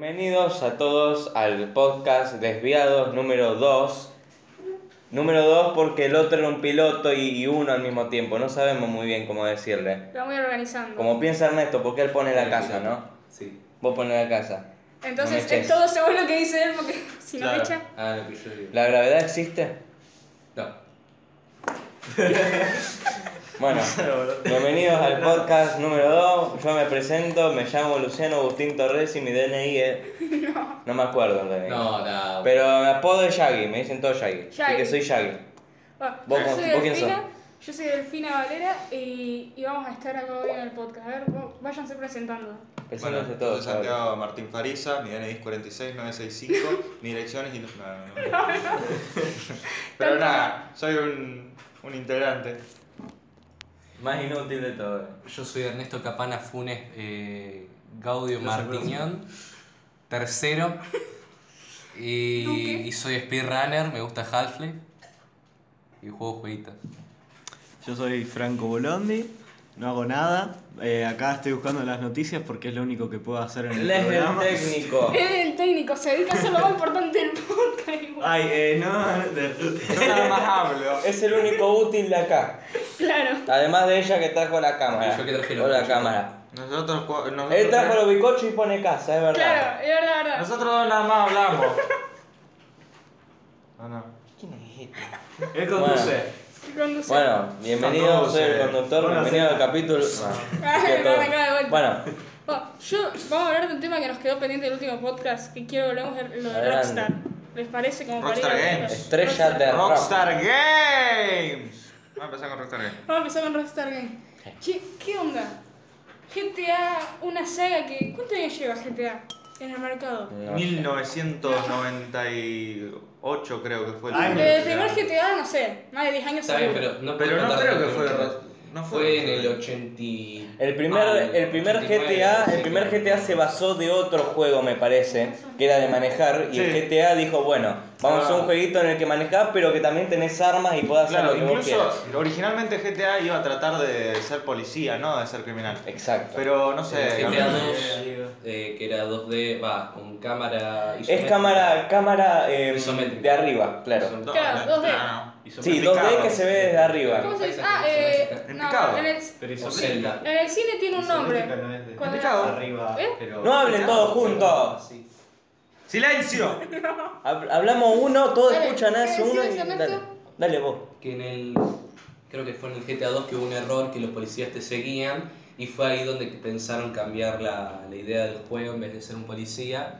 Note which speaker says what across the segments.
Speaker 1: Bienvenidos a todos al podcast Desviados número 2. Número 2 porque el otro era un piloto y, y uno al mismo tiempo. No sabemos muy bien cómo decirle.
Speaker 2: Lo voy organizando.
Speaker 1: Como piensa Ernesto, porque él pone la casa, ¿no?
Speaker 3: Sí.
Speaker 1: Vos pones la casa. no me
Speaker 2: Entonces
Speaker 1: eches.
Speaker 2: es todo según lo que dice él, porque si no me
Speaker 3: Claro.
Speaker 2: echa.
Speaker 3: Ah, lo que yo digo.
Speaker 1: ¿La gravedad existe?
Speaker 3: No.
Speaker 1: Bueno, bienvenidos al podcast número 2. Yo me presento, me llamo Luciano Agustín Torres y mi DNI es...
Speaker 2: No.
Speaker 1: No me acuerdo el DNI.
Speaker 3: No, no.
Speaker 1: Pero mi apodo es Yagi, me dicen todos Yagi. Así
Speaker 2: Yagi.
Speaker 1: que soy Yagi.
Speaker 2: Bueno,
Speaker 1: ¿Vos
Speaker 2: yo
Speaker 1: cómo-
Speaker 2: soy
Speaker 1: vos quién
Speaker 2: Delfina, yo soy Delfina Valera y, y vamos a estar acá hoy en el podcast. A ver, vos- váyanse presentando.
Speaker 1: Preséntense
Speaker 4: Bueno, yo soy
Speaker 1: todos. a ver.
Speaker 4: Santiago Martín Fariza, mi DNI es 46965, mi dirección es... ino- no, no, no. Pero nada, soy un, un integrante.
Speaker 1: Más inútil de todo.
Speaker 5: Yo soy Ernesto Capana Funes eh, Gaudio Martiñón, tercero. Y,
Speaker 2: Duque.
Speaker 5: y soy speedrunner, me gusta Half-Life. Y juego jueguitos.
Speaker 6: Yo soy Franco Bolondi, no hago nada. eh, acá estoy buscando las noticias porque es lo único que puedo hacer en el
Speaker 1: Él es el
Speaker 6: programa.
Speaker 1: técnico.
Speaker 2: Él es el técnico, se dedica a hacer lo más importante del podcast. igual.
Speaker 6: Ay, eh, no. de-
Speaker 4: Yo nada más hablo.
Speaker 1: Es el único útil de acá.
Speaker 2: Claro.
Speaker 1: Además de ella que trajo la cámara.
Speaker 5: Yo que traje los
Speaker 1: Con la
Speaker 5: bicochos.
Speaker 1: cámara.
Speaker 4: Nosotros, cua-
Speaker 1: Él trajo
Speaker 4: nosotros,
Speaker 1: los bicochos y pone casa, es verdad.
Speaker 2: Claro, es verdad, es verdad.
Speaker 4: nosotros dos nada más hablamos. No, no.
Speaker 6: Él
Speaker 1: Bueno.
Speaker 6: conduce.
Speaker 2: ¿Qué conduce?
Speaker 1: Bueno, bienvenido, soy el
Speaker 4: Conduce.
Speaker 1: conductor,
Speaker 6: Hola,
Speaker 1: bienvenido al
Speaker 6: señora.
Speaker 1: capítulo.
Speaker 2: Ah,
Speaker 1: sí, a todo.
Speaker 2: acá de vuelta.
Speaker 1: bueno,
Speaker 2: Oh, yo, vamos a hablar de un tema que nos quedó pendiente del último podcast, que quiero que hablemos de lo de
Speaker 1: Adelante.
Speaker 2: Rockstar. ¿Les parece como para ir
Speaker 4: Rockstar
Speaker 2: abriendo?
Speaker 4: Games.
Speaker 1: estrella de rock.
Speaker 4: Rockstar Games. Vamos a empezar con Rockstar Games.
Speaker 2: Vamos a empezar con Rockstar Games. Che, ¿qué onda? GTA, una saga que. ¿Cuántos años lleva GTA en el mercado?
Speaker 1: No.
Speaker 4: 1998 creo que fue el
Speaker 6: Ay,
Speaker 2: Eh, el primer GTA, no sé, más de 10 años
Speaker 5: Está bien,
Speaker 2: seguro.
Speaker 5: pero no,
Speaker 4: Pero
Speaker 5: puedo
Speaker 4: no
Speaker 5: contar
Speaker 4: creo
Speaker 5: tanto
Speaker 4: que fue
Speaker 5: porque
Speaker 4: Ro- no fue
Speaker 5: fue en
Speaker 4: Rockstar.
Speaker 5: el 80. y-
Speaker 1: El primer,
Speaker 5: Ah,
Speaker 1: el primer
Speaker 5: 89,
Speaker 1: GTA,
Speaker 5: sí,
Speaker 1: el primer
Speaker 5: claro.
Speaker 1: GTA se basó de otro juego, me parece, que era de manejar, y el
Speaker 4: Sí.
Speaker 1: GTA dijo, bueno, vamos a hacer un
Speaker 4: Ah.
Speaker 1: jueguito en el que manejás, pero que también tenés armas y podés hacer
Speaker 4: Claro,
Speaker 1: lo que vos quieras.
Speaker 4: incluso originalmente GTA iba a tratar de ser policía, no de ser criminal.
Speaker 1: Exacto.
Speaker 4: Pero no
Speaker 5: Eh,
Speaker 4: sé.
Speaker 5: GTA
Speaker 4: capaz-
Speaker 5: 2, eh, que era 2D, va, con cámara.
Speaker 1: es
Speaker 5: isométrica.
Speaker 1: cámara, cámara eh,
Speaker 5: Isométrica.
Speaker 1: de arriba, claro.
Speaker 5: Isométrica.
Speaker 2: Claro, 2D.
Speaker 4: Ah,
Speaker 1: Sí, 2D que se ve desde arriba.
Speaker 2: ¿Cómo se dice? Ah,
Speaker 5: Paisaje
Speaker 2: eh.
Speaker 4: En
Speaker 2: No,
Speaker 4: picado.
Speaker 2: en el,
Speaker 6: Pero
Speaker 5: O Zelda.
Speaker 2: en el cine tiene un nombre. Cuando-
Speaker 4: picado.
Speaker 6: Arriba,
Speaker 2: ¿Eh?
Speaker 6: pero...
Speaker 1: No hablen todos juntos.
Speaker 4: ¡Silencio!
Speaker 1: Hab- Hablamos uno, todos
Speaker 2: Dale,
Speaker 1: escuchan a ese
Speaker 2: ¿qué
Speaker 1: uno y
Speaker 2: decías,
Speaker 1: dale,
Speaker 2: Ernesto?
Speaker 1: dale vos.
Speaker 5: que en el creo que fue en el GTA 2 que hubo un error que los policías te seguían y fue ahí donde pensaron cambiar la, la idea del juego en vez de ser un policía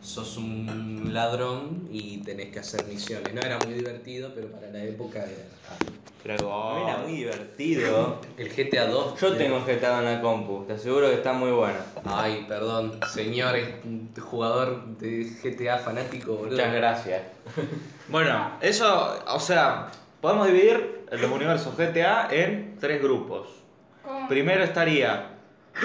Speaker 5: sos un ladrón y tenés que hacer misiones no era muy divertido pero para la época era
Speaker 1: No Era muy divertido.
Speaker 5: el GTA 2
Speaker 1: Yo tengo GTA en la compu, te aseguro que está muy bueno.
Speaker 5: ay perdón señores jugador de GTA fanático boludo
Speaker 1: Muchas gracias.
Speaker 4: Bueno, eso, o sea, podemos dividir los universos GTA en tres grupos.
Speaker 2: ¿Cómo?
Speaker 4: Primero estaría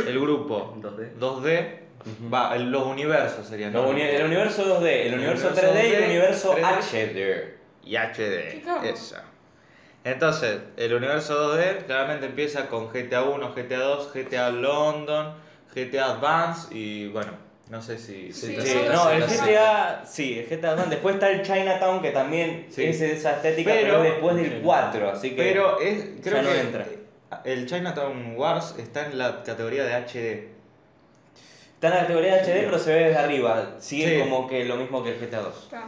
Speaker 4: el grupo
Speaker 5: 2D.
Speaker 4: 2D, va, el- los universos serían.
Speaker 1: Los
Speaker 4: ¿no?
Speaker 1: uni- el universo 2D, el universo
Speaker 4: universo
Speaker 1: 3D y el
Speaker 4: 2D,
Speaker 1: universo
Speaker 4: 3D.
Speaker 1: HD.
Speaker 4: y HD.
Speaker 2: Chicago.
Speaker 4: Esa. Entonces, el universo 2D claramente empieza con GTA 1, GTA 2, GTA London, GTA Advance y bueno, no sé si...
Speaker 2: Sí,
Speaker 5: Sí,
Speaker 1: Sí,
Speaker 2: sí,
Speaker 1: no,
Speaker 2: sí,
Speaker 1: el
Speaker 2: sí.
Speaker 1: GTA, sí, el GTA Advance. Después está el Chinatown que también
Speaker 4: Sí.
Speaker 1: es esa estética, pero,
Speaker 4: Pero-
Speaker 1: después del 4, así que.
Speaker 4: Pero es, creo
Speaker 1: ya no
Speaker 4: que eh,
Speaker 1: entra.
Speaker 4: el Chinatown Wars está en la categoría de HD.
Speaker 1: Está en la categoría de HD, pero se ve desde arriba. Sigue
Speaker 4: Sí.
Speaker 1: como que lo mismo que el GTA 2.
Speaker 2: Está.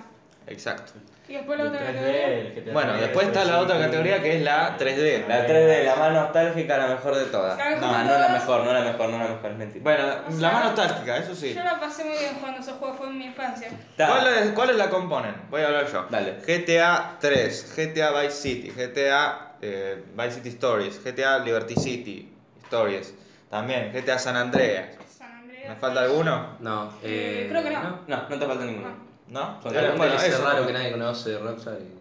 Speaker 4: Exacto.
Speaker 2: Y después la otra categoría.
Speaker 6: que
Speaker 4: Bueno, después está la otra categoría que es la 3D.
Speaker 1: La 3D, la más nostálgica, la mejor de todas.
Speaker 2: La mejor
Speaker 1: No,
Speaker 2: de
Speaker 1: no la
Speaker 2: todas.
Speaker 1: mejor, no la mejor, no la mejor, es mentira.
Speaker 4: Bueno,
Speaker 2: O sea,
Speaker 4: la más nostálgica, eso sí.
Speaker 2: Yo la pasé muy bien jugando esos juegos, fue en mi infancia.
Speaker 1: Está.
Speaker 4: ¿Cuáles cuáles la componen? Voy a hablar yo.
Speaker 1: Dale.
Speaker 4: GTA 3, GTA Vice City, GTA eh, Vice City Stories, GTA Liberty City Stories, también GTA San Andreas.
Speaker 2: San
Speaker 4: ¿Me
Speaker 2: Andreas.
Speaker 4: falta alguno?
Speaker 5: no
Speaker 2: Eh,
Speaker 5: eh,
Speaker 2: creo que no.
Speaker 1: No, no te falta ninguno.
Speaker 4: ¿No?
Speaker 1: Son
Speaker 5: Era un
Speaker 4: Bueno,
Speaker 5: DLC
Speaker 4: eso.
Speaker 5: raro que nadie conoce Rockstar y-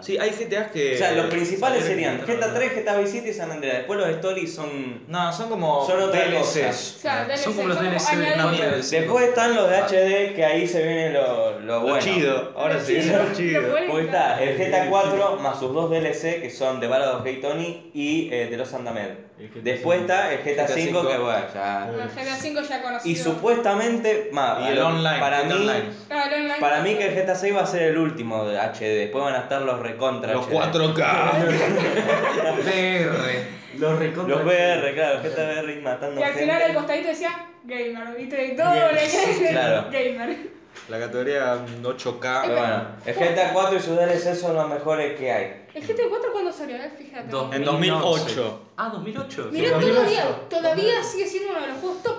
Speaker 4: Sí, hay GTAs que...
Speaker 1: O sea, los principales serían
Speaker 4: salieron en
Speaker 1: GTA
Speaker 4: internet.
Speaker 1: 3, GTA Vice City y San Andreas. Después los stories son.
Speaker 4: No, son como
Speaker 1: Son otra
Speaker 2: O
Speaker 4: DLCs.
Speaker 2: sea, DLC,
Speaker 5: son como los
Speaker 2: son
Speaker 5: DLC
Speaker 2: añadir-
Speaker 5: no,
Speaker 4: mierda.
Speaker 5: DLC.
Speaker 1: Después están los de HD, que ahí se viene lo, lo
Speaker 4: Lo
Speaker 1: bueno.
Speaker 4: chido, ahora
Speaker 2: Lo
Speaker 4: sí,
Speaker 2: chido,
Speaker 4: lo
Speaker 2: lo
Speaker 4: chido.
Speaker 2: bueno.
Speaker 1: Porque está el GTA 4 más sus dos DLC que son The Ballad of Gay Tony y eh, The Lost and Damned.
Speaker 6: El GTA
Speaker 1: Después
Speaker 6: cinco.
Speaker 1: está el GTA V,
Speaker 3: cinco.
Speaker 1: que bueno, ya.
Speaker 2: El GTA 5 ya conocido.
Speaker 1: Y supuestamente, más,
Speaker 4: Y el online.
Speaker 1: para
Speaker 4: el
Speaker 1: mí,
Speaker 4: online.
Speaker 2: Ah, el online.
Speaker 1: para mí que el GTA 6 va a ser el último de HD, después van a estar los recontra
Speaker 4: Los
Speaker 1: HD.
Speaker 4: 4K.
Speaker 3: PR.
Speaker 6: Los recontra.
Speaker 1: Los VR, claro, GTA VR matando
Speaker 2: Y al final
Speaker 1: gente.
Speaker 2: al costadito decía gamer, ¿viste? Y todo le
Speaker 1: Claro.
Speaker 2: gamer.
Speaker 4: La categoría 8K.
Speaker 1: Pero bueno, el GTA 4 y sus DLC son los mejores que hay.
Speaker 2: ¿El GTA 4 cuándo salió? eh? Fíjate.
Speaker 5: Dos-
Speaker 4: En 2008.
Speaker 5: Ah, 2008.
Speaker 2: Mirá todavía, todavía sigue siendo uno de los juegos top.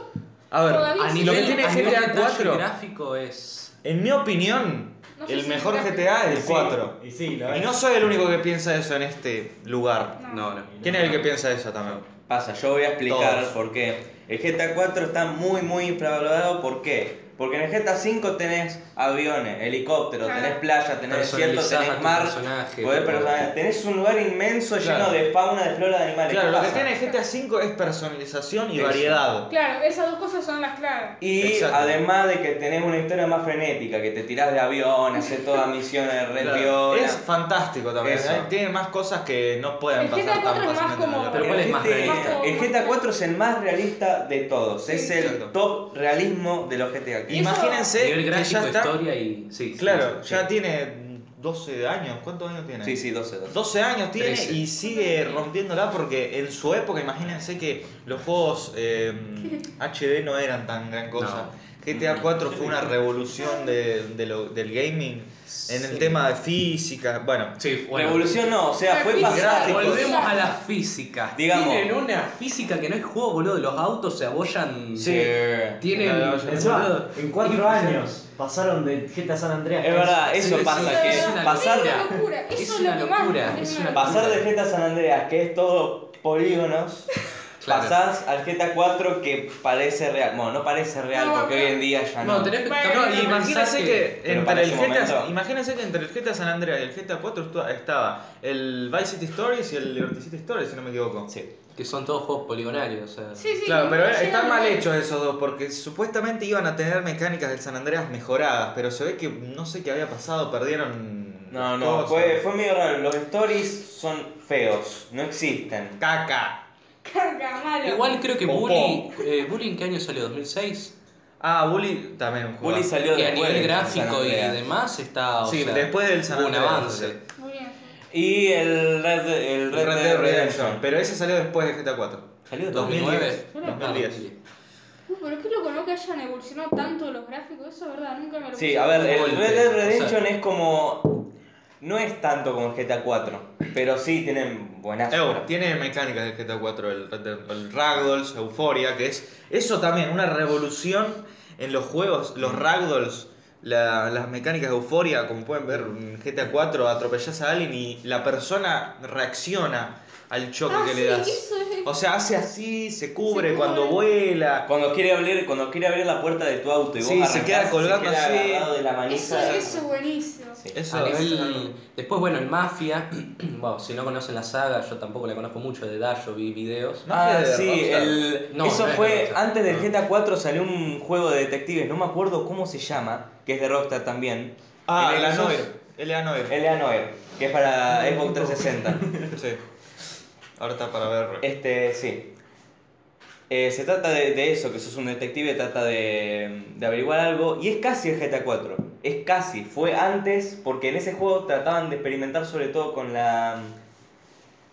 Speaker 4: A ver,
Speaker 2: Todavía
Speaker 5: A
Speaker 2: sí
Speaker 4: lo
Speaker 5: nivel,
Speaker 4: que
Speaker 2: se
Speaker 4: tiene
Speaker 5: a nivel
Speaker 4: GTA
Speaker 5: detalle
Speaker 4: 4.
Speaker 5: gráfico es.
Speaker 4: En mi opinión,
Speaker 2: No sé
Speaker 4: el
Speaker 2: si
Speaker 4: mejor
Speaker 2: será-
Speaker 4: GTA es el
Speaker 6: Sí,
Speaker 4: 4.
Speaker 6: Y sí, la
Speaker 4: Y
Speaker 6: verdad.
Speaker 4: no soy el único que piensa eso en este lugar.
Speaker 5: No, no.
Speaker 4: ¿Quién es el que piensa eso también?
Speaker 1: Pasa, yo voy a explicar
Speaker 4: Todos.
Speaker 1: por qué. El GTA 4 está muy, muy infravalorado, ¿por qué? Porque en el GTA 5 tenés aviones, helicópteros,
Speaker 2: Claro.
Speaker 1: tenés playa, tenés desierto,
Speaker 5: Personalizás a
Speaker 1: tenés
Speaker 5: tu
Speaker 1: mar,
Speaker 5: personaje,
Speaker 1: podés
Speaker 5: todo.
Speaker 1: personalizar- tenés un lugar inmenso
Speaker 4: Claro.
Speaker 1: lleno de fauna, de flora, de animales.
Speaker 4: Claro,
Speaker 1: ¿Qué
Speaker 4: lo que
Speaker 1: pasa?
Speaker 4: tiene GTA V es personalización y
Speaker 1: Eso.
Speaker 4: variedad.
Speaker 2: Claro, esas dos cosas son las claves.
Speaker 1: Y
Speaker 4: Exacto.
Speaker 1: además de que tenés una historia más frenética, que te tirás de avión, haces todas misiones de red
Speaker 4: Claro,
Speaker 1: piola.
Speaker 4: Es fantástico también.
Speaker 1: Eso.
Speaker 4: ¿eh? Tiene más cosas que no
Speaker 2: El
Speaker 4: pueden
Speaker 2: GTA
Speaker 4: pasar tan
Speaker 2: IV es más
Speaker 4: fácilmente. en la
Speaker 2: como-
Speaker 4: vida.
Speaker 5: Pero
Speaker 1: El
Speaker 5: ¿cuál es más
Speaker 1: GT
Speaker 5: realista?
Speaker 1: El GTA 4 es el más realista de todos. Es el
Speaker 4: Exacto.
Speaker 1: top realismo de los GTA.
Speaker 2: Y eso-
Speaker 4: Imagínense
Speaker 5: Nivel
Speaker 4: que ya
Speaker 5: gráfico,
Speaker 4: está.
Speaker 5: historia y. Sí, sí,
Speaker 4: Claro,
Speaker 5: sí.
Speaker 4: ya tiene 12 años. ¿Cuántos años tiene?
Speaker 1: Sí, sí, 12, 12.
Speaker 4: 12 años tiene
Speaker 5: 13.
Speaker 4: y sigue rompiéndola porque en su época, imagínense que los juegos eh, HD no eran tan gran cosa. GTA 4 fue una revolución de, de lo- del gaming en el
Speaker 5: Sí.
Speaker 4: tema de física. Bueno,
Speaker 5: Sí, bueno.
Speaker 1: Revolución no, o sea, fue
Speaker 2: Gracias.
Speaker 1: pasar.
Speaker 5: Volvemos a la física.
Speaker 1: Digamos.
Speaker 5: Tienen una física que no es juego, boludo. Los autos se abollan. eh,
Speaker 1: Sí. Es
Speaker 5: Tienen.
Speaker 4: Claro, yo-
Speaker 6: Encima,
Speaker 5: boludo,
Speaker 6: en cuatro
Speaker 5: impresionante.
Speaker 6: años pasaron de GTA San Andreas.
Speaker 1: verdad, eso
Speaker 5: sí,
Speaker 1: pasa,
Speaker 5: sí,
Speaker 1: que
Speaker 5: es una
Speaker 1: pasar,
Speaker 2: Es
Speaker 5: locura.
Speaker 2: una locura. Eso
Speaker 5: Es
Speaker 2: es
Speaker 5: una
Speaker 2: lo que más
Speaker 5: locura,
Speaker 2: me
Speaker 5: es
Speaker 2: tiene
Speaker 5: una
Speaker 2: mal.
Speaker 1: pasar de GTA San Andreas, que es todo polígonos,
Speaker 5: Claro.
Speaker 1: pasás al GTA 4 que parece real. Bueno, no parece real
Speaker 2: No,
Speaker 1: porque
Speaker 2: pero-
Speaker 1: hoy en día ya no.
Speaker 5: No, tenés que.
Speaker 2: Bueno,
Speaker 5: capaz
Speaker 4: No,
Speaker 5: que
Speaker 4: imagínense
Speaker 5: pensás
Speaker 4: que,
Speaker 1: Pero para
Speaker 4: entre el
Speaker 1: ese
Speaker 4: GTA,
Speaker 1: momento-
Speaker 4: imagínense que entre el GTA San Andreas y el GTA 4 estu- estaba el Vice City Stories y el Liberty City Stories, si no me equivoco.
Speaker 1: Sí.
Speaker 5: que son todos juegos poligonarios. O sea.
Speaker 2: Sí, sí,
Speaker 4: Claro,
Speaker 2: no
Speaker 4: pero
Speaker 2: llega
Speaker 4: están
Speaker 2: a-
Speaker 4: mal hechos esos dos, porque supuestamente iban a tener mecánicas del San Andreas mejoradas, pero se ve que no sé qué había pasado, perdieron.
Speaker 1: No, no,
Speaker 4: cosas.
Speaker 1: fue, fue medio raro. Los stories son feos, no existen.
Speaker 4: Caca.
Speaker 2: Carga, malo.
Speaker 5: Igual creo que
Speaker 4: Popó.
Speaker 5: Bully. Eh, ¿Bully en qué año salió? ¿2006?
Speaker 4: Ah, Bully también un juego.
Speaker 1: Bully salió
Speaker 5: Y a
Speaker 1: después
Speaker 5: nivel
Speaker 1: del San
Speaker 5: gráfico y
Speaker 1: Andreas.
Speaker 5: demás está. o
Speaker 4: Sí,
Speaker 5: sea,
Speaker 4: después del San
Speaker 5: hubo un
Speaker 4: Andreas, o
Speaker 5: avance.
Speaker 4: sea.
Speaker 2: Muy bien.
Speaker 1: Y el Red, el Red,
Speaker 4: Red Dead Redemption, pero ese salió después del GTA 4.
Speaker 1: Salió
Speaker 5: 2009.
Speaker 4: 2010.
Speaker 2: Uh, pero qué loco, ¿no? Que hayan evolucionado tanto los gráficos. Eso es verdad, nunca me lo
Speaker 1: Sí,
Speaker 2: puse. Ah,
Speaker 1: a ver, el
Speaker 5: Golpe,
Speaker 1: Red Dead
Speaker 5: o sea.
Speaker 1: Redemption es como. No es tanto como el GTA 4, pero sí tienen buenas
Speaker 4: Evo,
Speaker 1: obras.
Speaker 4: tiene mecánicas del GTA 4, el, Red Dead- el Ragdolls, Euforia, que es eso también, una revolución en los juegos, los Ragdolls, la- las mecánicas de Euforia, como pueden ver en GTA 4, atropellas a alguien y la persona reacciona al choque
Speaker 2: Ah,
Speaker 4: que
Speaker 2: sí,
Speaker 4: le das.
Speaker 2: eso es.
Speaker 4: O sea, hace así, se cubre
Speaker 2: Se
Speaker 4: cuando
Speaker 2: cubre.
Speaker 4: vuela.
Speaker 1: Cuando quiere abrir, cuando quiere abrir la puerta de tu auto y
Speaker 4: Sí,
Speaker 1: vos
Speaker 4: se
Speaker 1: arrancás,
Speaker 4: queda colgando
Speaker 1: queda
Speaker 4: así.
Speaker 1: agarrado de la
Speaker 2: Eso,
Speaker 1: manija.
Speaker 2: eso es buenísimo.
Speaker 1: Sí.
Speaker 4: Eso
Speaker 5: A
Speaker 4: es-
Speaker 5: nivel- Después, bueno, el Mafia. bueno, si no conocen la saga, yo tampoco la conozco mucho. De Dash, yo vi videos.
Speaker 1: Ah,
Speaker 4: Mafia de
Speaker 1: sí,
Speaker 4: Rockstar.
Speaker 1: el-
Speaker 5: No,
Speaker 1: eso
Speaker 5: no es de
Speaker 1: fue
Speaker 5: Rockstar.
Speaker 1: antes del
Speaker 5: No.
Speaker 1: GTA 4 salió un juego de detectives, no me acuerdo cómo se llama, que es de Rockstar también.
Speaker 4: Ah,
Speaker 1: El
Speaker 4: el
Speaker 1: Exos-
Speaker 4: Anoir. El Anoir.
Speaker 1: L.A. Noir, que es para Xbox 360.
Speaker 4: Sí. Ahora está para ver.
Speaker 1: Este, sí. Eh, se trata de, de eso, que sos un detective, trata de, de averiguar algo. Y es casi el GTA 4. Es casi, fue antes, porque en ese juego trataban de experimentar sobre todo con la,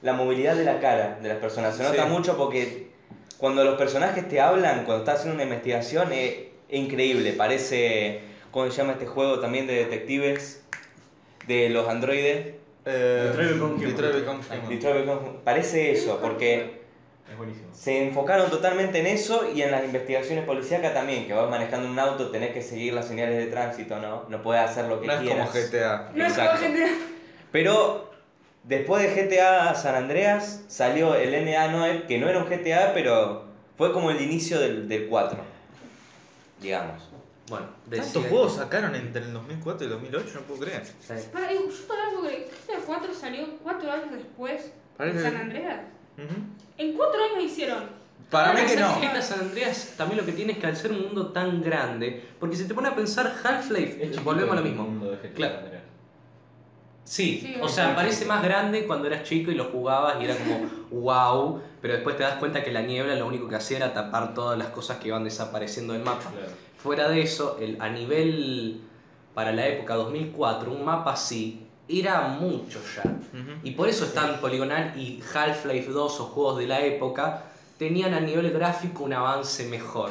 Speaker 1: la movilidad de la cara de las personas. Se nota
Speaker 4: Sí.
Speaker 1: mucho porque cuando los personajes te hablan, cuando estás haciendo una investigación, es, es increíble. Parece, ¿cómo se llama este juego también de detectives? De los androides.
Speaker 4: Eh,
Speaker 6: Detroit Become Human.
Speaker 4: Detroit Become Human.
Speaker 1: Detroit Become- Parece eso, porque
Speaker 6: Es buenísimo.
Speaker 1: se enfocaron totalmente en eso y en las investigaciones policíacas también, que vas manejando un auto, tenés que seguir las señales de tránsito, ¿no? No puedes hacer lo que
Speaker 4: No es como
Speaker 1: quieras.
Speaker 4: GTA.
Speaker 2: No es
Speaker 1: Exacto.
Speaker 2: como gente.
Speaker 1: Pero después de GTA San Andreas salió el NA 9, que no era un GTA, pero fue como el inicio del, del 4, digamos.
Speaker 5: Bueno,
Speaker 4: ¿Cuántos juegos sacaron entre el 2004 y el 2008? No puedo creer.
Speaker 5: Sí.
Speaker 2: Para, digo, yo todavía no creo. ¿Este 4 salió 4 años después
Speaker 4: Parece-
Speaker 2: de San Andreas? ¿En 4 años hicieron?
Speaker 4: Para mí
Speaker 2: Ahora
Speaker 4: que no.
Speaker 2: sí.
Speaker 5: GTA San Andreas también lo que tiene es que al ser un mundo tan grande, porque si te pones a pensar Half-Life, volvemos a lo mismo.
Speaker 6: Mundo de GTA,
Speaker 5: Claro.
Speaker 6: Andrea.
Speaker 5: Sí,
Speaker 2: Sí,
Speaker 5: o
Speaker 2: obvio.
Speaker 5: sea, parece más grande cuando eras chico y lo jugabas y era como wow, pero después te das cuenta que la niebla lo único que hacía era tapar todas las cosas que iban desapareciendo del mapa. Fuera de eso, el, a nivel para la época 2004, un mapa así era mucho ya.
Speaker 4: Ujú.
Speaker 5: Y por eso están Polygonal y Half-Life 2 o juegos de la época tenían a nivel gráfico un avance mejor.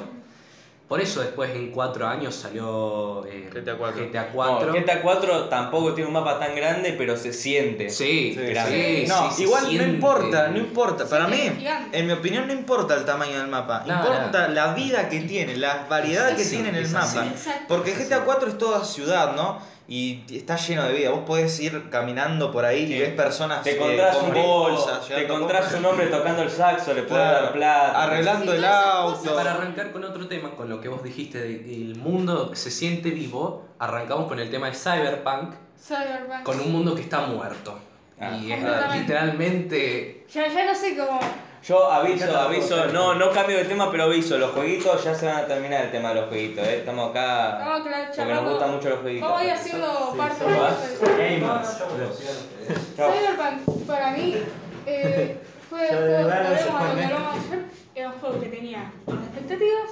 Speaker 5: Por eso después en cuatro años salió eh,
Speaker 4: GTA 4.
Speaker 5: GTA
Speaker 1: No,
Speaker 5: 4.
Speaker 1: GTA 4 tampoco tiene un mapa tan grande, pero se siente.
Speaker 5: Sí,
Speaker 1: Sí,
Speaker 5: grande.
Speaker 1: sí.
Speaker 4: No,
Speaker 5: Sí, se
Speaker 4: igual
Speaker 5: siente.
Speaker 4: no importa, no importa. Para
Speaker 2: que es
Speaker 4: mí,
Speaker 2: gigante.
Speaker 4: en mi opinión, no importa el tamaño del mapa.
Speaker 5: No,
Speaker 4: importa la vida que tiene, la variedad que
Speaker 5: Sí,
Speaker 4: tiene en el
Speaker 5: es así.
Speaker 4: mapa.
Speaker 2: Exacto.
Speaker 4: Porque GTA 4 es toda ciudad, ¿no? Y está lleno de vida. Vos podés ir caminando por ahí
Speaker 1: Sí.
Speaker 4: y ves personas
Speaker 1: Te
Speaker 4: eh,
Speaker 1: encontrás
Speaker 4: con
Speaker 1: un
Speaker 4: bolsas,
Speaker 1: te
Speaker 4: llevando
Speaker 1: encontrás
Speaker 4: cosas,
Speaker 1: un hombre tocando el saxo, le podés
Speaker 4: Claro.
Speaker 1: dar plata.
Speaker 4: arreglando
Speaker 2: Sí,
Speaker 4: el
Speaker 2: todas esas
Speaker 4: auto.
Speaker 5: Para arrancar con otro tema, con lo que vos dijiste del mundo se siente vivo, arrancamos con el tema de Cyberpunk,
Speaker 2: Cyberpunk.
Speaker 5: con un mundo que está muerto.
Speaker 1: Ah,
Speaker 5: y es
Speaker 2: completamente.
Speaker 5: literalmente
Speaker 2: Ya, ya no sé cómo.
Speaker 1: Yo
Speaker 4: Ya
Speaker 1: aviso,
Speaker 4: te la puedo
Speaker 1: aviso,
Speaker 4: hacer.
Speaker 1: no, no cambio de tema, pero aviso, los jueguitos ya se van a terminar el tema de los jueguitos, eh. Estamos acá
Speaker 2: Vamos, claro,
Speaker 1: porque nos
Speaker 2: charlando.
Speaker 1: gustan mucho los jueguitos.
Speaker 2: Vamos a ir haciendo parte
Speaker 1: somos-
Speaker 2: de
Speaker 6: Gamers.
Speaker 1: Chao.
Speaker 2: Cyberpunk, para mí, eh, fue el
Speaker 6: Ya de
Speaker 2: juego que
Speaker 6: verdad no se
Speaker 2: volvemos a lo que
Speaker 6: fue, ¿eh?
Speaker 2: hablamos ayer. Era un juego que tenía las expectativas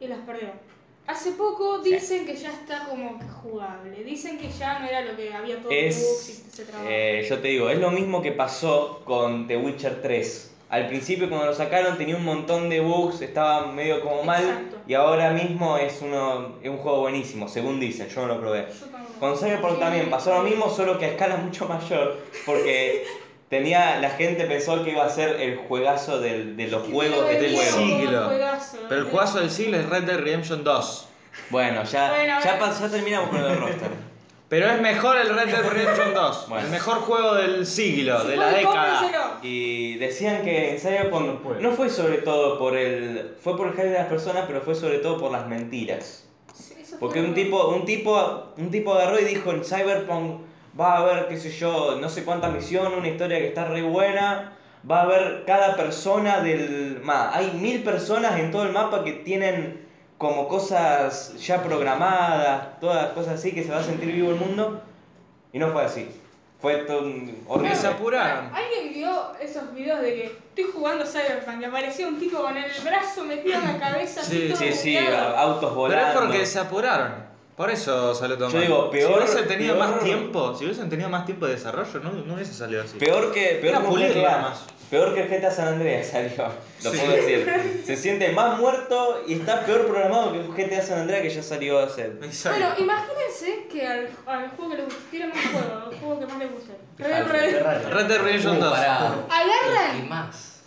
Speaker 2: y las perdieron. Hace poco dicen que ya está como que jugable. Dicen que ya no era lo que había todo bugs
Speaker 1: Es,
Speaker 2: y se trababa.
Speaker 1: eh, yo te digo, es lo mismo que pasó con The Witcher 3. Al principio cuando lo sacaron tenía un montón de bugs, estaba medio como mal
Speaker 2: Exacto.
Speaker 1: y ahora mismo es uno es un juego buenísimo, según dicen, yo no lo probé.
Speaker 2: Yo tampoco.
Speaker 1: Con Cyberpunk
Speaker 2: Sí.
Speaker 1: también pasó lo mismo, solo que a escala mucho mayor, porque tenía la gente pensó que iba a ser el juegazo del- de los
Speaker 2: Que
Speaker 1: juegos de
Speaker 2: fue
Speaker 1: este
Speaker 2: bien,
Speaker 1: juego.
Speaker 2: como
Speaker 4: Siglo.
Speaker 2: un juegazo,
Speaker 4: Pero el
Speaker 2: ¿viste?
Speaker 4: juegazo del siglo es Red Dead Redemption 2.
Speaker 1: Bueno, ya,
Speaker 2: Bueno,
Speaker 1: ya,
Speaker 2: bueno.
Speaker 1: pas- ya terminamos con el roster.
Speaker 4: Pero es mejor el Red Dead Redemption 2.
Speaker 1: Bueno.
Speaker 4: El mejor juego del siglo,
Speaker 2: Si
Speaker 4: de la
Speaker 2: pueden,
Speaker 4: década.
Speaker 2: cómprenselo.
Speaker 1: Y decían que en
Speaker 6: No
Speaker 1: Cyberpunk
Speaker 6: puede.
Speaker 1: no fue sobre todo por el. fue por el hype de las personas, pero fue sobre todo por las mentiras.
Speaker 2: Sí, eso fue
Speaker 1: Porque
Speaker 2: lo
Speaker 1: un
Speaker 2: que-
Speaker 1: tipo, un tipo, un tipo agarró y dijo en Cyberpunk va a haber, qué sé yo, no sé cuánta misión, una historia que está re buena, va a haber cada persona del mapa. Hay mil personas en todo el mapa que tienen como cosas ya programadas, todas cosas así que se va a sentir vivo el mundo. Y no fue así. Fue todo un- horrible.
Speaker 4: Porque se apuraron.
Speaker 2: ¿Alguien vio esos videos de que estoy jugando Cyberpunk y aparecía un tipo con el brazo metido en la cabeza? así
Speaker 4: Sí,
Speaker 2: todo
Speaker 1: Sí, sí,
Speaker 2: bugueado?
Speaker 1: a- autos
Speaker 4: Pero
Speaker 1: volando.
Speaker 4: es porque se apuraron. Por eso salió todo
Speaker 1: Yo
Speaker 4: mal.
Speaker 1: digo,
Speaker 4: si
Speaker 1: peor-
Speaker 4: hubiesen tenido
Speaker 1: peor-
Speaker 4: más tiempo, si hubiesen tenido más tiempo de desarrollo, no, no hubiese salido así.
Speaker 1: Peor que,
Speaker 4: Era
Speaker 1: peor que un
Speaker 4: pulirlo
Speaker 1: GTA.
Speaker 4: nada más.
Speaker 1: Peor que el GTA San Andreas salió. Lo
Speaker 4: Sí.
Speaker 1: puedo decir. Se siente más muerto y está peor programado que un GTA San Andreas que ya salió hace.
Speaker 4: Exacto.
Speaker 2: Bueno, imagínense que al, al juego que les guste, más juego, al juego que más les guste. Red,
Speaker 5: Dejalo,
Speaker 2: Red.
Speaker 4: Red Dead Redemption
Speaker 5: Uh,
Speaker 4: 2.
Speaker 5: pará.
Speaker 2: Agarran.
Speaker 5: ¿Qué más?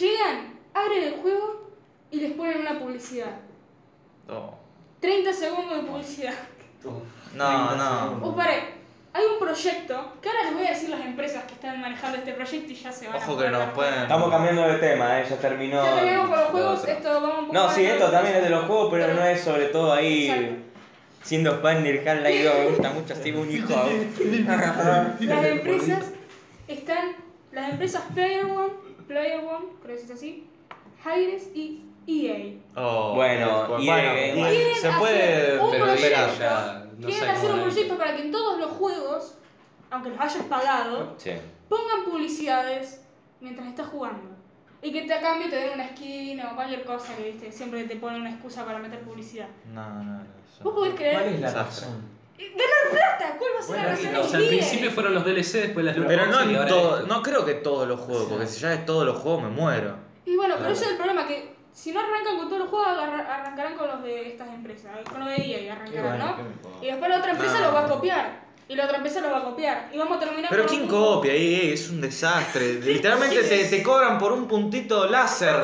Speaker 2: Llegan, abren el juego y les ponen una publicidad.
Speaker 4: No,
Speaker 2: 30 segundos de publicidad.
Speaker 4: no. no.
Speaker 2: O paré. Oh, Hay un proyecto, que ahora les voy a decir las empresas que están manejando este proyecto y ya se van a
Speaker 4: Ojo que
Speaker 2: poner
Speaker 4: nos
Speaker 2: las-
Speaker 4: pueden.
Speaker 1: Estamos cambiando de tema, eh, ya terminó.
Speaker 2: Ya terminamos con los
Speaker 1: lo
Speaker 2: juegos,
Speaker 1: otro.
Speaker 2: esto vamos un poco
Speaker 1: No,
Speaker 2: más
Speaker 1: sí, esto
Speaker 2: rápido.
Speaker 1: también es de los juegos, pero
Speaker 2: Pero-
Speaker 1: no es sobre todo
Speaker 2: Exacto.
Speaker 1: ahí. Siendo fan del Half-Life 2, me gusta mucho así un hijo.
Speaker 2: las empresas están las empresas Player One, Player One, creo que es así, Hires y EA.
Speaker 4: Oh,
Speaker 1: Bueno,
Speaker 4: pues,
Speaker 1: y-
Speaker 4: bueno,
Speaker 1: y-
Speaker 4: bueno, se
Speaker 2: Quieren
Speaker 4: puede
Speaker 2: hacer un
Speaker 5: pero
Speaker 2: proyecto,
Speaker 5: espera, ya, no
Speaker 2: quieren
Speaker 5: sé
Speaker 2: hacer
Speaker 5: cómo
Speaker 2: un
Speaker 5: lo
Speaker 2: proyecto para que en todos los juegos, aunque los hayas pagado,
Speaker 1: Sí.
Speaker 2: pongan publicidades mientras estás jugando. Y que te a cambio te den una skin o cualquier cosa que viste, siempre te ponen una excusa para meter publicidad.
Speaker 4: No, no, no.
Speaker 2: Vos podés
Speaker 6: ¿Cuál
Speaker 2: creer,
Speaker 6: es la
Speaker 4: Desastre.
Speaker 6: razón?
Speaker 2: ganar plata, ¿cuál va a ser la
Speaker 6: Bueno,
Speaker 2: razón?
Speaker 6: no,
Speaker 5: O
Speaker 2: Es
Speaker 5: sea, al
Speaker 2: libre.
Speaker 5: principio fueron los DLC, después las loot
Speaker 4: Pero no
Speaker 5: boxes y
Speaker 4: en
Speaker 5: ahora
Speaker 4: todo,
Speaker 5: esto.
Speaker 4: no creo que todos los juegos, porque si ya es todos los juegos me muero.
Speaker 2: Y bueno, pero ese es el problema, que si no arrancan con todos los juegos, agarra- arrancarán con los de estas empresas, eh, con los de EA y
Speaker 6: Qué
Speaker 2: arrancarán,
Speaker 6: bueno, Ah. qué
Speaker 2: ¿no?
Speaker 6: me jodas.
Speaker 2: Y después la otra empresa
Speaker 4: No.
Speaker 2: los va a copiar, y la otra empresa los va a copiar, y vamos a terminar
Speaker 4: Pero
Speaker 2: con
Speaker 4: quién
Speaker 2: un juego-
Speaker 4: copia ahí, eh, es un desastre. Literalmente te, te cobran por un puntito láser.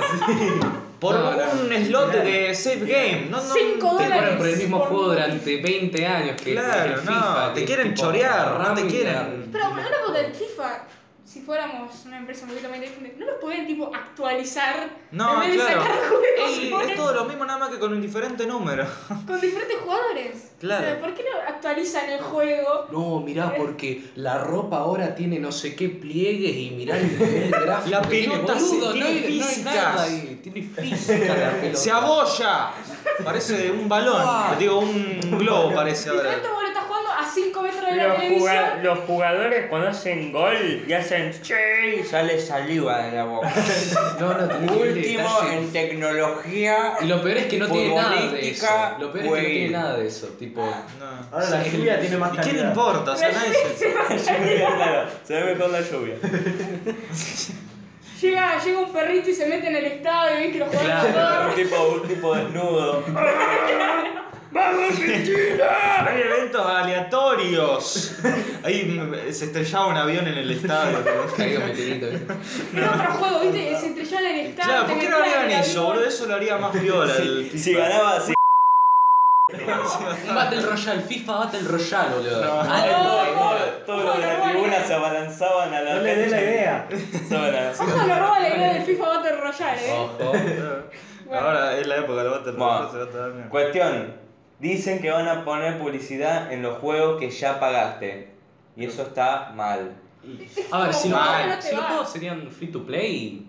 Speaker 4: Por
Speaker 5: No, no.
Speaker 4: un slot de save game. No, no,
Speaker 2: Cinco
Speaker 5: Te
Speaker 4: te-
Speaker 5: cobran por el mismo
Speaker 2: Por-
Speaker 5: juego durante 20 años que
Speaker 4: Claro,
Speaker 5: el
Speaker 4: no,
Speaker 5: FIFA,
Speaker 4: te
Speaker 5: que
Speaker 4: quieren
Speaker 5: tipo,
Speaker 4: chorear, no te
Speaker 5: Ramírez.
Speaker 4: quieren.
Speaker 2: Pero bueno, no del FIFA, si fuéramos una empresa un poquito más inteligente, no los pueden, tipo, actualizar
Speaker 4: No,
Speaker 2: en vez
Speaker 4: claro.
Speaker 2: de sacar juegos y
Speaker 4: Ey,
Speaker 2: poner
Speaker 4: es todo lo mismo, nada más que con un diferente número.
Speaker 2: con diferentes jugadores.
Speaker 4: Claro.
Speaker 2: O sea, ¿por qué no actualizan el juego?
Speaker 5: No, mirá, porque la ropa ahora tiene no sé qué pliegues y mirá el nivel gráfico.
Speaker 4: La
Speaker 5: que tiene,
Speaker 4: pelota se-
Speaker 5: boludo,
Speaker 4: tiene
Speaker 5: no hay- no hay
Speaker 4: físicas.
Speaker 5: nada ahí, Tiene física la pelota.
Speaker 4: ¡Se abolla! Parece un balón.
Speaker 5: Ah.
Speaker 4: Digo, un globo parece ahora.
Speaker 2: Literalmente vos lo estás jugando a 5 metros de la
Speaker 7: Los, juga-
Speaker 2: televisión.
Speaker 7: los jugadores cuando hacen gol y hacen che y sale saliva de la boca.
Speaker 3: No, no, tenés que ver el
Speaker 1: Último
Speaker 3: detalle.
Speaker 1: en tecnología.
Speaker 5: Y lo peor es que no tiene nada de eso.
Speaker 1: Futbolística,
Speaker 5: Lo peor es que no
Speaker 1: güey.
Speaker 5: tiene nada de eso. Tipo, Ah,
Speaker 4: No.
Speaker 6: Ahora la lluvia tiene
Speaker 4: ¿Y
Speaker 6: más
Speaker 4: qué le
Speaker 6: calidad.
Speaker 4: importa? O sea, nadie se-
Speaker 1: claro, se ve mejor la lluvia.
Speaker 2: Llega, llega un perrito y se mete en el estado y ves que los jugadores
Speaker 1: un,
Speaker 2: corren.
Speaker 1: tipo, un tipo desnudo.
Speaker 4: Hay eventos aleatorios. Ahí mm, se estrellaba un avión en el estadio.
Speaker 5: caigo meteorito. ¿viste?
Speaker 2: Era otro juego, viste, se estrelló en el estado.
Speaker 4: Claro,
Speaker 2: te
Speaker 4: ¿por qué no
Speaker 2: metían en
Speaker 4: harían
Speaker 2: el
Speaker 4: eso,
Speaker 2: avión.
Speaker 4: boludo? Eso lo haría más viola. el
Speaker 1: Si ganaba así.
Speaker 5: Un Battle Royale, FIFA Battle Royale, boludo.
Speaker 4: No.
Speaker 2: No, no,
Speaker 1: Todos
Speaker 2: no,
Speaker 1: todos los de la
Speaker 2: no, no,
Speaker 1: tribuna
Speaker 2: no.
Speaker 1: se abalanzaban a la
Speaker 6: No le dé la
Speaker 1: cancha.
Speaker 6: idea.
Speaker 1: Estaban así.
Speaker 2: Ojo, le roba la idea del FIFA Battle Royale, eh.
Speaker 5: Ojo.
Speaker 2: Bueno.
Speaker 4: Ahora es la época del Battle
Speaker 1: Bueno.
Speaker 4: Royale, se va a estar bien.
Speaker 1: Cuestión. Dicen que van a poner publicidad en los juegos que ya pagaste. Y eso está mal.
Speaker 5: A ver, si lo,
Speaker 2: Mal.
Speaker 5: pagan-
Speaker 2: No te
Speaker 5: si los
Speaker 2: va.
Speaker 5: juegos serían free to play,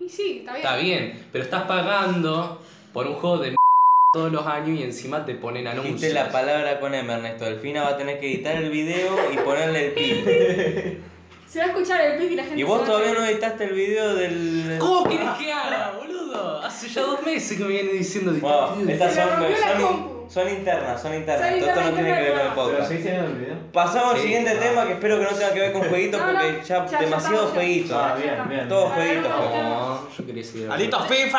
Speaker 2: Y sí, está bien.
Speaker 5: está bien. Pero estás pagando por un juego de m- todos los años y encima te ponen anuncios.
Speaker 1: Dijiste la palabra con M, Ernesto. Delfina va a tener que editar el video y ponerle el pip.
Speaker 2: Se va a escuchar el pic y la gente.
Speaker 1: Y
Speaker 2: se
Speaker 1: vos
Speaker 2: va a
Speaker 1: todavía
Speaker 2: reír.
Speaker 1: no editaste el video del.
Speaker 5: ¿Cómo querés que haga, boludo? Hace ya dos meses que me viene diciendo
Speaker 1: Bueno, estas
Speaker 2: Se me
Speaker 1: son,
Speaker 2: rompió la
Speaker 1: son,
Speaker 2: compu.
Speaker 1: son internas, son internas.
Speaker 2: Son
Speaker 1: Esto, esto no
Speaker 2: internas,
Speaker 1: tiene que ver con el
Speaker 2: internas.
Speaker 6: Pero
Speaker 1: podcast.
Speaker 6: seguís teniendo el video.
Speaker 1: Pasamos al
Speaker 5: Sí,
Speaker 1: siguiente
Speaker 5: va.
Speaker 1: tema que espero que no tenga que ver con jueguitos
Speaker 2: No, no,
Speaker 1: porque ya,
Speaker 2: ya
Speaker 1: demasiado
Speaker 2: estamos, ya-
Speaker 1: jueguitos.
Speaker 6: Ah, bien, bien.
Speaker 1: Todos
Speaker 2: Para
Speaker 1: jueguitos.
Speaker 2: no
Speaker 1: como-
Speaker 5: No, yo quería seguir. hablando.
Speaker 4: ¡Alitos FIFA!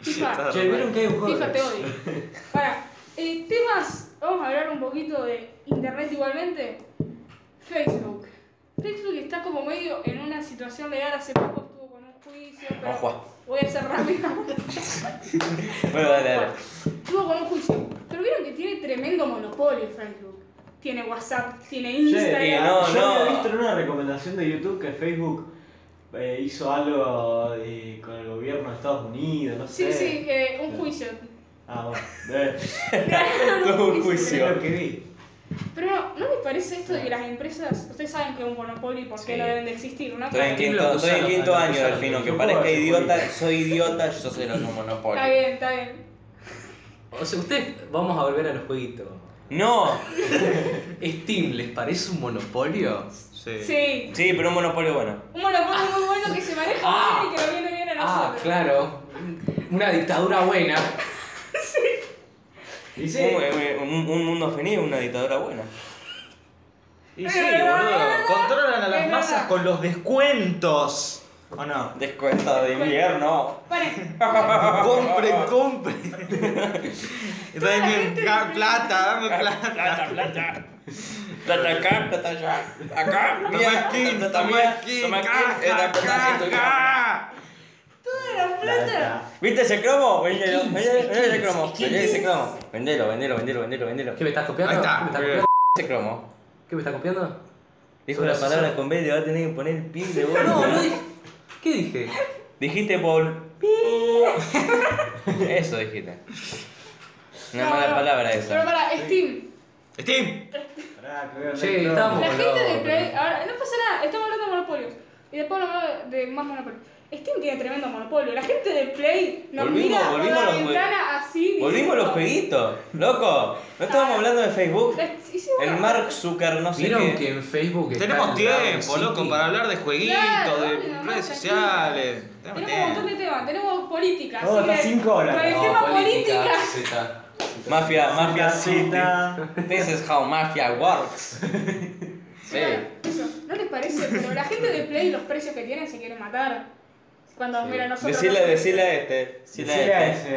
Speaker 2: FIFA.
Speaker 6: Che, ¿vieron que hay un juego?
Speaker 2: FIFA te odio. Para, eh, temas, vamos a hablar un poquito de internet igualmente. Facebook. Facebook está como medio en una situación legal, hace poco estuvo con un juicio, pero
Speaker 1: Juan.
Speaker 2: voy a ser rápido.
Speaker 1: Bueno, dale, dale.
Speaker 2: Estuvo con un juicio, pero vieron que tiene tremendo monopolio Facebook. Tiene WhatsApp, tiene
Speaker 1: y
Speaker 2: Instagram.
Speaker 1: no,
Speaker 6: eh, yo había
Speaker 1: no.
Speaker 6: visto en una recomendación de YouTube que Facebook eh, hizo algo eh, con el gobierno de Estados Unidos, no
Speaker 2: Sí,
Speaker 6: sé.
Speaker 2: sí, eh, un juicio.
Speaker 6: Ah, bueno. eh,
Speaker 1: Todo un
Speaker 6: sí,
Speaker 1: juicio.
Speaker 6: lo que vi.
Speaker 2: Pero no, ¿no les parece esto de que las empresas, ustedes saben que es un monopolio y por qué
Speaker 5: Sí.
Speaker 2: no deben de existir, ¿no?
Speaker 1: Estoy en quinto, estoy en quinto año, Delfino. Aunque parezca idiota, soy idiota, yo soy el otro
Speaker 2: Está
Speaker 1: monopolio.
Speaker 2: bien, está bien.
Speaker 5: O sea, ustedes vamos a volver a los jueguitos.
Speaker 1: No,
Speaker 5: Steam, ¿les parece un monopolio?
Speaker 4: Sí.
Speaker 2: Sí,
Speaker 1: sí, pero un monopolio bueno.
Speaker 2: Un monopolio muy bueno que se maneja
Speaker 5: Ah.
Speaker 2: bien y que lo viene bien a
Speaker 5: Ah,
Speaker 2: nosotros.
Speaker 5: claro. Una dictadura buena.
Speaker 6: Y sí,
Speaker 1: Un, un- un mundo feliz, una dictadura buena.
Speaker 4: Y sí, boludo. Controlan a las masas con los descuentos. ¿O no?
Speaker 1: Descuento de invierno.
Speaker 2: Paren.
Speaker 4: Compren, compren.
Speaker 2: Toda la
Speaker 4: Dame
Speaker 2: gente
Speaker 4: ca-
Speaker 2: que-
Speaker 4: plata, dame plata.
Speaker 7: Plata, plata.
Speaker 1: Plata acá, plata allá. Acá,
Speaker 4: Toma skin, toma skin, caja, caja.
Speaker 2: Toda la plata.
Speaker 6: plata.
Speaker 1: ¿Viste ese cromo? Vendelo, vendelo, vendelo ese cromo. Vendelo ese cromo. Vendelo, vendelo, vendelo, vendelo, vendelo.
Speaker 5: ¿Qué me estás copiando?
Speaker 4: Ahí
Speaker 5: ¿Qué
Speaker 4: está.
Speaker 5: me estás
Speaker 4: Muy
Speaker 5: copiando?
Speaker 4: bien.
Speaker 1: Ese cromo.
Speaker 5: ¿Qué me estás copiando?
Speaker 1: Dijo la palabra con B, le va a tener que poner el pin de vos.
Speaker 5: No, no dije. ¿Qué dije?
Speaker 1: Dijiste Paul. Eso dijiste. Una
Speaker 2: No,
Speaker 1: mala
Speaker 2: no.
Speaker 1: palabra
Speaker 2: Pero
Speaker 1: esa.
Speaker 2: para Steam.
Speaker 4: Steam.
Speaker 6: Pará, que veo el
Speaker 5: Che,
Speaker 6: Nintendo.
Speaker 5: estamos.
Speaker 2: La
Speaker 5: Boludo,
Speaker 2: gente de Play.
Speaker 5: boludo.
Speaker 2: Ahora, no pasa nada, estamos hablando de monopolios. Y después hablamos de más monopolios. Steam tiene tremendo monopolio. La gente de Play nos
Speaker 1: Volvimos-
Speaker 2: mira por
Speaker 1: volvimos
Speaker 2: la
Speaker 1: a los
Speaker 2: ventana así.
Speaker 1: Volvimos a los
Speaker 2: diciendo-
Speaker 1: jueguitos, loco. No estábamos hablando de Facebook.
Speaker 2: La- sí, sí,
Speaker 1: El
Speaker 2: bueno.
Speaker 1: Mark Zucker, no sé
Speaker 5: Vieron que
Speaker 1: qué.
Speaker 5: en Facebook está
Speaker 4: Tenemos
Speaker 5: el Dragon
Speaker 4: tiempo,
Speaker 5: City?
Speaker 4: loco, para hablar de jueguitos,
Speaker 2: Claro,
Speaker 4: de
Speaker 2: dale,
Speaker 4: redes
Speaker 2: dale,
Speaker 4: sociales.
Speaker 2: Tenemos
Speaker 4: Tenemos
Speaker 2: un montón
Speaker 4: tiempo.
Speaker 2: de temas, tenemos política.
Speaker 6: Oh,
Speaker 2: así
Speaker 6: está
Speaker 2: que-
Speaker 6: cinco horas.
Speaker 2: Con el
Speaker 5: No,
Speaker 2: tema
Speaker 5: política,
Speaker 2: política.
Speaker 5: zeta.
Speaker 1: Mafia, Mafia City.
Speaker 6: Cita.
Speaker 1: This is how mafia works. Sí.
Speaker 2: Claro, eso. ¿No les parece? Pero la gente de Play, los precios que tienen, se quieren matar. Cuando, mira, nosotros.
Speaker 1: Decirle, decirle a este. Decirle
Speaker 6: Decile a
Speaker 1: a este.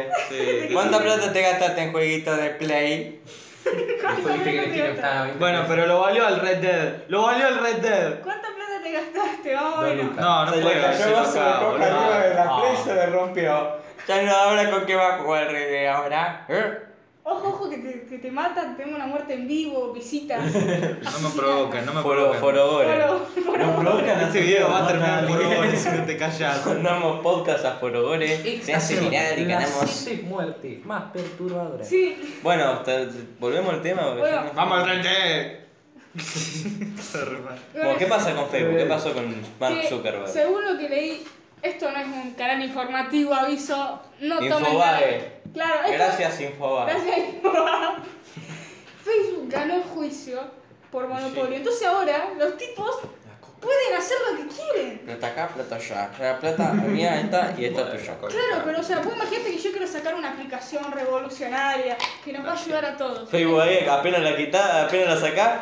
Speaker 6: ese.
Speaker 4: Sí.
Speaker 1: ¿Cuánta plata te gastaste en jueguitos de Play?
Speaker 5: Después viste que el estilo está a 20
Speaker 4: Bueno,
Speaker 5: pesos.
Speaker 4: pero lo valió el Red Dead. Lo valió el Red Dead.
Speaker 2: ¿Cuánta plata te gastaste? Vamos a ver.
Speaker 5: Dos lucas.
Speaker 4: No, no
Speaker 1: Se
Speaker 4: puedo
Speaker 1: le cayó el
Speaker 4: decirlo
Speaker 1: vaso de
Speaker 4: acá,
Speaker 1: coca
Speaker 4: boludo.
Speaker 1: arriba de la
Speaker 5: Ah.
Speaker 1: Play y se le rompió. Ya no, ahora con qué va a jugar Rede ahora. ¿Eh?
Speaker 2: Ojo, ojo, que te, que te matan, tengo una muerte en vivo, visitas.
Speaker 4: No me provocan, no me
Speaker 1: Foro,
Speaker 4: provocan.
Speaker 1: forogore.
Speaker 2: Foro- foro-
Speaker 6: No provocan
Speaker 4: Este
Speaker 6: así,
Speaker 4: video va a
Speaker 6: mata
Speaker 4: terminar por
Speaker 6: alguien.
Speaker 4: hoy si no te callas.
Speaker 1: Mandamos podcast a Forogore, se hace viral y ganamos.
Speaker 5: Siete muertes más perturbadoras.
Speaker 2: Sí,
Speaker 1: Bueno, te- volvemos al tema. porque
Speaker 2: Bueno.
Speaker 1: ya no-
Speaker 4: Vamos al Red Dead. Está re mal.
Speaker 1: Bueno, ¿Qué pasa con Facebook? ¿Qué pasó con Mark
Speaker 2: que,
Speaker 1: Zuckerberg?
Speaker 2: Según lo que leí, esto no es un canal informativo, aviso. No tomen
Speaker 1: Infobae.
Speaker 2: nada. Claro, esto-
Speaker 1: Gracias, Infobae.
Speaker 2: Gracias, Infobae. Facebook ganó el juicio por monopolio. Entonces ahora los tipos pueden hacer lo que quieren.
Speaker 7: Plata acá, plata allá. La plata mía, esta y esta tuya.
Speaker 2: Claro, pero o sea, vos imagínate que yo quiero sacar una aplicación revolucionaria que nos va a ayudar a todos.
Speaker 1: Facebook ahí, apenas la quitás, apenas la sacás,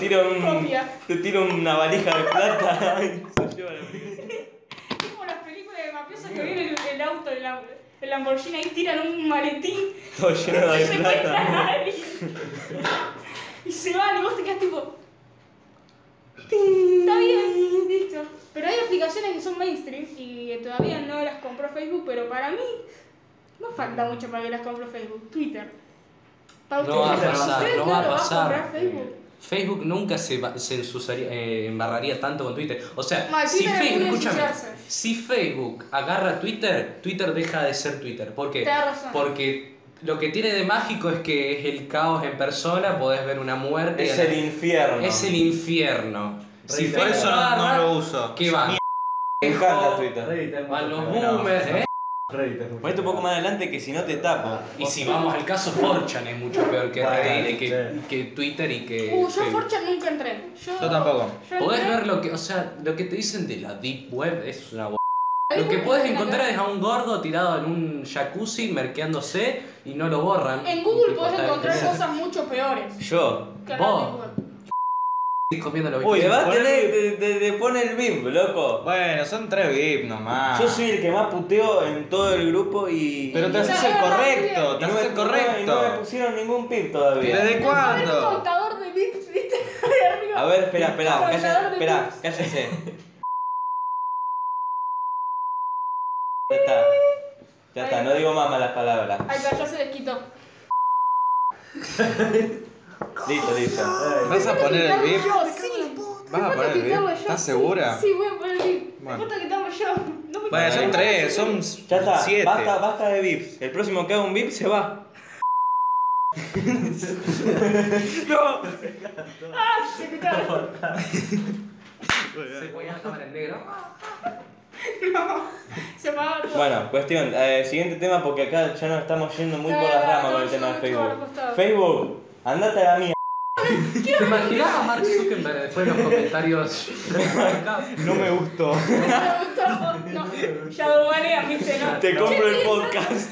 Speaker 1: tira un,
Speaker 2: Copia.
Speaker 1: te tira una valija de plata. y se lleva la aplicación.
Speaker 2: Es como las películas de mafiosos que vienen el, el auto, el, lam- el Lamborghini, ahí tiran un maletín
Speaker 1: Todo lleno
Speaker 2: y
Speaker 1: de
Speaker 2: se encuentran
Speaker 1: plata.
Speaker 2: a alguien. Y se van y vos te quedas tipo. Está bien, listo. Pero hay aplicaciones que son mainstream y que todavía no las compró Facebook, pero para mí no falta mucho para que las compre Facebook. Twitter. Pa'
Speaker 5: No va a
Speaker 2: ustedes,
Speaker 5: pasar,
Speaker 2: ustedes
Speaker 5: no va a
Speaker 2: lo
Speaker 5: pasar.
Speaker 2: comprar Facebook.
Speaker 5: Facebook nunca se, va- se ensuciaría- eh, embarraría tanto con Twitter. O sea,
Speaker 2: Mal,
Speaker 5: si,
Speaker 2: Twitter es
Speaker 5: Fe-
Speaker 2: muy
Speaker 5: escúchame,
Speaker 2: ensuciarse.
Speaker 5: si Facebook agarra Twitter, Twitter deja de ser Twitter. ¿Por qué?
Speaker 2: Tenés razón.
Speaker 5: Porque lo que tiene de mágico es que es el caos en persona, podés ver una muerte.
Speaker 1: Es el infierno.
Speaker 5: Es el infierno. Si
Speaker 4: Por
Speaker 5: Facebook
Speaker 4: eso no, no
Speaker 5: agarra,
Speaker 4: lo uso.
Speaker 5: ¿qué va?
Speaker 1: Me encanta Twitter.
Speaker 5: Van los boomers, ¿eh?
Speaker 1: Ponete un poco más adelante que si no te tapo.
Speaker 5: Y si vamos al caso, Forchan es mucho peor que, que- que, que Twitter y que.
Speaker 2: Uh, yo a
Speaker 5: Facebook.
Speaker 2: Forchan nunca entré. Yo,
Speaker 4: Yo tampoco.
Speaker 2: yo
Speaker 5: Podés
Speaker 2: entré-
Speaker 5: ver lo que, o sea, lo que te dicen de la Deep Web es una bo-
Speaker 2: Ahí
Speaker 5: Lo que
Speaker 2: no
Speaker 5: puedes
Speaker 2: tenés
Speaker 5: encontrar
Speaker 2: nada.
Speaker 5: es a un gordo tirado en un jacuzzi merqueándose y no lo borran.
Speaker 2: En Google
Speaker 5: Tipo,
Speaker 2: podés
Speaker 5: está-
Speaker 2: encontrar
Speaker 5: está-
Speaker 2: cosas mucho peores.
Speaker 1: Yo.
Speaker 2: que la
Speaker 5: Vos.
Speaker 2: Deep Web.
Speaker 5: Estoy comiendo la
Speaker 1: Uy,
Speaker 5: Wikipedia.
Speaker 1: vas a tener, te, te- te pone el bim, loco.
Speaker 4: Bueno, son tres VIP nomás.
Speaker 1: Yo soy el que más puteo en todo el grupo y.
Speaker 4: Pero te
Speaker 1: y
Speaker 4: haces el correcto, te
Speaker 1: no
Speaker 4: haces
Speaker 1: me-
Speaker 4: el
Speaker 1: y no me
Speaker 4: correcto.
Speaker 1: pusieron ningún pip todavía.
Speaker 4: ¿Desde
Speaker 2: Era un
Speaker 4: cuándo?
Speaker 2: contador de bits, viste, de arriba.
Speaker 1: A ver, espera, espera,
Speaker 2: Un
Speaker 1: cállese,
Speaker 2: contador de
Speaker 1: espera,
Speaker 2: bits.
Speaker 1: cállese. Ya está. Ya está, no digo más malas palabras.
Speaker 2: Ay, pero ya se les quitó.
Speaker 1: Listo, listo.
Speaker 4: ¿Vas a poner el VIP?
Speaker 2: Yo, sí.
Speaker 4: ¿Vas a
Speaker 2: Me
Speaker 4: poner el
Speaker 2: importa quitarlo yo,
Speaker 4: VIP? ¿Estás
Speaker 2: sí.
Speaker 4: segura?
Speaker 2: Sí, voy a poner el VIP. Me
Speaker 4: Bueno.
Speaker 2: importa quitarlo yo. No me
Speaker 4: Bueno,
Speaker 2: importa
Speaker 4: son
Speaker 2: que
Speaker 4: tres,
Speaker 2: no me
Speaker 4: son
Speaker 1: Ya está,
Speaker 4: siete.
Speaker 1: basta, basta de vips. El próximo que haga un vip se va.
Speaker 2: Ah, se quitaron.
Speaker 5: ¿Se ponía la cámara en negro?
Speaker 2: No, se apagó todo.
Speaker 1: Bueno, cuestión, eh, siguiente tema porque acá ya nos estamos yendo muy
Speaker 2: No,
Speaker 1: por las
Speaker 2: no,
Speaker 1: ramas
Speaker 2: no,
Speaker 1: con el
Speaker 2: yo
Speaker 1: tema
Speaker 2: me
Speaker 1: de
Speaker 2: chupo al
Speaker 1: Facebook.
Speaker 2: costado.
Speaker 1: Facebook, andate a la mía.
Speaker 5: ¿Te imaginás a Mark Zuckerberg después de los comentarios?
Speaker 1: No me gustó.
Speaker 2: No, no, ya lo banean, viste, no.
Speaker 1: Te compro el
Speaker 2: Che,
Speaker 1: podcast.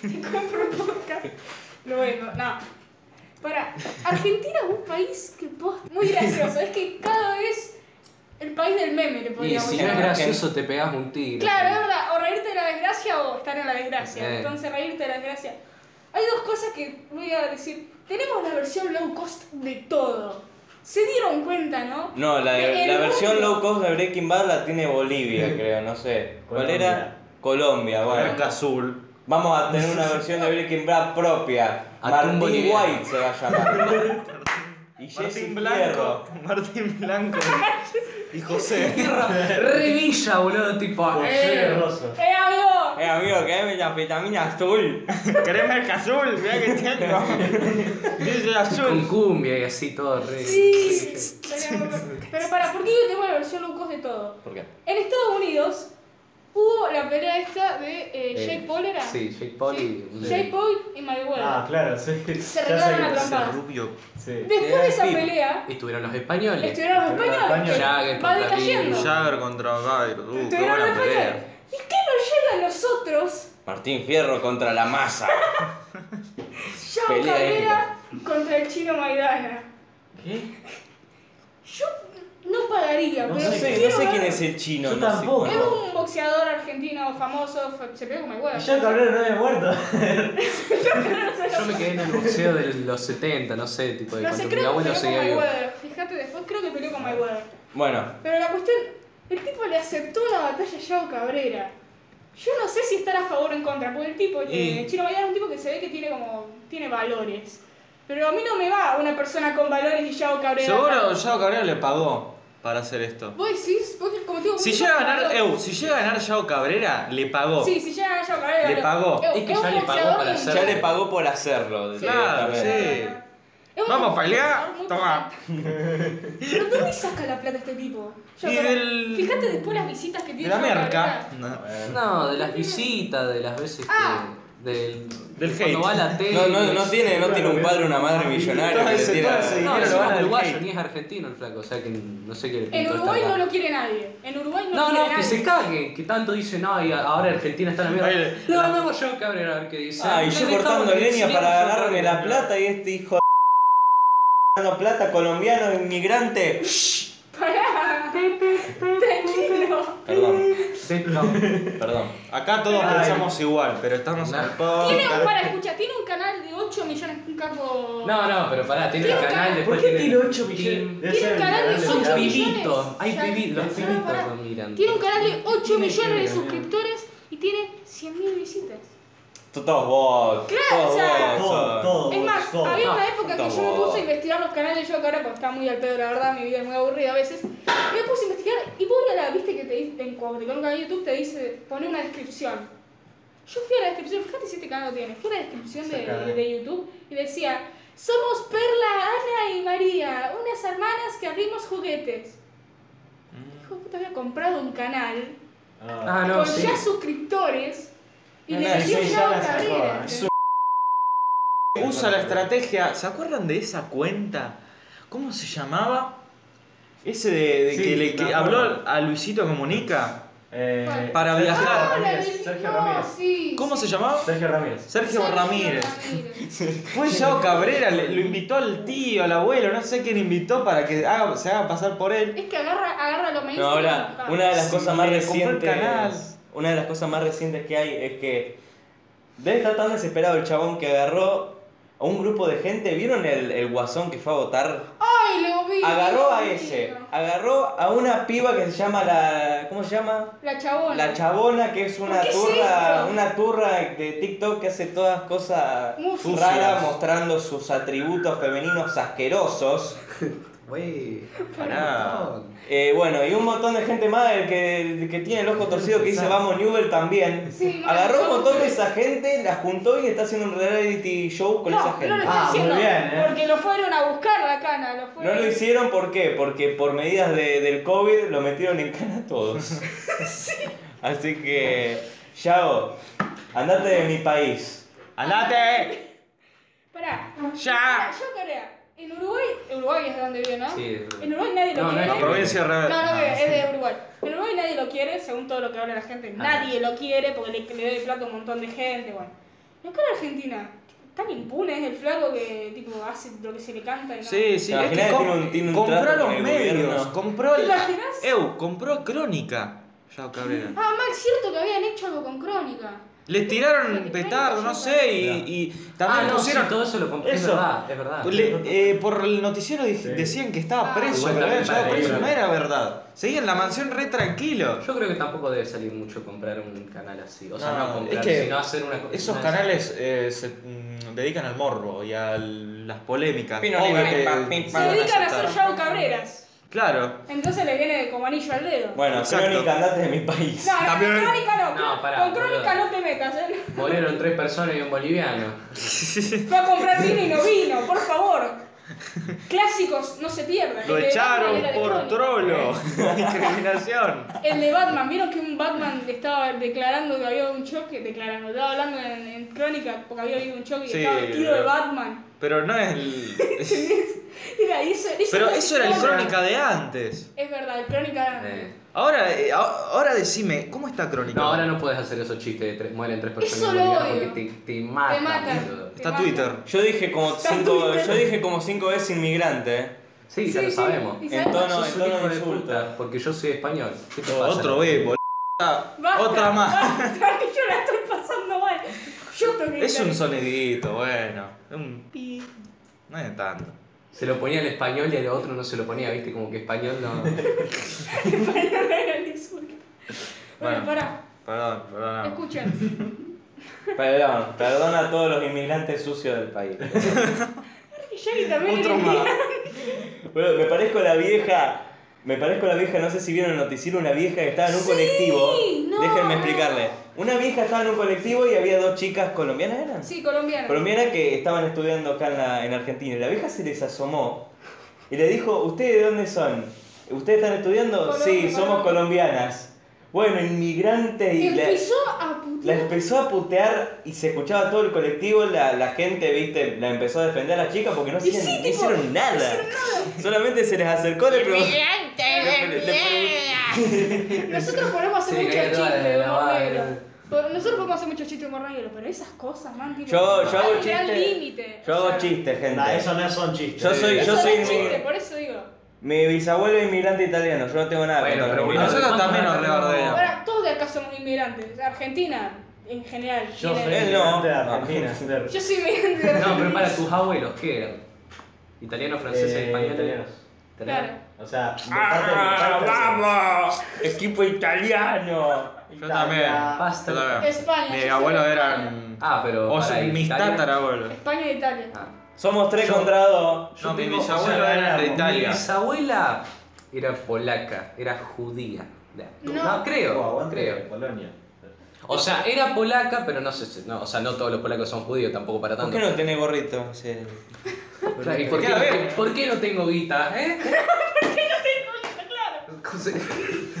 Speaker 2: Te compro un podcast. Lo vendo, no. Para, Argentina es un país que post... muy gracioso. Es que cada vez el país del meme le
Speaker 5: y
Speaker 2: podríamos
Speaker 5: si no es
Speaker 2: llamar.
Speaker 5: gracioso, te pegas un tigre.
Speaker 2: Claro, es verdad. O reírte de la desgracia o estar en la desgracia.
Speaker 5: Eh.
Speaker 2: Entonces, reírte de la desgracia. Hay dos cosas que voy a decir. Tenemos la versión low cost de todo. Se dieron cuenta, ¿no?
Speaker 1: No, la,
Speaker 2: El
Speaker 1: la versión
Speaker 2: mundo.
Speaker 1: low cost de Breaking Bad la tiene Bolivia, creo, no sé. ¿Cuál era? Colombia, bueno.
Speaker 4: azul.
Speaker 1: Vamos a tener una versión de Breaking Bad propia.
Speaker 5: A
Speaker 1: Martín
Speaker 5: tumbo liviano.
Speaker 1: White se va a llamar. y Jesse
Speaker 4: Martín
Speaker 1: Blanco.
Speaker 4: Blanco. Martín Blanco. Y José.
Speaker 5: Tierra, revilla, boludo, tipo. ¡Eh!
Speaker 2: ¡Eh, amigo!
Speaker 1: Eh, amigo, quédame la vitamina azul.
Speaker 4: ¿Querés marca azul? Mirá que tengo. Dice
Speaker 5: Con
Speaker 4: azul.
Speaker 5: cumbia y así todo, re.
Speaker 2: Sí. Estaría muy bueno. Pero para, ¿por qué yo tengo la versión low cost de todo?
Speaker 1: ¿Por qué?
Speaker 2: En Estados Unidos hubo la pelea esta de eh,
Speaker 5: Eh,
Speaker 2: Jake Paul, ¿era?
Speaker 5: Sí, Jake Paul y.
Speaker 2: Sí, Jake Paul y Mayweather.
Speaker 6: Ah, claro, sí.
Speaker 2: se regaron a trompadas.
Speaker 4: rubio.
Speaker 6: Sí.
Speaker 2: Después de esa
Speaker 1: Sí.
Speaker 2: pelea,
Speaker 5: Estuvieron los españoles.
Speaker 2: estuvieron los españoles.
Speaker 5: Jagger
Speaker 2: Va
Speaker 5: contra
Speaker 2: decayendo.
Speaker 5: Bill.
Speaker 4: Jagger contra Gabriel. Uh, qué
Speaker 2: Estuvieron los
Speaker 4: buena
Speaker 2: españoles.
Speaker 4: pelea.
Speaker 2: ¿Y qué nos llegan nosotros?
Speaker 1: Martín Fierro contra la masa.
Speaker 2: Yao
Speaker 1: Pelea
Speaker 2: Cabrera contra el chino Maidana. ¿Qué? Yo no pagaría,
Speaker 1: No
Speaker 2: pero
Speaker 1: sé, no
Speaker 2: quiero
Speaker 1: sé
Speaker 2: ver-
Speaker 1: quién es el chino.
Speaker 8: Yo
Speaker 1: no sé
Speaker 8: tampoco.
Speaker 1: cuál.
Speaker 2: Es un boxeador argentino famoso, fue- se pegó con Mayweather.
Speaker 8: Ya Cabrera no había muerto.
Speaker 5: Yo me quedé en el boxeo de los 70, no sé, tipo de
Speaker 2: No sé,
Speaker 5: cuando
Speaker 2: creo
Speaker 5: mi
Speaker 2: que peleó
Speaker 5: abuelo
Speaker 2: con
Speaker 5: seguía vivo.
Speaker 2: Mayweather. Fíjate, después creo que peleó
Speaker 5: Ah.
Speaker 2: con Mayweather.
Speaker 1: Bueno,
Speaker 2: Pero la cuestión, el tipo le aceptó una batalla a Yao Cabrera. Yo no sé si estar a favor o en contra, porque el tipo, que-
Speaker 4: Mm.
Speaker 2: Chino Maidana es un tipo que se ve que tiene como, tiene valores. Pero a mí no me va una persona con valores y Yao Cabrera.
Speaker 4: Seguro Yao Cabrera le pagó para hacer esto.
Speaker 2: Vos decís, vos como te digo,
Speaker 4: Si
Speaker 2: vos
Speaker 4: llega a
Speaker 2: sos
Speaker 4: ganar,
Speaker 2: valor.
Speaker 4: Eu, si llega a ganar Yao Cabrera, le pagó.
Speaker 2: Sí, si llega a ganar Yao Cabrera.
Speaker 4: Le
Speaker 2: lo- Eu,
Speaker 4: pagó.
Speaker 5: Es que
Speaker 2: eu
Speaker 5: ya
Speaker 2: un
Speaker 5: le pagó
Speaker 2: boxeador
Speaker 5: para
Speaker 2: que-
Speaker 5: hacer-
Speaker 1: ya le pagó por hacerlo.
Speaker 2: Sí.
Speaker 4: Claro,
Speaker 1: directamente.
Speaker 4: sí.
Speaker 2: Es un
Speaker 4: Vamos a pelear,
Speaker 2: boxeador muy
Speaker 4: toma.
Speaker 2: potente. Pero ¿dónde saca la plata este tipo? Yao
Speaker 4: Y
Speaker 2: Cabrera.
Speaker 4: del-
Speaker 2: Fíjate después las visitas que
Speaker 4: De
Speaker 2: tiene.
Speaker 4: la
Speaker 2: Yao Cabrera.
Speaker 4: merca. No.
Speaker 5: No, de las visitas, de las veces que.
Speaker 2: Ah,
Speaker 5: del,
Speaker 4: Del
Speaker 5: cuando
Speaker 4: hate.
Speaker 5: va a la tele.
Speaker 1: No, no, no tiene, no tiene un padre o una madre millonario
Speaker 4: Todo
Speaker 1: que le
Speaker 4: ese- todo ese
Speaker 1: tiene.
Speaker 5: No,
Speaker 4: dinero
Speaker 5: es
Speaker 4: lo van al
Speaker 5: uruguayo,
Speaker 4: hate.
Speaker 5: ni es argentino el flaco, o sea que no sé qué le
Speaker 2: En
Speaker 5: pintó
Speaker 2: Uruguay
Speaker 5: esta
Speaker 2: no
Speaker 5: rata.
Speaker 2: lo quiere nadie. En Uruguay no,
Speaker 5: No,
Speaker 2: lo quiere
Speaker 5: no, que
Speaker 2: nadie.
Speaker 5: se cague, que tanto dice, no, y ahora Argentina está en la mierda.
Speaker 4: Oye,
Speaker 5: Le mandamos yo Cabrera a ver qué dice.
Speaker 1: Ah, y
Speaker 5: Le
Speaker 1: yo
Speaker 5: dejamos
Speaker 1: cortando
Speaker 5: que
Speaker 1: leña
Speaker 5: le
Speaker 1: para
Speaker 5: sigamos
Speaker 1: ganarme
Speaker 5: cortando
Speaker 1: la
Speaker 5: leña.
Speaker 1: plata y este hijo de ganando plata colombiano inmigrante.
Speaker 2: Pará. Tranquilo.
Speaker 1: Perdón,
Speaker 5: Sí, no.
Speaker 1: perdón.
Speaker 4: Acá todos pensamos igual, pero estamos en el
Speaker 2: Tiene un, para,
Speaker 4: podcast.
Speaker 2: escucha, tiene un canal de 8 millones, un capo...
Speaker 5: No, no, pero pará, tiene
Speaker 2: Tiene
Speaker 5: el canal,
Speaker 2: un-
Speaker 5: después tiene. Team.
Speaker 6: Debe
Speaker 2: Tiene
Speaker 6: ser
Speaker 2: un
Speaker 6: el
Speaker 2: canal de
Speaker 5: Son
Speaker 2: 8
Speaker 5: pibitos,
Speaker 2: millones.
Speaker 5: hay
Speaker 2: Ya,
Speaker 5: pibitos, los
Speaker 2: ya,
Speaker 5: pibitos
Speaker 2: pará.
Speaker 5: lo miran.
Speaker 2: Tiene un canal de 8 millones de suscriptores y tiene 100.000 visitas.
Speaker 1: Tú todos vos,
Speaker 2: Claro,
Speaker 1: todos
Speaker 2: o sea,
Speaker 1: vos.
Speaker 6: Todo,
Speaker 1: sos.
Speaker 6: todo.
Speaker 2: Es más,
Speaker 6: todo.
Speaker 2: había una época que
Speaker 1: puta
Speaker 2: yo me
Speaker 1: boba.
Speaker 2: puse a investigar los canales yo, que ahora porque está muy al pedo, la verdad, mi vida es muy aburrida a veces. Me puse a investigar y vos a la, viste que te dice, en, cuando te colocan en YouTube te dice, pone una descripción. Yo fui a la descripción, fíjate si este canal lo tiene, fui a la descripción de, de YouTube y decía, somos Perla, Ana y María, unas hermanas que abrimos juguetes.
Speaker 1: Mm.
Speaker 2: Hijo de puta, había comprado un canal
Speaker 6: Ah.
Speaker 5: Ah, no,
Speaker 2: con
Speaker 5: sí.
Speaker 2: ya suscriptores y
Speaker 1: No,
Speaker 2: le
Speaker 1: no,
Speaker 2: metió
Speaker 1: sí,
Speaker 2: una
Speaker 1: ya la sacó,
Speaker 2: carrera.
Speaker 1: es
Speaker 4: Usa la estrategia. ¿Se acuerdan de esa cuenta? ¿Cómo se llamaba? Ese de, de
Speaker 6: Sí,
Speaker 4: que le
Speaker 6: me
Speaker 4: que
Speaker 6: acuerdo.
Speaker 4: habló a Luisito Comunica
Speaker 6: Eh,
Speaker 4: para
Speaker 2: Ah,
Speaker 4: viajar.
Speaker 2: la
Speaker 6: Ramírez,
Speaker 2: del-
Speaker 6: Sergio
Speaker 2: Ah, no,
Speaker 6: Ramírez.
Speaker 2: sí,
Speaker 4: ¿Cómo
Speaker 2: sí.
Speaker 4: se llamaba?
Speaker 6: Sergio Ramírez.
Speaker 4: Sergio Ramírez. Fue Yao Cabrera, le- lo invitó al tío, al abuelo, no sé quién invitó para que haga- se haga pasar por él.
Speaker 2: Es que agarra, agarra lo mainstream.
Speaker 1: No, ahora,
Speaker 2: Ah.
Speaker 1: una de las
Speaker 4: Sí,
Speaker 1: cosas más
Speaker 4: me compré el canal.
Speaker 1: recientes. Una de las cosas más recientes que hay es que. Debe estar tan desesperado el chabón que agarró a un grupo de gente. ¿Vieron el, el guasón que fue a votar?
Speaker 2: Ay, lo vi.
Speaker 1: Agarró a
Speaker 2: lo vi.
Speaker 1: ese. Agarró a una piba que se llama la. ¿Cómo se llama?
Speaker 2: La chabona.
Speaker 1: La chabona, que es una
Speaker 2: ¿Por qué es
Speaker 1: turra,
Speaker 2: esto?
Speaker 1: una turra de TikTok que hace todas cosas
Speaker 2: Muy sucias.
Speaker 1: raras mostrando sus atributos femeninos asquerosos.
Speaker 5: Wey,
Speaker 1: Pará.
Speaker 5: no.
Speaker 1: Eh, bueno, y un montón de gente más, el que, el que tiene el ojo torcido que dice vamos Newell también.
Speaker 2: Sí, no,
Speaker 1: Agarró un
Speaker 2: no,
Speaker 1: montón de
Speaker 2: no.
Speaker 1: esa gente, la juntó y está haciendo un reality show con
Speaker 2: no,
Speaker 1: esa
Speaker 2: No lo
Speaker 1: gente.
Speaker 2: está
Speaker 6: Ah, muy
Speaker 2: haciendo.
Speaker 6: bien, ¿eh?
Speaker 2: Porque lo fueron a buscar la cana. Lo
Speaker 1: Ah, No
Speaker 2: fueron.
Speaker 1: lo hicieron, ¿por qué? Porque por medidas de- del COVID lo metieron en cana a todos. Así que, Yao, andate de mi país.
Speaker 4: ¡Andate!
Speaker 2: Pará.
Speaker 4: Ya.
Speaker 2: Pará, Yo Corea. En Uruguay. Uruguay es de donde vive, ¿no?
Speaker 5: Sí, es de-
Speaker 2: En Uruguay nadie lo
Speaker 5: No, no
Speaker 2: quiere.
Speaker 5: es
Speaker 4: La provincia de
Speaker 2: No, no,
Speaker 4: Ra-
Speaker 2: es de Uruguay. En Uruguay nadie lo quiere, según todo lo que habla la gente. Nadie lo quiere porque le, le doy plata a un montón de gente, bueno. Y acá en Argentina, tan impune es el flaco que tipo hace lo que se le canta y no.
Speaker 4: Sí, sí,
Speaker 1: ¿Te
Speaker 4: es que
Speaker 1: imaginas que
Speaker 4: com-
Speaker 1: tiene un- tiene un
Speaker 4: compró
Speaker 1: trato
Speaker 4: los
Speaker 1: con el
Speaker 4: medios,
Speaker 1: gobierno?
Speaker 4: compró
Speaker 2: ¿Te
Speaker 4: el.
Speaker 2: imaginas?
Speaker 4: Eu, compró Crónica. Yao Cabrera.
Speaker 2: Ah, mal, cierto que habían hecho algo con Crónica.
Speaker 4: Le tiraron petardo, no sé, y, y
Speaker 5: Ah,
Speaker 4: también
Speaker 5: no, sí,
Speaker 4: pusieron.
Speaker 5: todo eso lo compré. Es
Speaker 4: Eso.
Speaker 5: verdad, es verdad.
Speaker 4: Le- eh, por el noticiero di-
Speaker 6: Sí.
Speaker 4: decían que estaba
Speaker 2: Ah.
Speaker 4: preso,
Speaker 5: Igual
Speaker 4: que lo habían
Speaker 5: también
Speaker 4: llevado
Speaker 5: para
Speaker 4: preso,
Speaker 5: ir.
Speaker 4: no era verdad. Seguía en la mansión re tranquilo.
Speaker 5: Yo creo que tampoco debe salir mucho comprar un canal así. O sea,
Speaker 4: No,
Speaker 5: no,
Speaker 4: no,
Speaker 5: comprar,
Speaker 4: es que
Speaker 5: sino hacer una cosa.
Speaker 4: Esos canales eh, se mm, dedican al morbo y a las polémicas.
Speaker 1: Pino,
Speaker 4: Obvio
Speaker 1: pino,
Speaker 4: que
Speaker 1: pim, pim,
Speaker 4: se
Speaker 2: Se
Speaker 1: Van a
Speaker 2: dedican a
Speaker 4: aceptar.
Speaker 2: hacer Yao Cabreras.
Speaker 4: Claro.
Speaker 2: Entonces le viene como anillo al dedo.
Speaker 1: Bueno,
Speaker 4: Exacto.
Speaker 1: Crónica, andate de mi país.
Speaker 2: no, no,
Speaker 4: también-
Speaker 2: con Crónica no.
Speaker 5: No, pará,
Speaker 2: con Crónica
Speaker 5: boludo.
Speaker 2: no te metas, ¿eh?
Speaker 5: Murieron tres personas y un boliviano.
Speaker 2: Fue a comprar vino y no vino, por favor. Clásicos no se pierdan.
Speaker 4: Lo
Speaker 2: El de Batman
Speaker 4: echaron
Speaker 2: era de
Speaker 4: por
Speaker 2: Crónica.
Speaker 4: trolo. Discriminación.
Speaker 2: El de Batman, vieron que un Batman estaba declarando que había un choque, declarando, estaba hablando en, en crónica porque había habido un choque y
Speaker 4: Sí,
Speaker 2: estaba vestido de Batman.
Speaker 4: Pero no es el.
Speaker 2: Era, hizo, hizo
Speaker 4: Pero
Speaker 2: una
Speaker 4: eso era el
Speaker 2: historia.
Speaker 4: crónica de antes.
Speaker 2: Es verdad, el crónica era-
Speaker 5: Eh.
Speaker 4: Ahora, eh, a- ahora decime, ¿cómo está crónica?
Speaker 5: No, ahora no puedes hacer esos chistes de tres, mueren tres personas
Speaker 2: Eso
Speaker 5: y un
Speaker 2: lo
Speaker 5: boliviano
Speaker 2: odio.
Speaker 5: porque te, te matan.
Speaker 2: Te matan.
Speaker 5: boludo.
Speaker 2: Te
Speaker 4: Está
Speaker 2: matan.
Speaker 4: Twitter.
Speaker 1: Yo dije como
Speaker 2: Está en
Speaker 1: cinco,
Speaker 2: Twitter.
Speaker 1: yo dije como cinco veces inmigrante, eh.
Speaker 5: Sí, ya lo
Speaker 2: sí,
Speaker 5: sabemos.
Speaker 2: y
Speaker 1: En tono,
Speaker 5: Sos
Speaker 1: en
Speaker 5: un
Speaker 1: tono
Speaker 5: hijo
Speaker 1: de
Speaker 5: de puta,
Speaker 1: insulta.
Speaker 5: porque yo soy español. ¿Qué te pasa?
Speaker 4: Otro B, bol-
Speaker 2: Basta,
Speaker 4: Otra más.
Speaker 2: basta, que yo la estoy pasando mal. Yo tengo que
Speaker 4: Es un
Speaker 2: gritar.
Speaker 4: sonidito, bueno. Un pi. No es tanto.
Speaker 5: Se lo ponía al español y al otro no se lo ponía, viste, como que español no.
Speaker 2: Era el insulto. Bueno,
Speaker 4: Bueno.
Speaker 2: pará,
Speaker 4: Perdón, perdón.
Speaker 2: escuchen.
Speaker 1: Perdón, perdón a todos los inmigrantes sucios del país.
Speaker 2: Jerry también
Speaker 4: Otro
Speaker 2: era
Speaker 4: más.
Speaker 1: Bueno, me parezco a la vieja. Me parezco a la vieja, no sé si vieron el noticiero, una vieja que estaba en un
Speaker 2: Sí,
Speaker 1: colectivo.
Speaker 2: no.
Speaker 1: Déjenme explicarle. Una vieja estaba en un colectivo y había dos chicas colombianas, ¿eran?
Speaker 2: Sí, colombiano.
Speaker 1: Colombianas que estaban estudiando acá en, la- en Argentina. Y la vieja se les asomó y le dijo, ¿ustedes de dónde son? ¿Ustedes están estudiando?
Speaker 2: Colombia,
Speaker 1: sí, somos
Speaker 2: Colombia.
Speaker 1: colombianas. Bueno, inmigrante y la,
Speaker 2: Empezó a
Speaker 1: la
Speaker 2: putear.
Speaker 1: empezó a putear y se escuchaba todo el colectivo, la, la gente, viste, la empezó a defender a la chica porque no,
Speaker 2: Y
Speaker 1: hacían-
Speaker 2: sí,
Speaker 1: no
Speaker 2: tipo,
Speaker 1: hicieron nada. Solamente se les acercó, le preguntó. le- le-
Speaker 2: Nosotros podemos hacer
Speaker 5: Sí,
Speaker 2: mucho
Speaker 5: que no,
Speaker 2: chiste de
Speaker 5: no,
Speaker 2: humor
Speaker 5: no,
Speaker 2: negro.
Speaker 5: no.
Speaker 2: Pero Nosotros podemos hacer mucho chiste de humor negro, pero esas cosas, man, tipo,
Speaker 1: Yo- yo hago
Speaker 2: hay un gran
Speaker 1: chiste-
Speaker 2: límite.
Speaker 1: Yo
Speaker 2: O
Speaker 1: hago
Speaker 2: sea,
Speaker 1: chistes, gente.
Speaker 3: Ah,
Speaker 6: Nah, eso no son chistes.
Speaker 1: Yo soy-
Speaker 2: Eso
Speaker 1: yo
Speaker 2: no
Speaker 1: soy
Speaker 2: es chiste,
Speaker 1: mi-
Speaker 2: por eso digo.
Speaker 1: Mi bisabuelo es inmigrante italiano, yo no tengo nada
Speaker 3: Bueno,
Speaker 1: contra
Speaker 3: pero
Speaker 1: los
Speaker 3: bueno,
Speaker 1: inmigrantes.
Speaker 4: Nosotros también nos rebardeamos.
Speaker 2: Ahora, todos de acá somos inmigrantes. Argentina, en general.
Speaker 6: Yo soy
Speaker 2: tiene-
Speaker 1: Él
Speaker 6: el
Speaker 1: no. Ah.
Speaker 6: de Argentina. eh,
Speaker 2: Yo soy inmigrante de
Speaker 5: No, pero
Speaker 2: Argentina.
Speaker 5: para tus abuelos, ¿qué eran? ¿Italiano, francés,
Speaker 6: Eh,
Speaker 5: español?
Speaker 6: italianos.
Speaker 5: ¿Italiano?
Speaker 2: Claro.
Speaker 6: O sea, de parte de mi
Speaker 7: ¡Ah,
Speaker 6: parte-
Speaker 7: vamos! Equipo italiano.
Speaker 4: Yo también.
Speaker 5: Pasta.
Speaker 4: Yo también.
Speaker 2: España. yo
Speaker 4: Mis
Speaker 2: soy
Speaker 4: abuelos
Speaker 2: de
Speaker 4: eran.
Speaker 5: Ah, pero.
Speaker 4: O
Speaker 5: para
Speaker 4: sea, mis
Speaker 5: Italia-
Speaker 4: tatarabuelos.
Speaker 2: España e Italia.
Speaker 5: Ah.
Speaker 1: Somos tres contra dos.
Speaker 5: Yo
Speaker 4: No, mi
Speaker 5: tengo-
Speaker 4: bisabuelo
Speaker 6: o
Speaker 4: era
Speaker 6: sea,
Speaker 4: de
Speaker 6: éramos
Speaker 5: Mi
Speaker 4: Italia.
Speaker 5: bisabuela era polaca, era judía. No,
Speaker 2: No.
Speaker 5: creo,
Speaker 6: Oh, aguante
Speaker 5: creo.
Speaker 6: Polonia.
Speaker 5: O sea, era polaca, pero no sé, si- no, o sea, no todos los polacos son judíos, tampoco para
Speaker 1: ¿Por
Speaker 5: tanto.
Speaker 1: qué no tiene gorrito? Sí.
Speaker 5: Claro, ¿y por, qué
Speaker 4: Ya
Speaker 5: no
Speaker 4: veo.
Speaker 5: te- por qué no tengo guita, eh?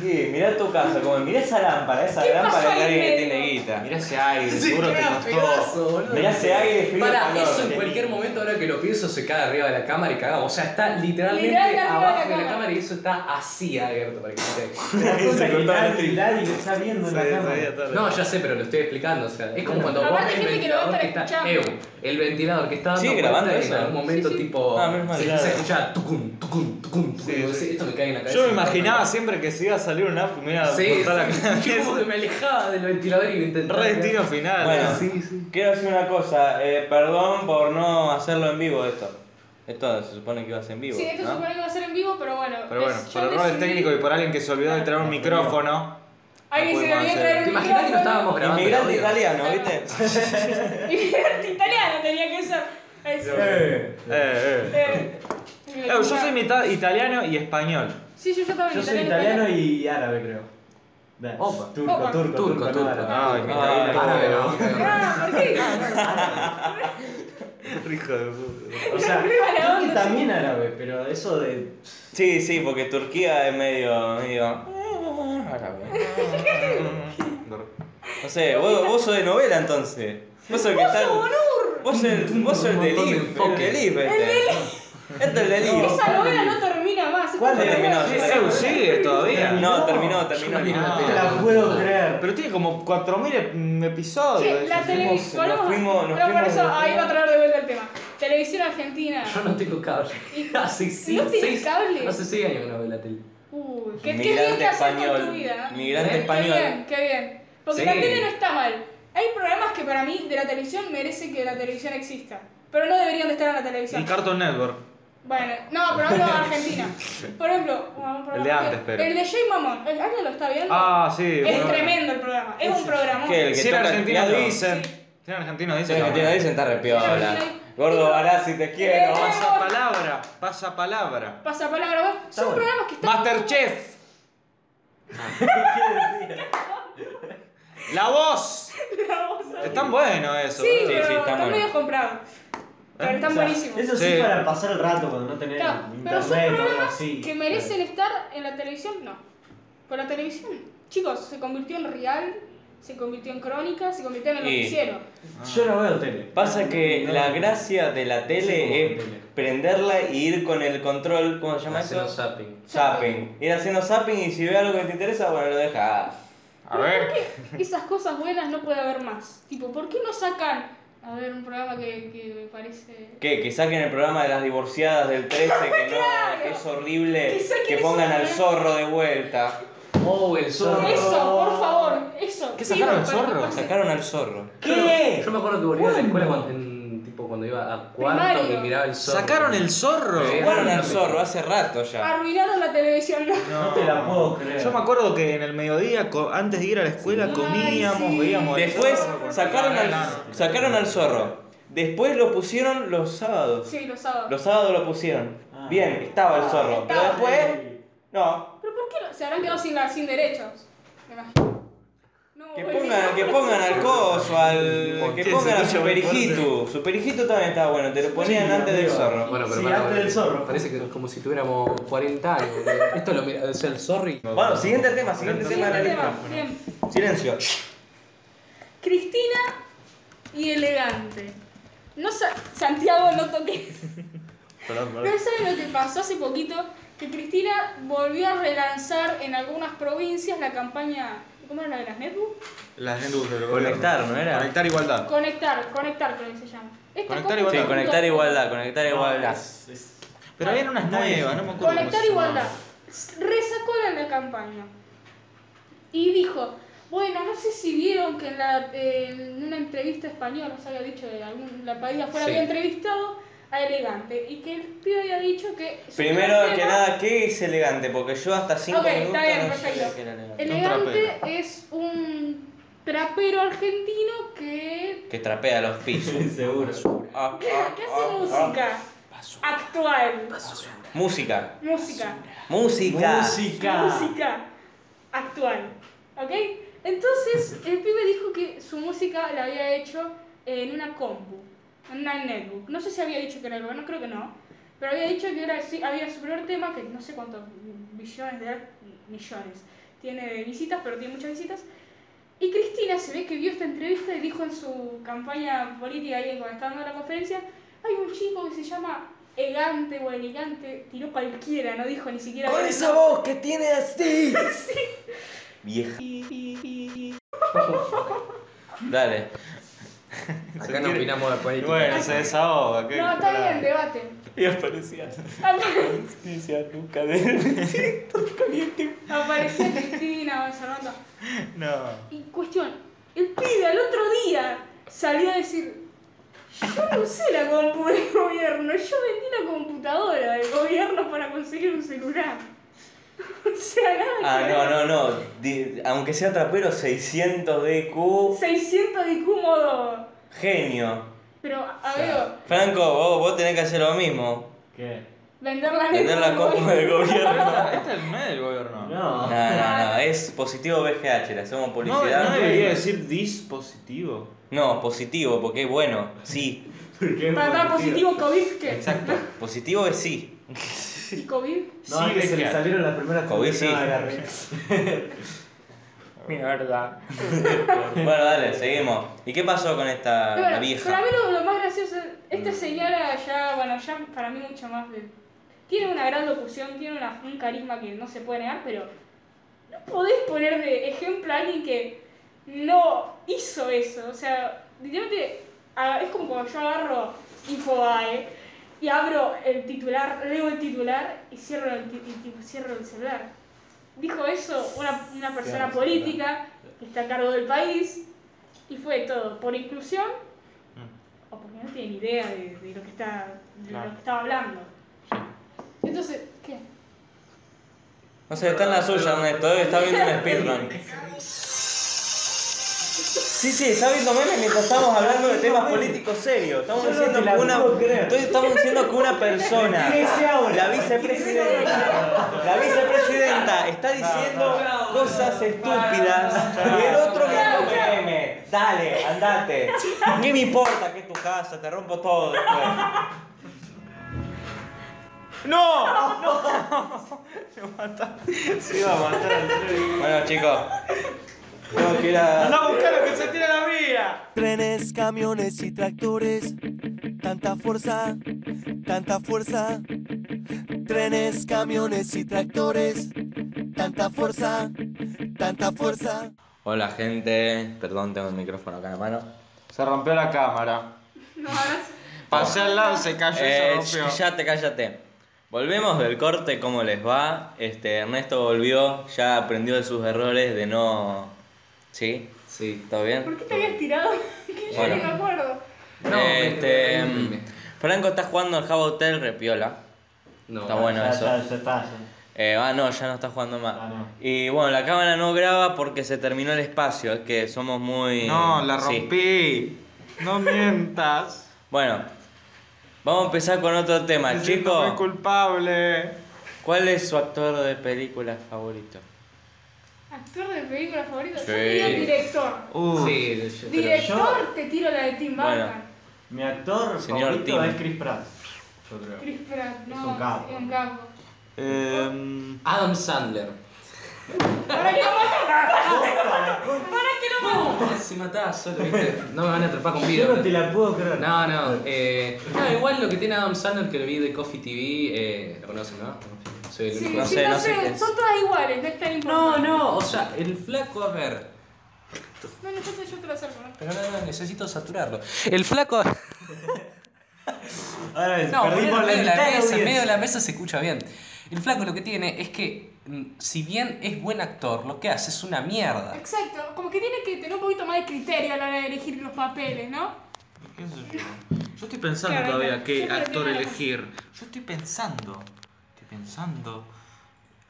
Speaker 1: Sí, mirá tu casa, como mirá esa lámpara, esa
Speaker 2: ¿Qué pasó
Speaker 1: lámpara
Speaker 2: ahí
Speaker 1: de alguien que
Speaker 2: medio?
Speaker 1: tiene guita.
Speaker 4: Mirá ese aire,
Speaker 5: Sí,
Speaker 4: seguro te
Speaker 5: queda
Speaker 4: costó.
Speaker 5: pedazo, boludo.
Speaker 1: Mirá ese aire frío.
Speaker 5: Para,
Speaker 1: calor. eh.
Speaker 5: eso en cualquier momento, ahora que lo pienso, se cae arriba de la cámara y cagamos. O sea, está literalmente
Speaker 2: Literal, arriba de la
Speaker 5: abajo de la,
Speaker 2: cámara.
Speaker 5: cámara y eso está así abierto para que se vea.
Speaker 1: Se cortó el
Speaker 6: Hilari,
Speaker 1: stream.
Speaker 6: Hilari lo está viendo en la cámara.
Speaker 5: No, ya sé, pero lo estoy explicando. O sea, es como cuando
Speaker 2: Aparte
Speaker 5: vos
Speaker 2: hay
Speaker 5: ves el
Speaker 2: gente que lo va a
Speaker 5: ventilador que
Speaker 2: estar
Speaker 5: está.
Speaker 2: escuchando.
Speaker 5: Ew, el ventilador que está dando.
Speaker 1: ¿Sigue
Speaker 5: vuelta
Speaker 1: grabando
Speaker 5: y
Speaker 1: eso?
Speaker 5: En algún momento,
Speaker 2: Sí, sí.
Speaker 5: tipo.
Speaker 1: Ah, menos mal.
Speaker 5: se empieza a escuchar tucum, tucum, tucum, tucum.
Speaker 4: Sí,
Speaker 5: Yo
Speaker 4: sí.
Speaker 5: sé, Esto me cae en la cabeza.
Speaker 4: Yo me imaginaba siempre que si iba a salir una mira,
Speaker 5: Sí,
Speaker 4: cortar la
Speaker 5: sí. Yo como
Speaker 4: cabeza.
Speaker 5: que me alejaba del ventilador y me intentaba.
Speaker 4: Re destino final.
Speaker 1: Bueno,
Speaker 4: eh.
Speaker 1: quiero decir una cosa, eh, perdón por no hacerlo en vivo esto. Esto se supone que iba a ser en vivo.
Speaker 2: Sí, esto
Speaker 1: ¿no?
Speaker 2: se supone que va a ser en vivo, pero bueno.
Speaker 4: Pero bueno,
Speaker 2: es- Pues, yo
Speaker 4: por errores
Speaker 2: decidí-
Speaker 4: técnicos y por alguien que se olvidó de traer un micrófono.
Speaker 2: Alguien
Speaker 4: no
Speaker 2: se le olvidó
Speaker 4: pudimos hacer.
Speaker 2: traer el
Speaker 5: ¿Te imaginas que no
Speaker 2: micrófono.
Speaker 5: estábamos grabando?
Speaker 1: Inmigrante
Speaker 5: el audio?
Speaker 1: italiano, ¿viste?
Speaker 2: Inmigrante italiano tenía que ser. Eso.
Speaker 6: Eh,
Speaker 4: Eh, eh.
Speaker 2: Eh,
Speaker 4: Claro, yo soy mitad italiano y español.
Speaker 2: Sí, yo, yo también.
Speaker 6: Yo soy italiano y árabe, creo. Nah,
Speaker 5: Opa.
Speaker 6: Turco,
Speaker 2: Opa.
Speaker 6: turco,
Speaker 5: Turco,
Speaker 6: turco,
Speaker 5: turco. Ah,
Speaker 6: no árabe.
Speaker 4: Ay, mi
Speaker 1: Ay,
Speaker 5: Árabe,
Speaker 4: italiano.
Speaker 5: no.
Speaker 2: Ah, ¿por qué?
Speaker 4: Hijo de puta.
Speaker 6: O sea,
Speaker 2: Arriba la
Speaker 6: creo que
Speaker 2: onda,
Speaker 6: también árabe, pero eso de.
Speaker 1: Sí, sí, porque Turquía es medio. medio... eh, No sé, vos, vos sos de novela entonces. Vos sos el que está. Vos sos el, vos sos el
Speaker 5: Un
Speaker 1: del
Speaker 5: montón de
Speaker 1: IF, el
Speaker 5: enfoque.
Speaker 1: del IF este. Este es el del IF.
Speaker 2: Esa novela no termina más.
Speaker 6: ¿Cuál
Speaker 2: Esta
Speaker 1: terminó?
Speaker 2: novela-
Speaker 1: Sí,
Speaker 4: Eso sigue todavía.
Speaker 1: No, terminó, terminó. Ah.
Speaker 5: Yo
Speaker 1: No,
Speaker 5: no
Speaker 6: No te la puedo creer.
Speaker 4: Pero tiene como 4000 mm, episodios.
Speaker 2: Che, la
Speaker 4: Eso.
Speaker 2: televisión.
Speaker 1: nos fuimos- nos
Speaker 2: pero por
Speaker 1: fuimos
Speaker 2: eso
Speaker 1: de-
Speaker 2: ahí va a traer de vuelta el tema. Televisión argentina.
Speaker 5: Yo no tengo cable. Hace sí,
Speaker 2: ¿No tienes
Speaker 5: seis-
Speaker 2: cable?
Speaker 5: Hace seis años que no veo la tele.
Speaker 2: Uy, qué, qué bien
Speaker 1: Migrante
Speaker 2: que haces con
Speaker 1: español.
Speaker 2: tu vida. ¿eh?
Speaker 1: Migrante
Speaker 2: Qué
Speaker 1: español.
Speaker 2: bien, qué bien. Porque
Speaker 5: Sí.
Speaker 2: la tele no está mal. Hay programas que para mí de la televisión merece que la televisión exista. Pero no deberían de estar en la
Speaker 4: Y
Speaker 2: televisión.
Speaker 4: Cartoon Network.
Speaker 2: Bueno, no, pero hablo de Argentina. Por ejemplo, un programa
Speaker 4: El de antes,
Speaker 2: que-
Speaker 4: pero.
Speaker 2: El de Jay Mamón. ¿Eh, ¿Alguien lo está viendo?
Speaker 4: Ah, sí.
Speaker 2: es
Speaker 4: bueno.
Speaker 2: tremendo el programa. Es un Eh, programa.
Speaker 1: ¿Qué? El que
Speaker 4: Si era
Speaker 1: toca el
Speaker 4: argentino
Speaker 1: piano.
Speaker 4: dicen. Si era argentino
Speaker 1: Sí,
Speaker 4: dicen.
Speaker 1: que tiene dicen está repiola. Gordo Bará, si te
Speaker 2: Eh.
Speaker 1: quiero.
Speaker 4: Pasa palabra, pasa palabra.
Speaker 2: Pasa palabra. Son programas que están.
Speaker 4: Masterchef. La voz. Están bueno eso.
Speaker 2: Sí,
Speaker 4: boludo.
Speaker 2: pero
Speaker 1: sí, está
Speaker 2: están
Speaker 1: bueno.
Speaker 2: medio comprados. Pero
Speaker 4: Eh,
Speaker 2: están
Speaker 6: O sea,
Speaker 2: buenísimos.
Speaker 6: Eso sí,
Speaker 4: Sí.
Speaker 6: para pasar el rato cuando no tenés
Speaker 2: Claro, pero son
Speaker 6: internet o algo
Speaker 2: programas
Speaker 6: así.
Speaker 2: que merecen estar en la televisión, no. Por la televisión, chicos, se convirtió en real, se convirtió en crónica, se convirtió en el
Speaker 1: Y-
Speaker 2: noticiero.
Speaker 6: Yo no veo tele.
Speaker 1: Pasa que
Speaker 6: No,
Speaker 1: la
Speaker 6: no.
Speaker 1: gracia de la tele
Speaker 6: Sí,
Speaker 1: es
Speaker 6: como tele.
Speaker 1: prenderla y ir con el control, ¿cómo se llama
Speaker 5: Haciendo
Speaker 1: eso?
Speaker 5: zapping.
Speaker 1: Zapping. Ir haciendo zapping y si ve algo que te interesa, bueno, lo deja.
Speaker 4: A ver.
Speaker 2: Esas cosas buenas no puede haber más. Tipo, ¿por qué no sacan a ver un programa que, que me parece.
Speaker 1: ¿Qué? Que saquen el programa de las divorciadas del 13, que no, que es horrible,
Speaker 2: Que saquen
Speaker 1: que
Speaker 2: eso,
Speaker 1: pongan al
Speaker 2: ¿no?
Speaker 1: zorro de vuelta.
Speaker 5: Oh, el zorro.
Speaker 2: Eso, por favor, eso.
Speaker 4: ¿Qué
Speaker 2: sí,
Speaker 4: sacaron el
Speaker 2: para que
Speaker 4: zorro?
Speaker 2: pase.
Speaker 1: Sacaron al zorro.
Speaker 5: ¿Qué? Yo me acuerdo que volví a la escuela cuando, en, tipo, cuando iba a cuarto
Speaker 2: Primario.
Speaker 5: que miraba el zorro.
Speaker 4: Sacaron el zorro.
Speaker 5: Sí.
Speaker 1: Sacaron al zorro hace rato ya.
Speaker 2: Arruinaron la televisión, no.
Speaker 6: No te la puedo creer.
Speaker 4: Yo me acuerdo que en el mediodía, co- antes de ir a la escuela, comíamos,
Speaker 2: sí.
Speaker 4: veíamos. el
Speaker 1: Después
Speaker 4: zorro.
Speaker 1: sacaron al, sacaron al zorro. Después lo pusieron los sábados.
Speaker 2: Sí, los sábados.
Speaker 1: Los sábados lo pusieron.
Speaker 6: Ah.
Speaker 1: Bien, estaba el zorro. Pero
Speaker 2: Ah, estaba.
Speaker 6: pues.
Speaker 1: después, no.
Speaker 2: ¿Pero por qué lo- se habrán quedado sin, la- sin derechos? Me imagino. No,
Speaker 1: Que
Speaker 2: boludo.
Speaker 1: pongan, que pongan al coso, al. Que
Speaker 4: Qué
Speaker 1: pongan a
Speaker 4: sencillo,
Speaker 1: Super
Speaker 4: fuerte.
Speaker 1: Hijito. Super Hijito también estaba bueno, te lo ponían
Speaker 8: Sí,
Speaker 1: antes del
Speaker 8: amigo.
Speaker 1: zorro.
Speaker 5: Bueno, pero
Speaker 8: Sí,
Speaker 5: pará,
Speaker 8: antes del zorro.
Speaker 5: Parece que es como si tuviéramos 40 años. boludo. Esto lo mira, o sea, el sorry.
Speaker 1: Bueno, siguiente tema, siguiente tema de la
Speaker 2: Siguiente
Speaker 1: lista.
Speaker 2: tema. Bien.
Speaker 1: Silencio.
Speaker 2: Cristina y elegante. No sa- Santiago, no toques. Pero ¿saben lo que pasó hace poquito? Que Cristina volvió a relanzar en algunas provincias la campaña. ¿Cómo era la de las netbooks?
Speaker 4: Las netbooks del gobierno.
Speaker 1: Conectar, ¿no era?
Speaker 4: Conectar igualdad.
Speaker 2: Conectar, conectar, creo que se llama. Este Esta
Speaker 4: Conectar
Speaker 2: cosa-
Speaker 4: igualdad.
Speaker 1: Sí, conectar igualdad, conectar igualdad.
Speaker 8: Es- es-
Speaker 4: Pero habían unas nuevas, no me acuerdo. cómo
Speaker 2: Conectar
Speaker 4: se llamaban.
Speaker 2: igualdad. Resacó la, la campaña. Y dijo, bueno, no sé si vieron que en, la, eh, en una entrevista española se había dicho de algún la país afuera
Speaker 5: Sí.
Speaker 2: había entrevistado a Elegante y que el pibe había dicho que su
Speaker 1: Primero
Speaker 2: primer
Speaker 1: que
Speaker 2: tema-
Speaker 1: nada, ¿qué es elegante? Porque yo hasta 5
Speaker 2: Ok, está
Speaker 1: minutos
Speaker 2: bien,
Speaker 1: no
Speaker 2: perfecto.
Speaker 1: sabía qué era elegante.
Speaker 2: Elegante es un trapero argentino que,
Speaker 1: Que trapea los pisos.
Speaker 8: Seguro.
Speaker 1: Ah,
Speaker 2: que
Speaker 1: ah,
Speaker 2: hace
Speaker 1: ah,
Speaker 2: música actual.
Speaker 1: ah. Música.
Speaker 2: Música.
Speaker 1: Música.
Speaker 2: música actual. ¿Ok? Entonces, el pibe dijo que su música la había hecho en una compu, en una netbook. No sé si había dicho que era algo, no creo que no. Pero había dicho que era, sí, había su primer tema, que no sé cuántos billones de millones tiene de visitas, pero tiene muchas visitas. Y Cristina se ve que vio esta entrevista y dijo en su campaña política ahí cuando estaba dando la conferencia, hay un chico que se llama Egante o Elegante, tiró cualquiera, no dijo ni siquiera...
Speaker 1: Con esa voz que tiene así. Vieja. Dale.
Speaker 5: Acá no opinamos de política.
Speaker 4: Bueno, se desahoga. ¿qué?
Speaker 2: No, está bien, debate.
Speaker 1: Y aparecía.
Speaker 2: Apare-
Speaker 1: Patricia Luca de. Caliente.
Speaker 2: Apareció Cristina, Salvando.
Speaker 4: No.
Speaker 2: Y cuestión, el pibe al otro día salió a decir, yo no usé la compu del gobierno, yo vendí la computadora del gobierno para conseguir un celular. O sea, nada que
Speaker 1: Ah,
Speaker 2: ver.
Speaker 1: no, no, no. Di- aunque sea trapero, 600 DQ.
Speaker 2: 600 de IQ modo.
Speaker 1: Genio.
Speaker 2: Pero, a ver,
Speaker 1: Franco, vos, vos tenés que hacer lo mismo.
Speaker 8: ¿Qué?
Speaker 2: vender la
Speaker 1: Vender la
Speaker 2: compu
Speaker 1: compu del gobierno.
Speaker 4: Esta, esta no es del gobierno.
Speaker 1: No,
Speaker 8: No.
Speaker 1: no, no. Es positivo BGH. Le hacemos
Speaker 4: No,
Speaker 1: publicidad.
Speaker 4: no debería decir dispositivo.
Speaker 1: No, positivo, porque es bueno. Sí.
Speaker 8: ¿Por qué?
Speaker 2: Para dar positivo COVID, ¿qué?
Speaker 1: Positivo es sí.
Speaker 2: ¿Y COVID?
Speaker 8: No, es que se le salieron las primeras
Speaker 1: Covid, sí.
Speaker 8: No, era re-
Speaker 7: Mierda.
Speaker 1: Bueno, dale, seguimos. ¿Y qué pasó con esta
Speaker 2: Pero
Speaker 1: la
Speaker 2: bueno, Para
Speaker 1: vieja? Mm.
Speaker 2: mí lo, lo más gracioso, esta señora ya, bueno, ya para mí mucho más de... Tiene una gran locución, tiene una- un carisma que no se puede negar, pero no podés poner de ejemplo a alguien que no hizo eso. O sea, literalmente a- es como cuando yo agarro Infobae y abro el titular, leo el titular y cierro el, ti- y tipo, cierro el celular. Dijo eso una, una persona política que está a cargo del país y fue todo por inclusión o porque no tiene ni idea de, de lo que está de lo que estaba hablando. Entonces, ¿qué?
Speaker 1: No sé, está en la suya, Ernesto. eh, Está viendo un speedrun. Sí, sí, está viendo memes mientras estamos hablando de temas políticos serios. Estamos
Speaker 8: Yo no
Speaker 1: diciendo
Speaker 8: te la
Speaker 1: que una,
Speaker 8: puedo creer.
Speaker 1: estoy- estamos diciendo que una persona,
Speaker 8: ¿Qué se habla?
Speaker 1: la vicepresidenta, la vicepresidenta está diciendo cosas estúpidas y el otro viendo memes. Dale, andate. ¿Qué me importa que es tu casa? Te rompo todo después. ¡No! ¡No!
Speaker 4: Se iba a matar al tren.
Speaker 1: Bueno, chicos. Tengo que ir a...
Speaker 4: ¡Anda a buscar lo que se tira la vía!
Speaker 9: Trenes, camiones y tractores, tanta fuerza, tanta fuerza. Trenes, camiones y tractores, tanta fuerza, tanta fuerza.
Speaker 1: Hola gente, perdón tengo el micrófono acá en la mano.
Speaker 4: Se rompió la cámara.
Speaker 2: No, ahora sí.
Speaker 4: Pasé al lado, se cayó y se
Speaker 1: Eh,
Speaker 4: rompió.
Speaker 1: ch- cállate, cállate. Volvemos del corte, ¿cómo les va? Este, Ernesto volvió, ya aprendió de sus errores de no... ¿Sí?
Speaker 5: Sí.
Speaker 1: ¿Todo bien?
Speaker 2: ¿Por qué te habías tirado? que yo
Speaker 1: Bueno.
Speaker 2: ni me acuerdo.
Speaker 5: No, me-
Speaker 1: este,
Speaker 5: me- me- me-
Speaker 1: Franco está jugando al Java Hotel Repiola.
Speaker 5: No,
Speaker 1: Está bueno
Speaker 8: Ya
Speaker 1: eso.
Speaker 8: está, ya está. ya.
Speaker 1: Eh, ah, no, ya no está jugando más.
Speaker 8: Ah, no.
Speaker 1: Y bueno, la cámara no graba porque se terminó el espacio, es que somos muy...
Speaker 4: No, la
Speaker 1: Sí.
Speaker 4: rompí. No mientas.
Speaker 1: Bueno, vamos a empezar con otro tema,
Speaker 4: Me siento
Speaker 1: chicos.
Speaker 4: muy culpable.
Speaker 1: ¿Cuál es su actor de película favorito?
Speaker 2: ¿Actor de película favorito?
Speaker 4: Sí.
Speaker 2: Yo diría director.
Speaker 6: Uh,
Speaker 5: Sí, yo- pero
Speaker 2: Director, te tiro la de Tim
Speaker 1: Bueno.
Speaker 2: Burton.
Speaker 6: Mi actor
Speaker 5: Señor
Speaker 6: favorito
Speaker 5: Tim.
Speaker 6: es Chris Pratt. Yo creo.
Speaker 2: Chris Pratt, no,
Speaker 6: Es un capo.
Speaker 2: es un capo.
Speaker 6: Em,
Speaker 5: Adam Sandler.
Speaker 2: Para que lo Ah, matan. Para que lo matan.
Speaker 5: Ah, Si matás solo, viste. No me van a atrapar con vida.
Speaker 6: yo no te la puedo creer.
Speaker 5: No, no, eh, no, igual lo que tiene Adam Sandler que lo vi de Coffee TV, eh, lo conocen, ¿no? Soy el
Speaker 2: Sí,
Speaker 5: único.
Speaker 2: sí, no sé,
Speaker 1: no sé qué es.
Speaker 2: son todas iguales, no es tan
Speaker 5: No,
Speaker 2: importante.
Speaker 5: no, o sea, el flaco, a ver,
Speaker 2: No, no, yo te, yo te lo acerco, ¿no?
Speaker 5: pero no, no, necesito saturarlo. El flaco,
Speaker 6: Ahora es,
Speaker 5: no, ponelo
Speaker 6: perdimos
Speaker 5: en
Speaker 6: la
Speaker 5: medio de la
Speaker 6: mitad
Speaker 5: mesa,
Speaker 6: de
Speaker 5: en medio de
Speaker 6: audiencia.
Speaker 5: la mesa se escucha bien. El flaco lo que tiene es que, mm, si bien es buen actor, lo que hace es una mierda.
Speaker 2: Exacto, como que tiene que tener un poquito más de criterio a la hora de elegir los papeles, ¿no?
Speaker 4: ¿Qué sé yo? Yo estoy pensando
Speaker 2: Claro,
Speaker 4: todavía qué
Speaker 2: yo creo
Speaker 4: actor
Speaker 2: que no.
Speaker 4: elegir. Yo estoy pensando. Estoy pensando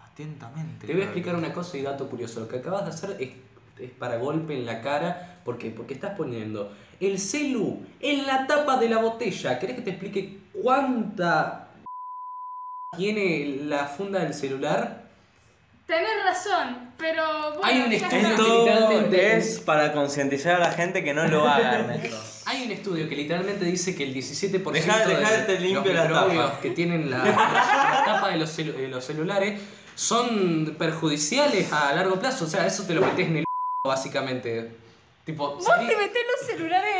Speaker 4: atentamente.
Speaker 5: Te voy a explicar una cosa y dato curioso. Lo que acabas de hacer es, es para golpe en la cara. ¿Por qué? Porque estás poniendo el celu en la tapa de la botella. ¿Querés que te explique cuánta tiene la funda del celular?
Speaker 2: Tenés razón, pero bueno,
Speaker 5: Hay un
Speaker 2: ya
Speaker 5: estudio
Speaker 2: está.
Speaker 5: que literalmente
Speaker 1: es para concientizar a la gente que no lo haga, Ernesto.
Speaker 5: Hay un estudio que literalmente dice que el 17%
Speaker 1: Dejá-
Speaker 5: de
Speaker 1: dejarte limpio
Speaker 5: los
Speaker 1: la tapa.
Speaker 5: microbios que tienen la, la tapa de los, celu- de los celulares son perjudiciales a largo plazo. O sea, eso te lo metes en el básicamente. Tipo,
Speaker 2: Vos
Speaker 5: salí-
Speaker 2: te metés los celulares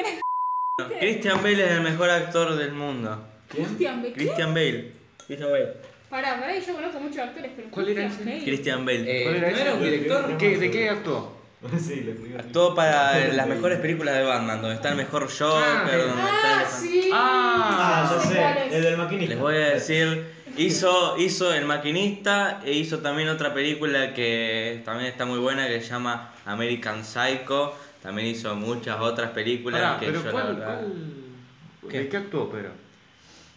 Speaker 2: en
Speaker 1: Christian Bale es el mejor actor del mundo.
Speaker 2: Christian Bale. ¿Qué?
Speaker 1: Christian Bale. Christian Bale.
Speaker 2: Pará, pará, yo conozco muchos actores, pero.
Speaker 4: ¿Cuál era
Speaker 2: Christian Bale.
Speaker 1: Christian Bale.
Speaker 5: Eh, ¿No era un director?
Speaker 4: ¿Qué- ¿De qué actuó?
Speaker 6: sí, le
Speaker 2: Ah,
Speaker 6: digo.
Speaker 1: Actuó para las mejores películas de Batman, donde está el mejor Joker, donde está
Speaker 2: Ah,
Speaker 1: el-
Speaker 2: sí.
Speaker 4: Ah,
Speaker 6: Ah, ya
Speaker 2: sé cuál es.
Speaker 6: sé, el del maquinista.
Speaker 1: Les voy a decir, hizo, hizo El Maquinista e hizo también otra película que también está muy buena que se llama American Psycho. También hizo muchas otras películas
Speaker 4: Pará,
Speaker 1: que
Speaker 4: pero
Speaker 1: yo la
Speaker 4: ¿cuál,
Speaker 1: verdad-
Speaker 4: cuál-
Speaker 1: ¿Qué?
Speaker 4: ¿De qué actuó, pero?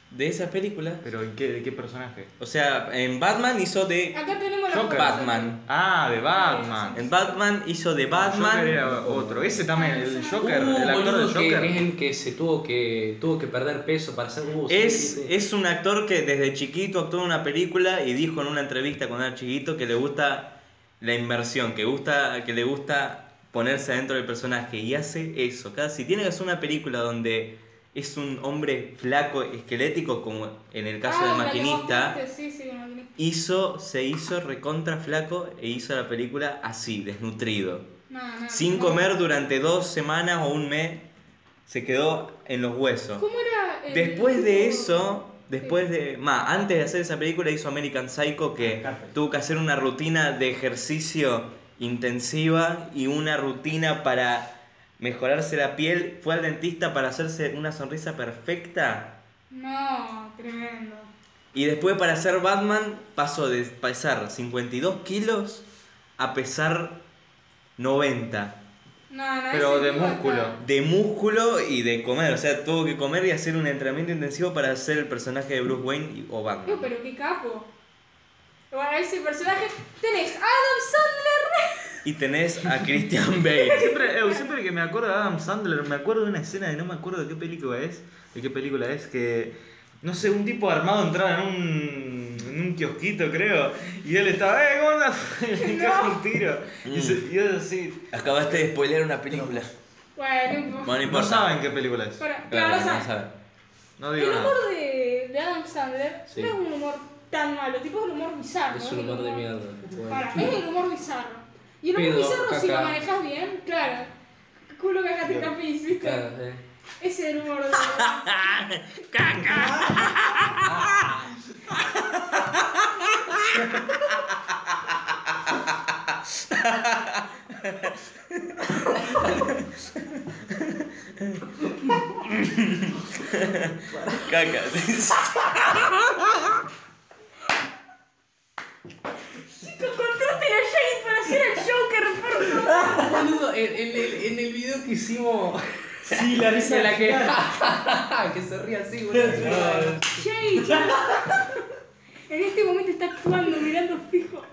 Speaker 1: De esas películas.
Speaker 4: ¿Pero en qué, de qué personaje?
Speaker 1: O sea, en Batman hizo de
Speaker 2: Acá tenemos la
Speaker 4: Joker.
Speaker 2: foto.
Speaker 1: Batman.
Speaker 4: Ah, de Batman.
Speaker 1: En Batman hizo de
Speaker 4: Batman
Speaker 1: Batman.
Speaker 4: era otro. Ese también, el Joker,
Speaker 5: Uh,
Speaker 4: el actor
Speaker 5: boludo,
Speaker 4: de
Speaker 5: que
Speaker 4: Joker.
Speaker 5: es el que se tuvo que tuvo que perder peso para hacer uh, sí,
Speaker 1: Es,
Speaker 5: sí, sí.
Speaker 1: es un actor que desde chiquito actuó en una película y dijo en una entrevista cuando era chiquito que le gusta la inversión, que, gusta, que le gusta ponerse dentro del personaje y hace eso. Cada, si tiene que hacer una película donde es un hombre flaco, esquelético, como en el caso
Speaker 2: Ah,
Speaker 1: del
Speaker 2: la que vos
Speaker 1: maquinista,
Speaker 2: viste, Sí, sí, el maquinista.
Speaker 1: hizo, se hizo recontra flaco e hizo la película así, desnutrido.
Speaker 2: No, no,
Speaker 1: Sin
Speaker 2: no.
Speaker 1: comer durante dos semanas o un mes, se quedó en los huesos.
Speaker 2: ¿Cómo era? el-
Speaker 1: Después de eso, después de. Más, antes de hacer esa película hizo American Psycho que tuvo que hacer una rutina de ejercicio intensiva y una rutina para mejorarse la piel. Fue al dentista para hacerse una sonrisa perfecta.
Speaker 2: No, tremendo.
Speaker 1: Y después para ser Batman pasó de pesar 52 kilos a pesar 90.
Speaker 2: No, no,
Speaker 4: Pero
Speaker 2: ese
Speaker 4: de
Speaker 2: tipo está-
Speaker 4: músculo.
Speaker 1: De músculo y de comer. O sea, tuvo que comer y hacer un entrenamiento intensivo para hacer el personaje de Bruce Wayne y- o Batman.
Speaker 2: No, pero qué capo. Bueno, ese personaje. Tenés a Adam
Speaker 1: Y tenés a Christian Bale.
Speaker 4: Siempre, eh, siempre que me acuerdo de Adam Sandler, me acuerdo de una escena de no me acuerdo de qué película es, de qué película es, que no sé, un tipo armado entraba en un, en un kiosquito, creo, y él estaba, ¡eh, cómo andas! Y le encaja un tiro. Y, se- y él así,
Speaker 1: Acabaste de spoilear una película.
Speaker 2: Sandler. Bueno,
Speaker 1: Bueno, no
Speaker 4: no
Speaker 1: importa.
Speaker 4: saben qué película es.
Speaker 2: Para,
Speaker 1: Claro,
Speaker 2: claro, o
Speaker 1: no
Speaker 2: sea,
Speaker 1: sabe.
Speaker 4: No digo
Speaker 2: el
Speaker 4: nada.
Speaker 2: humor de, de Adam Sandler
Speaker 5: Sí.
Speaker 2: no es un humor tan malo, tipo es un humor bizarro.
Speaker 5: Es un
Speaker 2: el
Speaker 5: humor de mierda.
Speaker 2: Pará, es el humor bizarro. Y el humor
Speaker 5: Pedo,
Speaker 2: bizarro, si lo
Speaker 5: caca.
Speaker 2: manejas bien, claro. Culo que te tapiz, ¿viste?
Speaker 5: Claro, eh.
Speaker 2: Ese es el humor de. ¡Caca!
Speaker 1: Caca.
Speaker 2: Chicos, contraten a Jane para hacer el Joker, por favor.
Speaker 5: Boludo, en, en el, en el video que hicimos
Speaker 6: Sí, la risa
Speaker 5: de la que que se ríe así, boludo.
Speaker 2: Jane, chicos. En este momento está actuando, mirando fijo.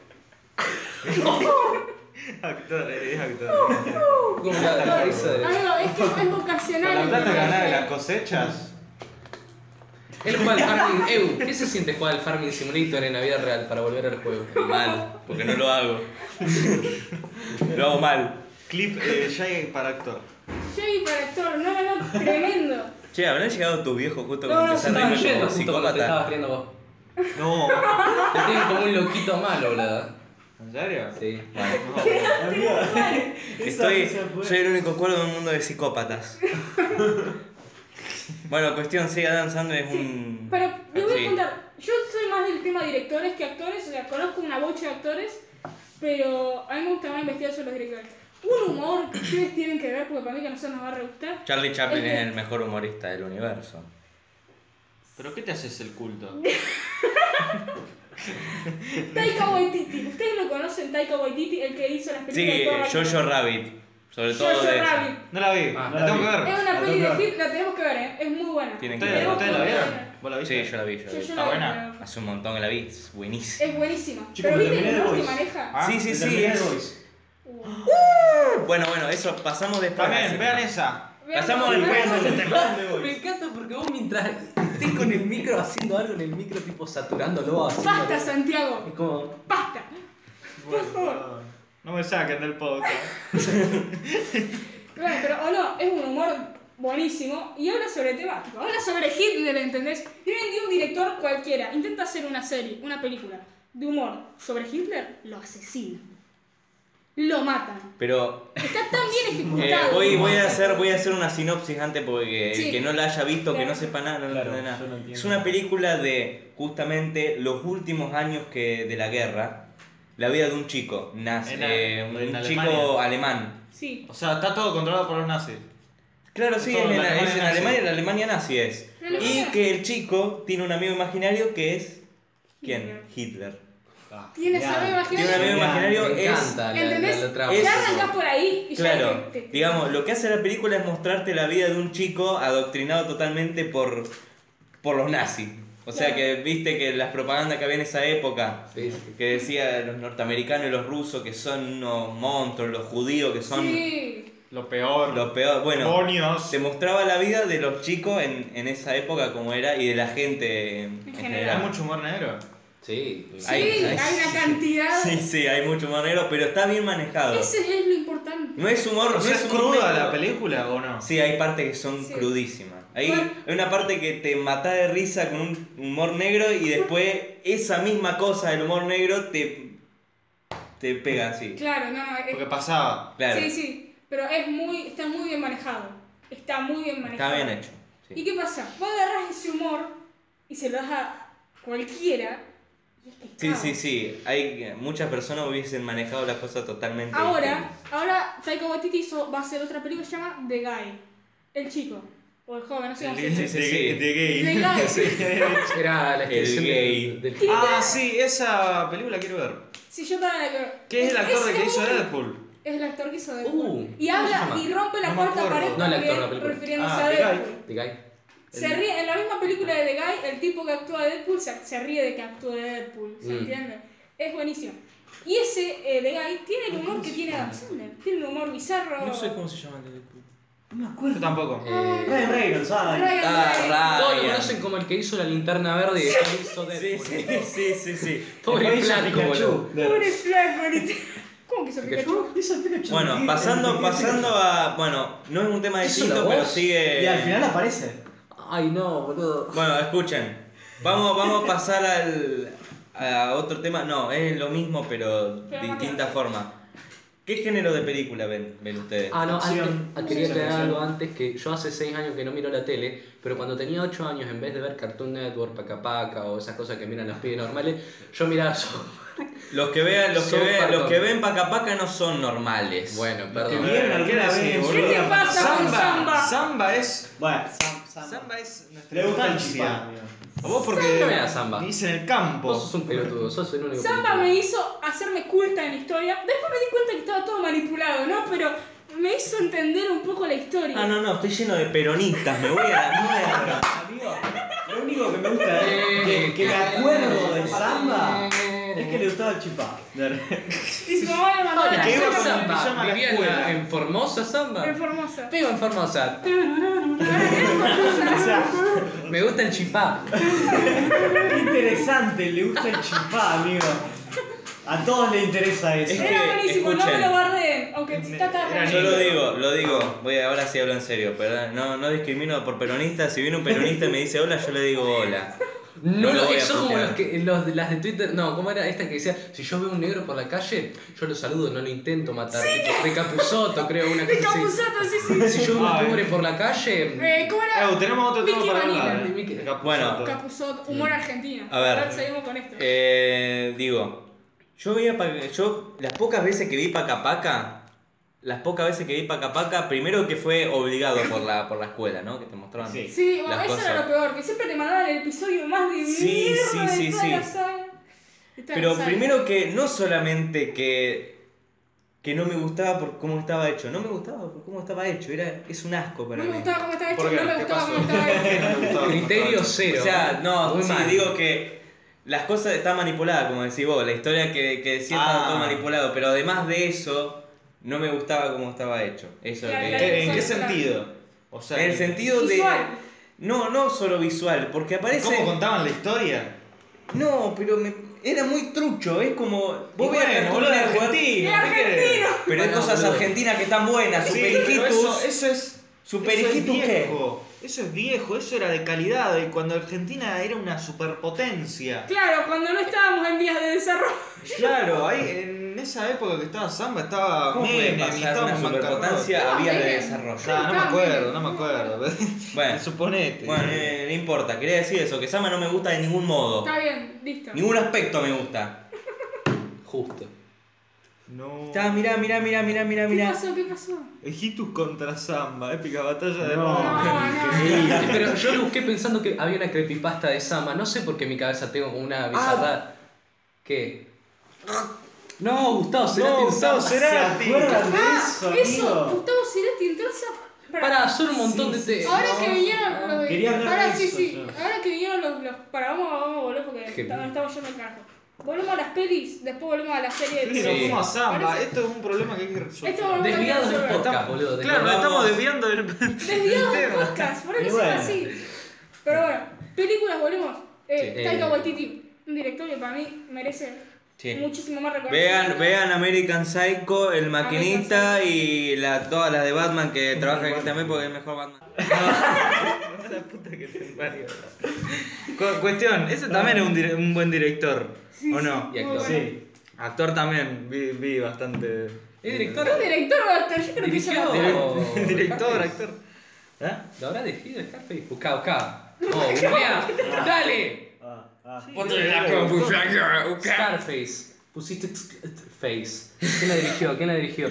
Speaker 4: Actor, eh, es actor.
Speaker 5: Como la risa de
Speaker 2: Amigo, es que es
Speaker 4: Con
Speaker 2: vocacional.
Speaker 4: la plata
Speaker 2: ¿entendés?
Speaker 4: ganada de las cosechas,
Speaker 5: Él juega al Farming. Eu, ¿qué se siente jugar al Farming Simulator en la vida real para volver al juego?
Speaker 1: Mal, porque no lo hago. lo hago mal.
Speaker 4: Clip eh, Jay para actor.
Speaker 2: Jay para actor, no, no, tremendo.
Speaker 1: Che, ¿habrán llegado tus viejos justo
Speaker 2: No,
Speaker 1: cuando
Speaker 2: no,
Speaker 1: empezás
Speaker 2: se
Speaker 1: a reírme
Speaker 5: Estaban
Speaker 1: como
Speaker 5: yendo justo cuando te estabas
Speaker 1: psicópata?
Speaker 5: riendo vos.
Speaker 4: No.
Speaker 5: Te tienen como un loquito malo, boludo.
Speaker 4: ¿En serio?
Speaker 5: Sí.
Speaker 1: Estoy, soy el único cuerdo en un mundo de psicópatas. bueno, cuestión, sí, Adam Sandler es un...
Speaker 2: Pero les voy
Speaker 1: Sí.
Speaker 2: a contar, yo soy más del tema directores que actores, o sea, conozco una bocha de actores, pero a mí me gusta más investigar sobre los directores. Un humor que ustedes tienen que ver, porque para mí que a nosotros nos va a re gustar.
Speaker 1: Charlie Chaplin es el mejor humorista del universo.
Speaker 8: ¿Pero qué te haces el culto?
Speaker 2: Taika Waititi, ustedes lo conocen, Taika Waititi, el que hizo las películas
Speaker 1: Sí,
Speaker 2: de Thor
Speaker 1: Jojo Rabbit. Sobre todo
Speaker 2: Jojo
Speaker 1: de esa.
Speaker 2: Rabbit.
Speaker 4: No la vi.
Speaker 5: Ah,
Speaker 4: la tengo que ver.
Speaker 2: Es una peli de hit, la tenemos que ver, ¿eh? es muy buena.
Speaker 1: Tienen que
Speaker 4: ¿Ustedes,
Speaker 1: verla.
Speaker 4: ustedes la vieron? ¿Vos la
Speaker 1: Sí,
Speaker 4: viste?
Speaker 1: yo la vi, yo la
Speaker 2: Yo,
Speaker 1: vi.
Speaker 2: yo
Speaker 4: Está
Speaker 2: la
Speaker 4: buena.
Speaker 2: veo.
Speaker 1: Hace un montón que la vi, es buenísima.
Speaker 2: Es buenísima.
Speaker 8: Chicos,
Speaker 2: pero viste
Speaker 8: terminé
Speaker 2: el
Speaker 8: The
Speaker 2: humor que
Speaker 8: Voice.
Speaker 2: maneja.
Speaker 4: Ah,
Speaker 1: sí, sí,
Speaker 8: ¿La
Speaker 1: sí.
Speaker 8: terminé
Speaker 1: es-
Speaker 8: de Boys?
Speaker 2: Uh.
Speaker 1: Bueno, bueno, eso pasamos después.
Speaker 4: También, vean esa.
Speaker 2: Vean,
Speaker 1: Pasamos
Speaker 2: vean,
Speaker 1: del
Speaker 2: vean,
Speaker 1: juego al
Speaker 2: vean.
Speaker 1: tema.
Speaker 5: Me encanta porque vos mientras estés con el micro haciendo algo en el micro, tipo saturándolo así.
Speaker 2: Basta,
Speaker 5: Es
Speaker 2: Santiago,
Speaker 5: como.
Speaker 2: basta. Por favor.
Speaker 4: No me saquen del podcast.
Speaker 2: Bueno, pero o no, es un humor buenísimo y habla sobre temática. Habla sobre Hitler, ¿entendés? Y hoy en día un director cualquiera intenta hacer una serie, una película de humor sobre Hitler, lo asesina. Lo matan.
Speaker 1: Pero
Speaker 2: Está tan bien
Speaker 1: eh,
Speaker 2: ejecutado.
Speaker 1: voy, voy a hacer, voy a hacer una sinopsis antes porque el
Speaker 2: Sí.
Speaker 1: que no la haya visto, que no
Speaker 2: Claro.
Speaker 1: sepa nada, no
Speaker 8: Claro,
Speaker 1: entiende nada.
Speaker 8: yo no entiendo.
Speaker 1: es una película de justamente los últimos años que, de la guerra. La vida de un chico, nazi,
Speaker 4: En la-
Speaker 1: eh, un
Speaker 4: en
Speaker 1: chico
Speaker 4: Alemania.
Speaker 1: alemán.
Speaker 2: Sí.
Speaker 4: O sea, está todo controlado por los nazis.
Speaker 1: Claro, sí,
Speaker 4: Todo
Speaker 1: es en,
Speaker 4: en
Speaker 1: la-
Speaker 4: Alemania
Speaker 1: es en
Speaker 4: nazi.
Speaker 1: Alemania, la Alemania nazi es.
Speaker 2: La Alemania
Speaker 1: Y que el chico tiene un amigo imaginario que es. ¿Quién? Hitler.
Speaker 2: Tienes
Speaker 8: Ya.
Speaker 2: algo
Speaker 1: Tiene un
Speaker 2: imaginario.
Speaker 1: amigo imaginario,
Speaker 5: Me
Speaker 1: es.
Speaker 5: encanta la, la,
Speaker 2: ¿Entendés?
Speaker 5: la trama.
Speaker 1: es-
Speaker 2: Ya arrancás por ahí y
Speaker 1: Claro,
Speaker 2: ya te- te-
Speaker 1: digamos, lo que hace la película es mostrarte la vida de un chico adoctrinado totalmente por, por los nazis. O sea que viste que las propagandas que había en esa época,
Speaker 5: Sí, sí.
Speaker 1: que decía los norteamericanos y los rusos que son unos monstruos, los judíos que son
Speaker 2: Sí.
Speaker 4: Lo peor.
Speaker 1: los peores. Bueno,
Speaker 4: demonios.
Speaker 1: te mostraba la vida de los chicos en, en esa época como era y de la gente en, en
Speaker 2: general.
Speaker 1: general.
Speaker 4: Hay mucho humor negro.
Speaker 5: Sí,
Speaker 2: Sí,
Speaker 1: Ahí,
Speaker 2: hay
Speaker 1: ahí.
Speaker 2: una cantidad.
Speaker 1: Sí, sí, hay mucho humor negro, pero está bien manejado.
Speaker 2: Ese es lo importante.
Speaker 1: No es humor,
Speaker 4: O
Speaker 1: no
Speaker 4: sea, ¿Es
Speaker 1: humor
Speaker 4: cruda
Speaker 1: negro.
Speaker 4: la película o no?
Speaker 1: Sí, hay partes que son
Speaker 2: Sí.
Speaker 1: crudísimas. Hay,
Speaker 2: Bueno.
Speaker 1: hay una parte que te mata de risa con un humor negro y después esa misma cosa del humor negro te, te pega así.
Speaker 2: Claro, no, no. es-
Speaker 4: Porque pasaba.
Speaker 1: Claro,
Speaker 2: Sí, sí, pero es muy, está muy bien manejado. Está muy bien manejado.
Speaker 1: está bien hecho. sí.
Speaker 2: ¿Y qué pasa? Vos agarrás ese humor y se lo das a cualquiera. Y es que
Speaker 1: Sí,
Speaker 2: cago.
Speaker 1: sí, sí. Hay muchas personas hubiesen manejado las cosas totalmente.
Speaker 2: Ahora,
Speaker 1: diferentes.
Speaker 2: ahora Taika Waititi hizo- va a hacer otra película que se llama The Guy. El chico. O el joven, no sé cómo se
Speaker 1: Sí,
Speaker 2: dice.
Speaker 1: sí, sí.
Speaker 4: De
Speaker 2: The
Speaker 4: gay.
Speaker 2: Guy.
Speaker 5: Era la
Speaker 1: El
Speaker 5: expresión
Speaker 1: gay.
Speaker 5: del, del
Speaker 4: Ah, sí, esa película quiero ver.
Speaker 2: Sí, yo también la quiero.
Speaker 4: ¿Qué es el actor de que hizo
Speaker 2: muy-
Speaker 4: Deadpool?
Speaker 2: Es el actor que hizo Deadpool.
Speaker 5: Uh,
Speaker 2: y
Speaker 5: ¿cómo se
Speaker 2: habla
Speaker 5: llama?
Speaker 2: y rompe la
Speaker 4: No me
Speaker 2: cuarta
Speaker 4: acuerdo.
Speaker 2: pared
Speaker 5: No, el actor,
Speaker 2: también,
Speaker 5: la película.
Speaker 2: refiriéndose
Speaker 4: Ah,
Speaker 2: a
Speaker 4: The Guy.
Speaker 2: Deadpool.
Speaker 5: The Guy.
Speaker 2: Se ríe, en la misma película de The Guy, el tipo que actúa de Deadpool se, se ríe de que actúa de Deadpool, ¿se
Speaker 5: Mm.
Speaker 2: entiende? Es buenísimo. Y ese eh, The Guy tiene el humor que tiene Adam Sandler, tiene un humor bizarro.
Speaker 8: cómo se llama el de Deadpool.
Speaker 4: Yo tampoco.
Speaker 5: Eh,
Speaker 8: Ryan Reynolds, ah.
Speaker 2: Ryan Reynolds.
Speaker 1: Ah,
Speaker 5: Todos lo
Speaker 1: Ryan.
Speaker 5: conocen como el que hizo la linterna verde y después hizo
Speaker 1: Sí,
Speaker 5: Deadpool.
Speaker 1: sí, sí, sí, sí.
Speaker 5: Pobre
Speaker 8: Después hizo
Speaker 5: flaco,
Speaker 8: Pikachu.
Speaker 5: boludo.
Speaker 2: Pobre flaco, ahorita. ¿Cómo que se
Speaker 5: Pikachu?
Speaker 2: Pikachu?
Speaker 8: Hizo Pikachu.
Speaker 1: Bueno,
Speaker 8: Sí,
Speaker 1: pasando,
Speaker 8: el-
Speaker 1: pasando a. Bueno, no es un tema
Speaker 5: ¿Hizo
Speaker 1: distinto,
Speaker 5: la
Speaker 1: pero
Speaker 5: voz?
Speaker 1: sigue.
Speaker 8: Y al final aparece.
Speaker 5: Ay, no, boludo.
Speaker 1: Bueno, escuchen. Vamos, vamos a pasar al, a otro tema. No, es lo mismo, pero de
Speaker 2: Pero más
Speaker 1: distinta forma. ¿Qué género de película ven, ven ustedes?
Speaker 5: Ah, no, antes,
Speaker 8: Acción.
Speaker 5: ah, quería
Speaker 8: Acción,
Speaker 5: aclarar
Speaker 8: acción.
Speaker 5: algo antes que yo hace 6 años que no miro la tele, pero cuando tenía 8 años, en vez de ver Cartoon Network, Paca Paca o esas cosas que miran los pibes normales, yo miraba South Park.
Speaker 1: Los que vean, los que
Speaker 5: South
Speaker 1: vean,
Speaker 5: Park.
Speaker 1: los que ven Paca Paca no son normales.
Speaker 5: Bueno,
Speaker 4: ¿Qué
Speaker 5: perdón.
Speaker 8: vieron alguna
Speaker 4: decís,
Speaker 8: vez?
Speaker 4: boludo?
Speaker 2: ¿Qué te pasa con Samba?
Speaker 4: Samba es.
Speaker 8: Bueno, Sam, Sam.
Speaker 4: Samba es nuestra
Speaker 8: Le gusta el
Speaker 4: infancia.
Speaker 8: chipán.
Speaker 4: A vos
Speaker 5: Samba me
Speaker 4: porque.
Speaker 5: da samba.
Speaker 4: Dice en el campo.
Speaker 5: Vos sos un pelotudo, sos el único
Speaker 2: Samba
Speaker 5: pelotudo.
Speaker 2: me hizo hacerme culta en la historia. Después me di cuenta que estaba todo manipulado, ¿no? Pero me hizo entender un poco la historia.
Speaker 1: Ah, no, no, estoy lleno de peronistas, me voy a la mierda.
Speaker 8: Amigo, lo único que me gusta es que, que me acuerdo de Samba es que le gustaba el chipá.
Speaker 2: Y su mamá le mandó a
Speaker 5: Hola,
Speaker 2: la
Speaker 4: que iba
Speaker 2: escuela.
Speaker 4: con el pijama
Speaker 5: Samba,
Speaker 4: a la
Speaker 5: vivía en,
Speaker 4: escuela.
Speaker 5: la- en Formosa, Samba.
Speaker 2: En Formosa.
Speaker 5: Vivo en Formosa.
Speaker 2: Era Formosa.
Speaker 8: O sea,
Speaker 5: Me gusta el chipá.
Speaker 8: Qué interesante, le gusta el chipá, amigo. A todos les interesa eso.
Speaker 1: Es
Speaker 2: Era
Speaker 1: que,
Speaker 2: buenísimo, no
Speaker 1: escuchen.
Speaker 2: me lo guarden, aunque está tarde.
Speaker 1: Yo lo digo, lo digo. Voy a- ahora sí hablo en serio, pero no, no discrimino por peronistas. Si viene un peronista y me dice hola, yo le digo hola.
Speaker 5: No,
Speaker 1: No lo
Speaker 5: no,
Speaker 1: voy a
Speaker 5: eso como
Speaker 1: putear.
Speaker 5: los que, los de- las de Twitter. No, ¿cómo era esta que decía? Si yo veo un negro por la calle, yo lo saludo, no lo intento matar. Tipo, De Capuzoto, creo, una
Speaker 2: De
Speaker 5: cosa así.
Speaker 2: Capuzoto, sí, sí.
Speaker 5: Si yo veo un pobre por la calle.
Speaker 2: Eh, ¿Cómo era?
Speaker 4: Eh, tenemos otro tema
Speaker 2: Mickey
Speaker 4: para
Speaker 2: Vanilla.
Speaker 4: hablar. eh.
Speaker 5: Mickey-
Speaker 1: Bueno,
Speaker 2: Capuzot, humor argentino.
Speaker 1: A ver.
Speaker 2: Ahora seguimos con esto.
Speaker 1: eh, digo, yo veía pa- yo las pocas veces que vi Paca Paca, las pocas veces que vi Paca Paca, primero que fue obligado por la por la escuela, ¿no? Que te mostraban.
Speaker 8: Sí.
Speaker 2: Sí, bueno,
Speaker 1: las
Speaker 2: eso
Speaker 1: cosas.
Speaker 2: era lo peor, que siempre te mandaban el episodio más de
Speaker 1: Sí,
Speaker 2: mierda
Speaker 1: sí,
Speaker 2: de
Speaker 1: sí,
Speaker 2: toda
Speaker 1: sí.
Speaker 2: la saga. De toda la
Speaker 1: Pero
Speaker 2: saga.
Speaker 1: primero que no solamente que que no me gustaba por cómo estaba hecho, no me gustaba por cómo estaba hecho, era es un asco para
Speaker 2: No me
Speaker 1: mí.
Speaker 2: gustaba cómo estaba hecho,
Speaker 4: ¿Por qué?
Speaker 2: no me
Speaker 4: ¿Qué
Speaker 2: gustaba cómo
Speaker 4: pasó?
Speaker 2: estaba hecho.
Speaker 4: No me gustaba,
Speaker 5: Criterio
Speaker 4: no
Speaker 5: cero.
Speaker 1: O sea, no,
Speaker 5: Muy
Speaker 1: sí,
Speaker 5: mal.
Speaker 1: digo que las cosas están manipuladas, como decís vos, la historia que, que decía estaba
Speaker 4: Ah.
Speaker 1: todo manipulado, pero además de eso, no me gustaba cómo estaba hecho. Eso es lo
Speaker 2: Claro,
Speaker 1: que-
Speaker 4: me gustaba.
Speaker 2: claro.
Speaker 4: Eh, ¿En qué sentido? O sea,
Speaker 1: En el sentido de.
Speaker 2: Visual.
Speaker 1: No, no solo visual, porque aparece.
Speaker 4: ¿Cómo contaban la historia?
Speaker 1: No, pero me- era muy trucho, es como.
Speaker 4: Y
Speaker 1: Vos veas
Speaker 4: bueno,
Speaker 1: cartoon
Speaker 4: boludo,
Speaker 1: network,
Speaker 4: argentino,
Speaker 2: Era
Speaker 4: ¿qué querés?
Speaker 2: argentino.
Speaker 1: Pero hay
Speaker 5: Bueno,
Speaker 1: cosas
Speaker 5: boludo.
Speaker 1: argentinas que están buenas,
Speaker 4: Sí,
Speaker 1: super
Speaker 4: pero
Speaker 1: hijitus.
Speaker 4: eso, eso es.
Speaker 1: Super
Speaker 4: eso es
Speaker 1: hijitus, ¿qué?
Speaker 4: viejo. Eso es viejo, eso era de calidad. Y cuando Argentina era una superpotencia.
Speaker 2: Claro, cuando no estábamos en vías de desarrollo.
Speaker 4: Claro, ahí, en esa época que estaba Samba estaba
Speaker 1: ¿Cómo puede
Speaker 4: Menem,
Speaker 1: pasar
Speaker 4: estaba
Speaker 1: una superpotencia a
Speaker 2: No,
Speaker 1: vías de
Speaker 2: Menem.
Speaker 1: desarrollo?
Speaker 4: Ah, no me
Speaker 2: Estaba
Speaker 4: acuerdo,
Speaker 2: Menem.
Speaker 4: no me acuerdo.
Speaker 1: Bueno.
Speaker 4: Suponete.
Speaker 1: Bueno, eh, no importa, quería decir eso, que Sama no me gusta de ningún modo.
Speaker 2: Está bien, listo.
Speaker 1: Ningún aspecto me gusta.
Speaker 5: Justo.
Speaker 4: No.
Speaker 1: Está, mirá, mirá, mirá, mirá, mirá,
Speaker 2: ¿Qué
Speaker 1: mirá.
Speaker 2: pasó? ¿Qué pasó?
Speaker 4: Hijitus contra Samba, épica batalla de
Speaker 2: No,
Speaker 4: rock.
Speaker 2: no, no.
Speaker 5: Pero yo lo busqué pensando que había una creepypasta de Sama. No sé por qué en mi cabeza tengo como
Speaker 1: Ah.
Speaker 5: una bizarra. ¿Qué? No, Gustavo, será
Speaker 4: No, Gustavo
Speaker 5: Sama.
Speaker 8: ¿Se
Speaker 4: Cerati.
Speaker 8: acuerdan de
Speaker 2: Ah,
Speaker 8: eso,
Speaker 2: eso,
Speaker 8: amigo?
Speaker 2: Gustavo Cerati entró esa.
Speaker 5: Para hacer un montón de te-
Speaker 2: Ahora que vinieron los.
Speaker 8: Quería hablar
Speaker 2: ahora
Speaker 8: de
Speaker 2: sí,
Speaker 8: eso
Speaker 2: sí.
Speaker 8: yo.
Speaker 2: Ahora que vinieron los, los. Para, vamos, vamos a volver porque
Speaker 5: Qué
Speaker 2: estamos,
Speaker 5: bien.
Speaker 2: estamos yendo al carajo. Volvemos a las pelis, después volvemos a la serie de
Speaker 4: Sí, nos
Speaker 5: Sí.
Speaker 4: fuimos a Samba.
Speaker 2: Parece-
Speaker 4: Esto es un problema que hay que resolver.
Speaker 2: Esto volvemos
Speaker 5: Desviados del
Speaker 2: a resolver.
Speaker 5: podcast, boludo.
Speaker 4: Claro, nos
Speaker 5: Desviados.
Speaker 4: estamos desviando del.
Speaker 2: Desviados del
Speaker 4: Interna.
Speaker 2: podcast, por
Speaker 8: Y
Speaker 2: eso
Speaker 8: bueno.
Speaker 2: así. Pero bueno, películas volvemos. Eh,
Speaker 5: Sí.
Speaker 2: Taika
Speaker 5: Eh.
Speaker 2: Waititi, un director que para mí merece
Speaker 1: Sí.
Speaker 2: muchísimo más
Speaker 1: Vean,
Speaker 2: reconocimiento.
Speaker 1: vean American Psycho, El Maquinista y la, todas las de Batman que trabajan aquí también porque es mejor Batman.
Speaker 4: La puta que te parió. Cu- Cuestión, ese también es un, dire- un buen director, ¿o no?
Speaker 5: Y
Speaker 2: Muy
Speaker 5: actor.
Speaker 2: bueno.
Speaker 8: Sí.
Speaker 4: Actor también, vi, vi bastante.
Speaker 5: ¿Es director?
Speaker 2: ¿Es director o actor? Yo creo que es
Speaker 5: Dirigió.
Speaker 2: actor.
Speaker 5: Oh,
Speaker 4: director,
Speaker 5: Scarface.
Speaker 4: actor. ¿Eh?
Speaker 5: ¿Lo habrá dirigido Scarface? Buscá, buscá. Oh, buscá. Dale.
Speaker 8: Ah, ah.
Speaker 5: Scarface. Pusiste ex- face. ¿Quién la dirigió? ¿Quién la dirigió?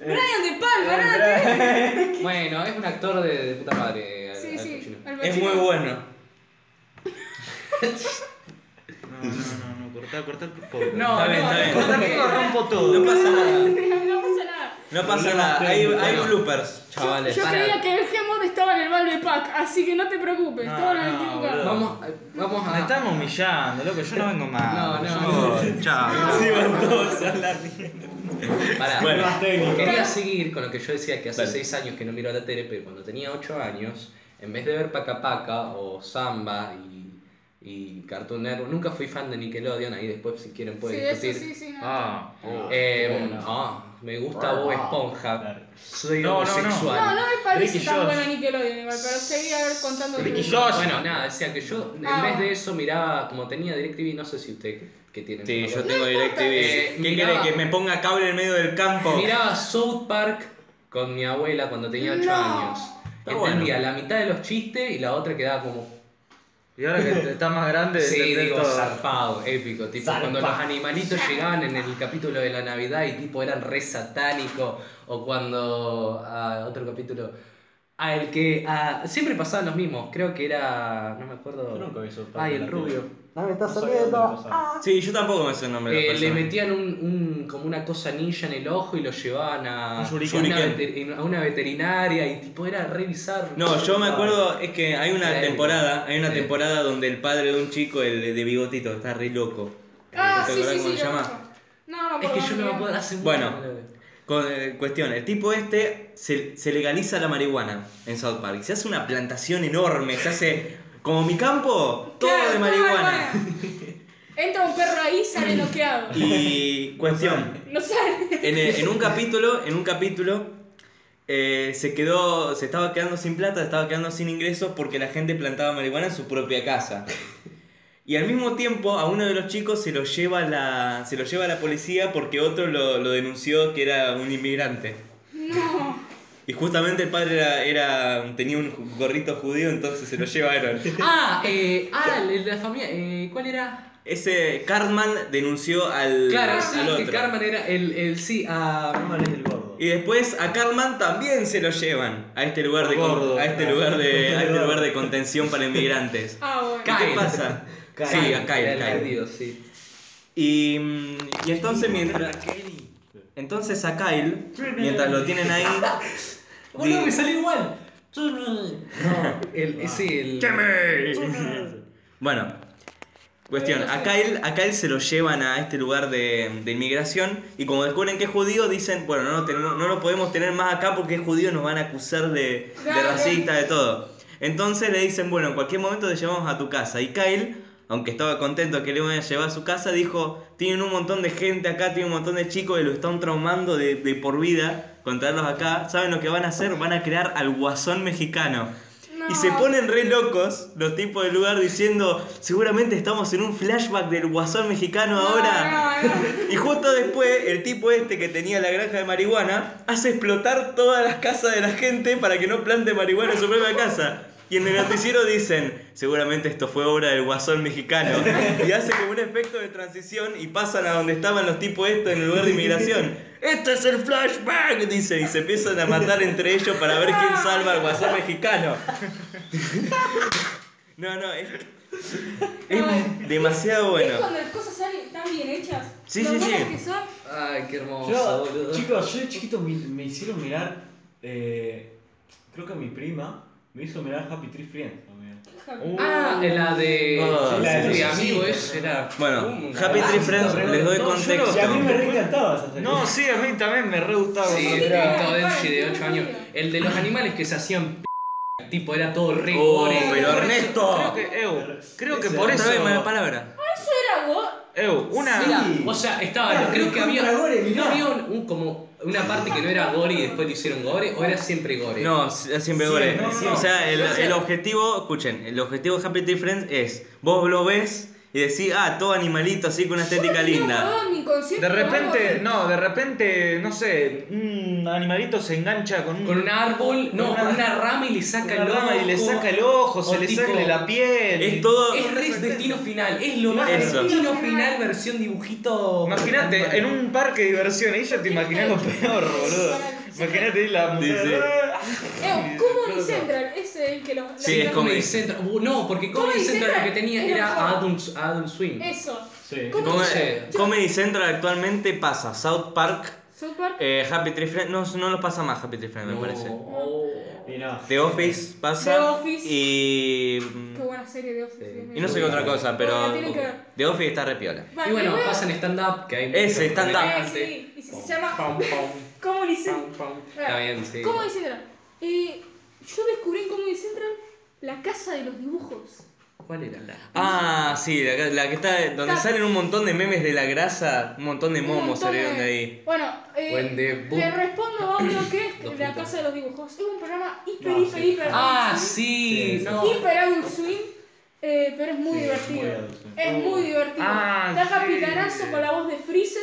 Speaker 2: Brian De
Speaker 8: Eh,
Speaker 2: Palma, nada que ver.
Speaker 5: Bueno, es un actor de, de puta madre. Al-
Speaker 2: Sí,
Speaker 5: Al
Speaker 2: sí.
Speaker 5: Pacino.
Speaker 2: Al
Speaker 1: Es
Speaker 2: Pacino.
Speaker 1: muy bueno.
Speaker 4: No, no, no, no, cortá, cortá el pobre.
Speaker 5: No,
Speaker 1: Está bien,
Speaker 5: no,
Speaker 1: está bien.
Speaker 4: cortá que lo rompo todo.
Speaker 1: No pasa nada.
Speaker 2: No pasa nada.
Speaker 1: No pasa nada. Hay, hay bloopers, chavales.
Speaker 2: Yo creía que el Gemot estaba en el Valve Pack, así que no te preocupes,
Speaker 4: No,
Speaker 2: estaba en el
Speaker 4: no,
Speaker 2: equipo
Speaker 4: boludo.
Speaker 5: Vamos, eh, vamos
Speaker 4: Me
Speaker 5: a.
Speaker 4: están humillando, loco, yo no vengo más.
Speaker 5: No, no.
Speaker 4: Chao.
Speaker 5: Pará.
Speaker 1: Bueno.
Speaker 8: Más técnico.
Speaker 5: Quería seguir con lo que yo decía que hace
Speaker 1: Dale.
Speaker 5: 6 años que no miro la tele, pero cuando tenía 8 años, en vez de ver Paca Paca o Samba y, y Cartoon Network, nunca fui fan de Nickelodeon, ahí después si quieren
Speaker 2: Sí,
Speaker 5: pueden
Speaker 2: eso
Speaker 5: discutir.
Speaker 2: sí, sí, no.
Speaker 4: Ah, oh.
Speaker 5: Eh,
Speaker 8: Bueno.
Speaker 5: ah, me gusta Bob Esponja.
Speaker 8: Claro.
Speaker 5: Soy
Speaker 4: No, no, no.
Speaker 5: homosexual.
Speaker 2: No, no me parece
Speaker 4: Ricky
Speaker 2: tan
Speaker 4: Josh.
Speaker 2: buena Nickelodeon igual, pero seguía a ver contando
Speaker 4: Ricky
Speaker 2: que-
Speaker 4: Josh.
Speaker 5: Bueno, nada, o sea que yo en
Speaker 2: Ah.
Speaker 5: vez de eso miraba, como tenía DirecTV, no sé si usted que tiene.
Speaker 1: Sí,
Speaker 5: ¿no?
Speaker 1: yo tengo DirecTV.
Speaker 5: Eh,
Speaker 1: ¿Qué
Speaker 5: mirá.
Speaker 1: querés? ¿Que me ponga cable en medio del campo?
Speaker 5: Miraba South Park con mi abuela cuando tenía 8
Speaker 2: No.
Speaker 5: años.
Speaker 1: Está bueno.
Speaker 5: Entendía la mitad de los chistes y la otra quedaba como.
Speaker 4: Y ahora que estás más grande,
Speaker 5: Sí,
Speaker 4: entendés
Speaker 5: digo,
Speaker 4: todo.
Speaker 5: zarpado, épico. Tipo, cuando los animalitos llegaban en el capítulo de la Navidad y tipo eran re satánicos. O cuando. ah, otro capítulo. Al que. ah, siempre pasaban los mismos. Creo que era. No me acuerdo.
Speaker 8: nunca vi South Park
Speaker 5: Ay,
Speaker 8: en
Speaker 5: el
Speaker 8: la
Speaker 5: rubio.
Speaker 8: tele. No sabía dónde pasaba.
Speaker 1: Sí, yo tampoco me sé el nombre de
Speaker 5: Eh,
Speaker 1: la
Speaker 5: le
Speaker 1: persona.
Speaker 5: metían un, un- como una cosa ninja en el ojo y lo llevaban a,
Speaker 1: Un
Speaker 5: a,
Speaker 1: shuriken.
Speaker 5: una, veter- a una veterinaria y tipo era revisar.
Speaker 1: No, yo me acuerdo, es que hay una
Speaker 5: Era épico.
Speaker 1: temporada, hay una
Speaker 5: Sí.
Speaker 1: temporada donde el padre de un chico, el de bigotito, está re loco.
Speaker 2: Ah,
Speaker 1: ¿Te acordás
Speaker 2: sí, sí,
Speaker 1: cómo
Speaker 2: sí,
Speaker 1: se
Speaker 2: lo
Speaker 1: llama?
Speaker 2: conozco. No, no me
Speaker 5: Es
Speaker 2: acuerdo
Speaker 5: que yo no me
Speaker 2: bien.
Speaker 5: acuerdo hace mucho.
Speaker 1: Bueno.
Speaker 5: que no lo veo.
Speaker 1: Con- eh, cuestión, el tipo este se, se legaliza la marihuana en South Park. Se hace una plantación enorme, se hace Como mi campo, todo
Speaker 2: Claro,
Speaker 1: de
Speaker 2: todo
Speaker 1: marihuana.
Speaker 2: Entra un perro ahí, sale noqueado.
Speaker 1: Y cuestión,
Speaker 2: No sale.
Speaker 1: en, eh, en un capítulo, en un capítulo eh, se quedó, se estaba quedando sin plata, se estaba quedando sin ingresos porque la gente plantaba marihuana en su propia casa. Y al mismo tiempo a uno de los chicos se lo lleva la, se lo lleva la policía porque otro lo, lo denunció que era un inmigrante.
Speaker 2: No.
Speaker 1: Y justamente el padre era, era- tenía un gorrito judío, entonces se lo llevaron.
Speaker 5: Ah, eh, ah, la familia. Eh, ¿Cuál era?
Speaker 1: Ese Cartman denunció al,
Speaker 5: Claro,
Speaker 1: al
Speaker 5: sí,
Speaker 1: otro.
Speaker 5: que Carmen era el, el sí. ah,
Speaker 6: Cartman es el gordo.
Speaker 1: Y después a Cartman también se lo llevan a este lugar de con-
Speaker 6: Gordo.
Speaker 1: a este lugar de a este lugar de contención para inmigrantes.
Speaker 2: Ah, bueno.
Speaker 1: ¿Qué
Speaker 5: Kyle.
Speaker 1: pasa?
Speaker 5: Kyle,
Speaker 1: sí, a Kyle,
Speaker 5: el
Speaker 1: Kyle.
Speaker 5: perdido, sí.
Speaker 1: Y, mm, y entonces mientras entonces a Kyle mientras lo tienen ahí
Speaker 4: Boludo, me salió igual.
Speaker 5: El, sí, el.
Speaker 1: Bueno, cuestión. A Kyle, a Kyle se lo llevan a este lugar de, de inmigración y como descubren que es judío, dicen, bueno, no, lo ten- no lo podemos tener más acá porque es judío, nos van a acusar de, de
Speaker 2: Claro.
Speaker 1: racista, de todo. Entonces le dicen, bueno, en cualquier momento te llevamos a tu casa. Y Kyle, aunque estaba contento que le iban a llevar a su casa, dijo, tienen un montón de gente acá, tienen un montón de chicos y lo están traumando de, de por vida con traerlos acá. ¿Saben lo que van a hacer? Van a crear al guasón mexicano.
Speaker 2: No.
Speaker 1: Y se ponen re locos los tipos del lugar diciendo, seguramente estamos en un flashback del guasón mexicano
Speaker 2: No,
Speaker 1: ahora.
Speaker 2: no, no.
Speaker 1: Y justo después, el tipo este que tenía la granja de marihuana hace explotar todas las casas de la gente para que no plante marihuana en su propia casa. Y en el noticiero dicen, seguramente esto fue obra del guasón mexicano. Y hace como un efecto de transición y pasan a donde estaban los tipos estos en el lugar de inmigración. Este es el flashback, dicen, y se empiezan a matar entre ellos para ver quién salva al guasón mexicano. No, no, es, es demasiado
Speaker 2: Es
Speaker 1: bueno.
Speaker 2: cuando las cosas salen tan bien hechas.
Speaker 1: Sí,
Speaker 2: lo
Speaker 1: sí,
Speaker 2: buenas
Speaker 1: sí.
Speaker 2: que son.
Speaker 5: Ay, qué hermoso,
Speaker 6: Yo,
Speaker 5: boludo.
Speaker 6: chicos, yo de chiquito me, me hicieron mirar. eh, creo que mi prima me hizo mirar Happy Tree Friends. amigo.
Speaker 1: Uh.
Speaker 5: Ah,
Speaker 1: Eh.
Speaker 5: la de.
Speaker 1: Ah,
Speaker 5: sí,
Speaker 6: la de
Speaker 5: sí,
Speaker 6: los
Speaker 5: amigo,
Speaker 4: chicos,
Speaker 5: es.
Speaker 4: ¿no?
Speaker 5: Era.
Speaker 1: Bueno,
Speaker 5: Mm,
Speaker 1: Happy Tree
Speaker 5: ah,
Speaker 1: Friends,
Speaker 5: re-
Speaker 1: les doy
Speaker 4: no, yo no-
Speaker 1: contexto.
Speaker 6: Y a mí me re encantaba esa serie.
Speaker 1: No, sí, a mí también me re gustaba.
Speaker 5: Sí,
Speaker 1: cuando
Speaker 5: el
Speaker 1: era-
Speaker 5: Tito Denshi de 8 años. El de los animales que se hacían p. Tipo, era todo re
Speaker 1: Oh,
Speaker 5: gore.
Speaker 1: pero Ernesto.
Speaker 4: Creo que, Ew, creo que
Speaker 6: Ese,
Speaker 4: por
Speaker 1: Otra vez mala
Speaker 4: eso.
Speaker 1: palabra.
Speaker 2: Eso era vos.
Speaker 1: Ew, una.
Speaker 5: Era-
Speaker 6: Sí.
Speaker 5: O sea, estaba.
Speaker 6: Era
Speaker 5: creo que había.
Speaker 6: recontra gore, mirá.
Speaker 5: ¿No había un, un- como una parte que no era gore y después le hicieron gore? ¿O era siempre gore?
Speaker 1: No, s- siempre gore.
Speaker 6: no, no,
Speaker 1: O sea, el,
Speaker 5: no, no.
Speaker 1: el objetivo, escuchen, el objetivo de Happy Tree Friends es: vos lo ves y decís, ah, todo animalito así con una estética linda.
Speaker 2: De
Speaker 1: De repente, no, de repente, no sé, un animalito se engancha con un.
Speaker 5: Con un árbol, no, con
Speaker 1: Con una-
Speaker 5: una rama y le saca
Speaker 1: una
Speaker 5: el
Speaker 1: rama y le
Speaker 5: ojo.
Speaker 1: saca el ojo,
Speaker 5: o
Speaker 1: se le
Speaker 5: tipo-
Speaker 1: sale la piel.
Speaker 10: Es todo.
Speaker 5: Es re destino final, es lo más
Speaker 1: Eso.
Speaker 5: destino final versión dibujito.
Speaker 1: Imagínate, en un parque de diversiones, ella te imaginas lo peor, boludo. Imagínate la mujer.
Speaker 10: Sí,
Speaker 2: Eh, Comedy Central es el que los.
Speaker 1: Sí,
Speaker 2: la-
Speaker 1: es
Speaker 5: Comedy Central. uh, No, porque Comedy
Speaker 2: Comedy
Speaker 5: Central lo que
Speaker 2: Central
Speaker 5: tenía
Speaker 2: era
Speaker 5: era
Speaker 2: mejor.
Speaker 5: Adult, Adult Swim.
Speaker 2: Eso.
Speaker 6: Sí.
Speaker 2: ¿Cómo
Speaker 1: Come-
Speaker 5: Sí.
Speaker 1: Comedy Central actualmente pasa South Park,
Speaker 2: South Park.
Speaker 1: eh, Happy Tree Friends, no, no lo pasa más Happy Tree Friends, Ah, me parece.
Speaker 5: Oh.
Speaker 6: Y no.
Speaker 1: The Office pasa.
Speaker 2: The Office.
Speaker 1: Y. mm,
Speaker 2: Qué buena serie de Office. Dios mío.
Speaker 1: Eh. Y no sé qué otra cosa, pero.
Speaker 2: Bueno, tienen que ver.
Speaker 1: The Office está re piola.
Speaker 5: Y
Speaker 2: Vale,
Speaker 5: bueno,
Speaker 2: luego-
Speaker 5: pasan stand-up, que hay.
Speaker 1: Ese, stand-up.
Speaker 2: Eh, sí, y se, se llama Comedy Central.
Speaker 5: Está bien, sí.
Speaker 2: Comedy Central. Eh, yo descubrí en Comedy Central la casa de los dibujos.
Speaker 5: ¿Cuál era la?
Speaker 1: Ah, sí, la, la que está. Donde
Speaker 2: Está-
Speaker 1: salen un montón de memes de la grasa, un montón de
Speaker 2: Un
Speaker 1: momos
Speaker 2: montón
Speaker 1: salieron de
Speaker 2: de-
Speaker 1: ahí.
Speaker 2: Bueno, eh,
Speaker 5: Buen debut.
Speaker 2: le respondo a otro que es
Speaker 5: Dos
Speaker 2: la
Speaker 5: puntos.
Speaker 2: casa de los dibujos. Es un programa hiper,
Speaker 6: No,
Speaker 2: hiper,
Speaker 6: sí.
Speaker 2: hiper.
Speaker 5: Ah,
Speaker 2: adult swim.
Speaker 5: sí,
Speaker 6: Sí,
Speaker 5: no.
Speaker 2: Hiper adult swim, eh, pero es muy
Speaker 6: Sí, es muy
Speaker 2: divertido.
Speaker 6: adult swim.
Speaker 2: Es muy divertido.
Speaker 1: Ah,
Speaker 2: está
Speaker 1: sí.
Speaker 2: Capitanazo con la voz de Freezer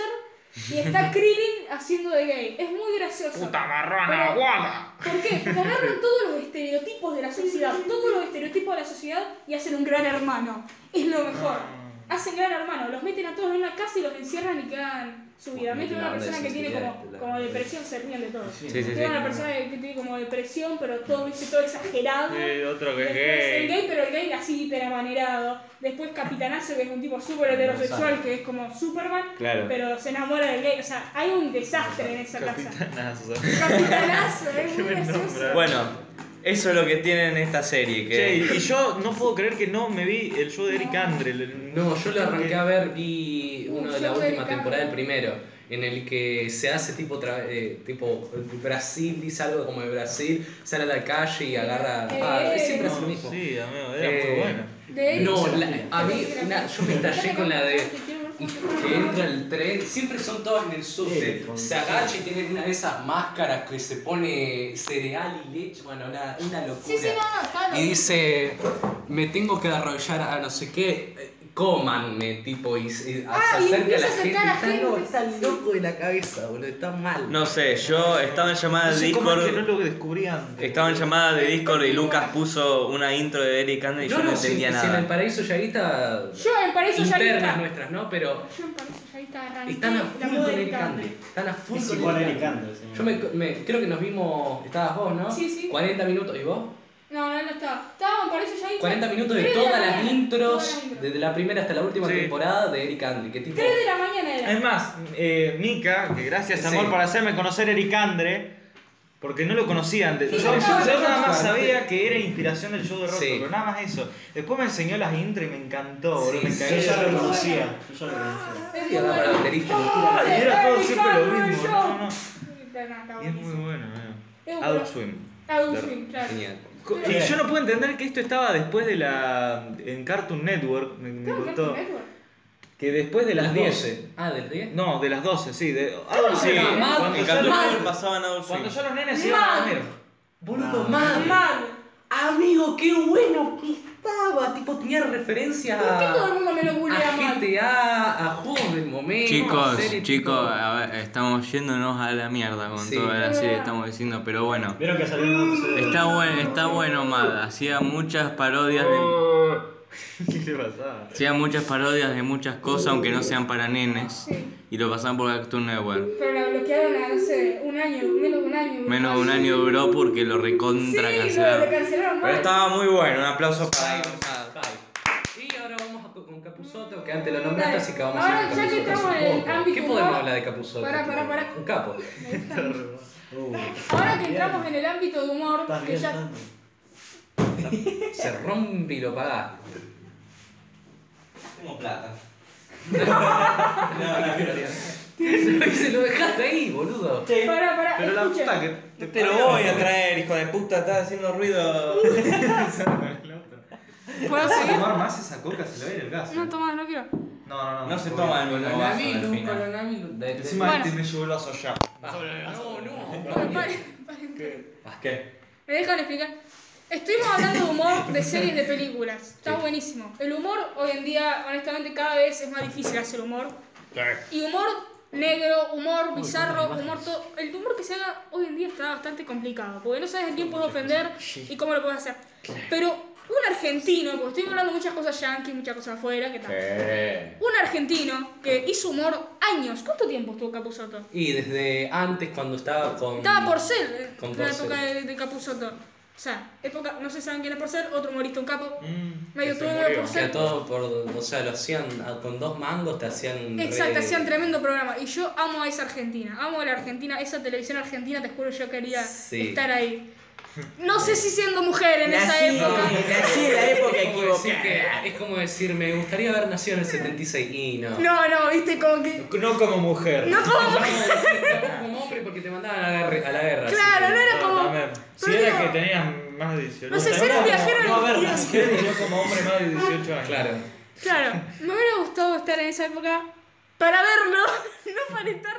Speaker 2: y está Krillin haciendo de gay. Es muy gracioso.
Speaker 1: marrana,
Speaker 2: Pero-
Speaker 4: ¡ah!
Speaker 2: ¿Por qué? Porque agarran todos los estereotipos de la sociedad, todos los estereotipos de la sociedad y hacen un gran hermano. Es lo mejor. Hacen gran hermano, los meten a todos en una casa y los encierran y quedan su vida.
Speaker 11: Meten
Speaker 2: Meten a
Speaker 11: la
Speaker 2: una
Speaker 11: onda de
Speaker 2: persona que tiene
Speaker 11: sensibilidad,
Speaker 2: como,
Speaker 11: la-
Speaker 2: como depresión, se ríen de todo.
Speaker 6: Sí,
Speaker 1: Sí, sí, sí.
Speaker 2: Tiene una persona que tiene como depresión, pero todo, viste, todo exagerado.
Speaker 1: Sí, otro que es
Speaker 2: Después
Speaker 1: gay.
Speaker 2: el gay, pero el gay así hiperamanerado. Después Capitanazo, que es un tipo súper heterosexual, que es como Superman,
Speaker 1: Ah, Claro.
Speaker 2: pero se enamora del gay. O sea, hay un desastre en esa casa.
Speaker 1: Capitanazo.
Speaker 2: Capitanazo, es muy
Speaker 1: buen
Speaker 2: gracioso.
Speaker 1: nombre. Bueno, eso es lo que tienen esta serie. Que...
Speaker 4: Che, y yo no puedo creer que no me vi el show de Eric Andrel.
Speaker 5: No, yo lo arranqué a ver, vi
Speaker 2: Uh,
Speaker 5: uno de
Speaker 2: yo
Speaker 5: la
Speaker 2: soy
Speaker 5: última
Speaker 2: Ricardo.
Speaker 5: temporada, el primero. en el que se hace tipo, tra- eh, tipo Brasil, dice algo como de Brasil, sale a la calle y agarra... Ah,
Speaker 2: Eh.
Speaker 5: siempre hace lo mismo.
Speaker 4: Sí, amigo, era muy
Speaker 5: Eh,
Speaker 4: buena.
Speaker 2: De
Speaker 5: No,
Speaker 2: Eric.
Speaker 5: la- a mí na- yo me estallé con la de que entra el tren, siempre son todos en el subte, se agacha y tienen una de esas máscaras que se pone cereal y leche, bueno, una, una locura.
Speaker 2: Sí, sí, no, no, claro.
Speaker 5: Y dice, me tengo que arrollar a no sé qué, eh, cómanme, tipo, y, se-
Speaker 2: Ah,
Speaker 5: se
Speaker 2: y
Speaker 5: acerca a
Speaker 2: empieza
Speaker 5: la
Speaker 2: a
Speaker 5: gente.
Speaker 2: acercar a
Speaker 5: está,
Speaker 2: gente,
Speaker 5: loco, está
Speaker 2: sí.
Speaker 5: loco de la cabeza, boludo, está mal.
Speaker 1: No sé, yo estaba en llamada
Speaker 4: No
Speaker 1: de
Speaker 4: sé cómo es que no
Speaker 1: ah, Discord.
Speaker 4: lo descubrí antes.
Speaker 1: Estaba en llamada de Discord y Lucas puso una intro de Eric Andre y yo no,
Speaker 5: si,
Speaker 1: entendía
Speaker 5: si en el
Speaker 1: nada.
Speaker 5: paraíso yaguita,
Speaker 2: Yo en Paraíso ya
Speaker 5: internas nuestras, ¿no? Pero
Speaker 2: Yo en Paraíso ya arranqué.
Speaker 5: Están a
Speaker 2: la
Speaker 5: full
Speaker 2: moda
Speaker 5: con
Speaker 2: del
Speaker 5: Eric
Speaker 2: cambio.
Speaker 5: Andre. Están a full
Speaker 6: Es
Speaker 5: con
Speaker 6: igual a
Speaker 5: Eric
Speaker 6: Eric
Speaker 5: Andre.
Speaker 6: Andre, señor.
Speaker 5: Yo me, me- creo que nos vimos, estabas vos, ¿no?
Speaker 2: Sí, sí.
Speaker 5: 40 minutos, ¿y vos?
Speaker 2: No, no, no estaba. Estaba en Paraíso ya
Speaker 5: 40 minutos de
Speaker 2: Tres de la
Speaker 5: todas las
Speaker 2: mañana.
Speaker 5: intros,
Speaker 2: Todas las intros.
Speaker 5: desde la primera hasta la última
Speaker 4: Sí.
Speaker 5: temporada de Eric Andre, que tipo...
Speaker 2: 3 de la mañana era.
Speaker 4: Es más, eh, Mika, que gracias
Speaker 5: Sí.
Speaker 4: amor por hacerme conocer a Eric Andre, porque no lo conocía antes.
Speaker 2: Sí,
Speaker 4: yo,
Speaker 2: no,
Speaker 4: yo- yo
Speaker 2: no,
Speaker 4: nada
Speaker 5: no,
Speaker 4: más
Speaker 5: no.
Speaker 4: sabía que era inspiración del show de Rostro,
Speaker 5: Sí.
Speaker 4: pero nada más eso. Después me enseñó las intro y me encantó, boludo,
Speaker 5: Sí,
Speaker 4: me
Speaker 5: sí.
Speaker 4: cagué
Speaker 6: Yo
Speaker 4: de
Speaker 6: ya lo
Speaker 4: risa.
Speaker 6: conocía. Yo ya lo
Speaker 2: Es
Speaker 6: conocía.
Speaker 5: Y
Speaker 2: muy
Speaker 5: a la
Speaker 2: bueno.
Speaker 5: baterista,
Speaker 2: ¡Ah,
Speaker 4: Y era todo
Speaker 2: Eric
Speaker 4: siempre lo
Speaker 2: Andre
Speaker 4: mismo.
Speaker 2: Show!
Speaker 4: No, no.
Speaker 2: Está, está
Speaker 4: Y es muy
Speaker 2: buenísimo.
Speaker 4: bueno,
Speaker 2: Es
Speaker 4: eh.
Speaker 2: un
Speaker 4: Adult
Speaker 2: pro-
Speaker 4: Swim.
Speaker 2: Adult Swim, claro.
Speaker 5: Genial.
Speaker 4: Co- Y yo no puedo entender que esto estaba después de la. en Cartoon Network, me, me
Speaker 2: Creo que
Speaker 4: contó.
Speaker 2: Cartoon Network.
Speaker 4: Que después de las 10.
Speaker 5: 12. Ah, del 10.
Speaker 4: No, de las 12, sí. De,
Speaker 1: Sí,
Speaker 5: Ah, Mad-
Speaker 1: cuando
Speaker 4: cuando,
Speaker 1: en
Speaker 4: ya
Speaker 1: Cartoon
Speaker 4: los,
Speaker 1: Network pasaban Adult
Speaker 4: cuando ya
Speaker 1: Swim.
Speaker 4: los nenes se iban a dormir.
Speaker 5: Boludo,
Speaker 6: No.
Speaker 4: Ah.
Speaker 5: man.
Speaker 2: Mal.
Speaker 5: Amigo, qué bueno que estaba. Tipo, tenía referencia
Speaker 2: ¿Por qué todo el
Speaker 5: a,
Speaker 2: mundo me lo bulea
Speaker 5: a
Speaker 2: mal?
Speaker 5: GTA, a juegos del momento. a
Speaker 1: Chicos,
Speaker 5: series,
Speaker 1: chicos,
Speaker 5: tipo-
Speaker 1: a ver, estamos yéndonos a la mierda con
Speaker 5: Sí.
Speaker 1: toda la serie que estamos diciendo, pero bueno.
Speaker 6: Vieron que salió un episodio.
Speaker 1: Está bueno, está bueno Mad, hacía muchas parodias de
Speaker 4: ¿Qué le pasaba?
Speaker 1: hacía muchas parodias de muchas cosas aunque no sean para nenes
Speaker 2: Sí.
Speaker 1: y lo pasaban por Cartoon Network.
Speaker 2: Pero la bloquearon hace un año, menos de un año.
Speaker 1: Menos de un año duró porque lo recontra
Speaker 2: Sí, lo
Speaker 1: cancelaron.
Speaker 2: cancelaron
Speaker 1: Pero
Speaker 2: mal.
Speaker 1: estaba muy bueno, un aplauso para
Speaker 5: Ay, Kai. Y ahora vamos a- con Capuzoto, que antes lo nombraste,
Speaker 2: Dale.
Speaker 5: así que vamos
Speaker 2: Ahora,
Speaker 5: a ir con
Speaker 2: ya que
Speaker 5: Capusotto
Speaker 2: estamos
Speaker 5: hace
Speaker 2: en el
Speaker 5: poco.
Speaker 2: ámbito
Speaker 5: ¿Qué podemos
Speaker 2: humor?
Speaker 5: hablar de Capuzoto?
Speaker 2: Pará, pará, pará.
Speaker 5: Un capo.
Speaker 6: Uh,
Speaker 2: Ahora que entramos en el ámbito de humor,
Speaker 6: Estás
Speaker 2: que
Speaker 6: bien,
Speaker 2: ya
Speaker 6: Santi.
Speaker 5: Se rompe y lo pagás.
Speaker 1: Como plata.
Speaker 5: Se lo dejaste ahí, boludo.
Speaker 2: Pará, pará,
Speaker 4: Pero la
Speaker 2: escuchen.
Speaker 4: puta que.
Speaker 1: Te lo voy a traer, hijo de puta, estás haciendo ruido.
Speaker 2: ¿Puedo
Speaker 4: ¿Vas a
Speaker 2: seguir?
Speaker 4: tomar más esa coca? Se le va a ir el gas.
Speaker 2: No, Tomás, no quiero.
Speaker 4: No, no, no.
Speaker 1: No se
Speaker 4: Voy
Speaker 1: toma
Speaker 4: a-
Speaker 1: el mismo vaso al
Speaker 5: Coronavirus,
Speaker 1: final.
Speaker 5: coronavirus. De- de-
Speaker 4: Encima
Speaker 2: Bueno.
Speaker 4: este me llevó el vaso ya.
Speaker 5: No, no.
Speaker 2: Bueno, paren, paren.
Speaker 1: ¿Qué?
Speaker 2: Me dejan explicar. Estuvimos hablando de humor de series de películas. Está buenísimo. El humor hoy en día, honestamente, cada vez es más difícil hacer humor. Y humor negro, humor bizarro, humor todo. El humor que se haga hoy en día está bastante complicado. Porque no sabes a quién puedes ofender y cómo lo puedes hacer. Pero un argentino, porque estoy hablando muchas cosas yankees, muchas cosas afuera, ¿qué tal? Un argentino que hizo humor años. ¿Cuánto tiempo estuvo Capusotto?
Speaker 5: Y desde antes, cuando estaba con.
Speaker 2: Estaba Porcel, eh,
Speaker 5: Con
Speaker 2: la
Speaker 5: Porcel.
Speaker 2: época de, de Capusotto. O sea, época, no se saben quién es Porcel, otro humorista, un capo. medio turbio
Speaker 5: Que a
Speaker 2: Porcel.
Speaker 5: todo por. O sea, lo hacían a- con dos mangos, te hacían. un
Speaker 2: Exacto,
Speaker 5: re-
Speaker 2: hacían tremendo programa. Y yo amo a esa Argentina, amo a la Argentina, esa televisión argentina, te juro, yo quería
Speaker 5: Sí.
Speaker 2: estar ahí. No sé si siendo mujer en esa época.
Speaker 12: nací en la época
Speaker 5: Es como decir que- es como decir, me gustaría haber nacido en el 76 y no.
Speaker 2: No, no, viste, como que.
Speaker 4: No como mujer.
Speaker 2: No como
Speaker 5: No,
Speaker 2: mujer.
Speaker 5: tampoco como hombre porque te mandaban a la, guerra- a la guerra.
Speaker 2: Claro,
Speaker 5: así
Speaker 2: no
Speaker 5: que-
Speaker 2: era como.
Speaker 4: También. Si
Speaker 2: pero
Speaker 4: era
Speaker 2: digo-
Speaker 4: que tenías más de 18
Speaker 2: No sé, yo era un viajero
Speaker 4: No,
Speaker 2: del
Speaker 4: a ver,
Speaker 2: tiempo.
Speaker 4: nací y yo como hombre más de 18 años.
Speaker 5: Claro.
Speaker 2: Claro, me hubiera gustado estar en esa época para verlo, no para estar.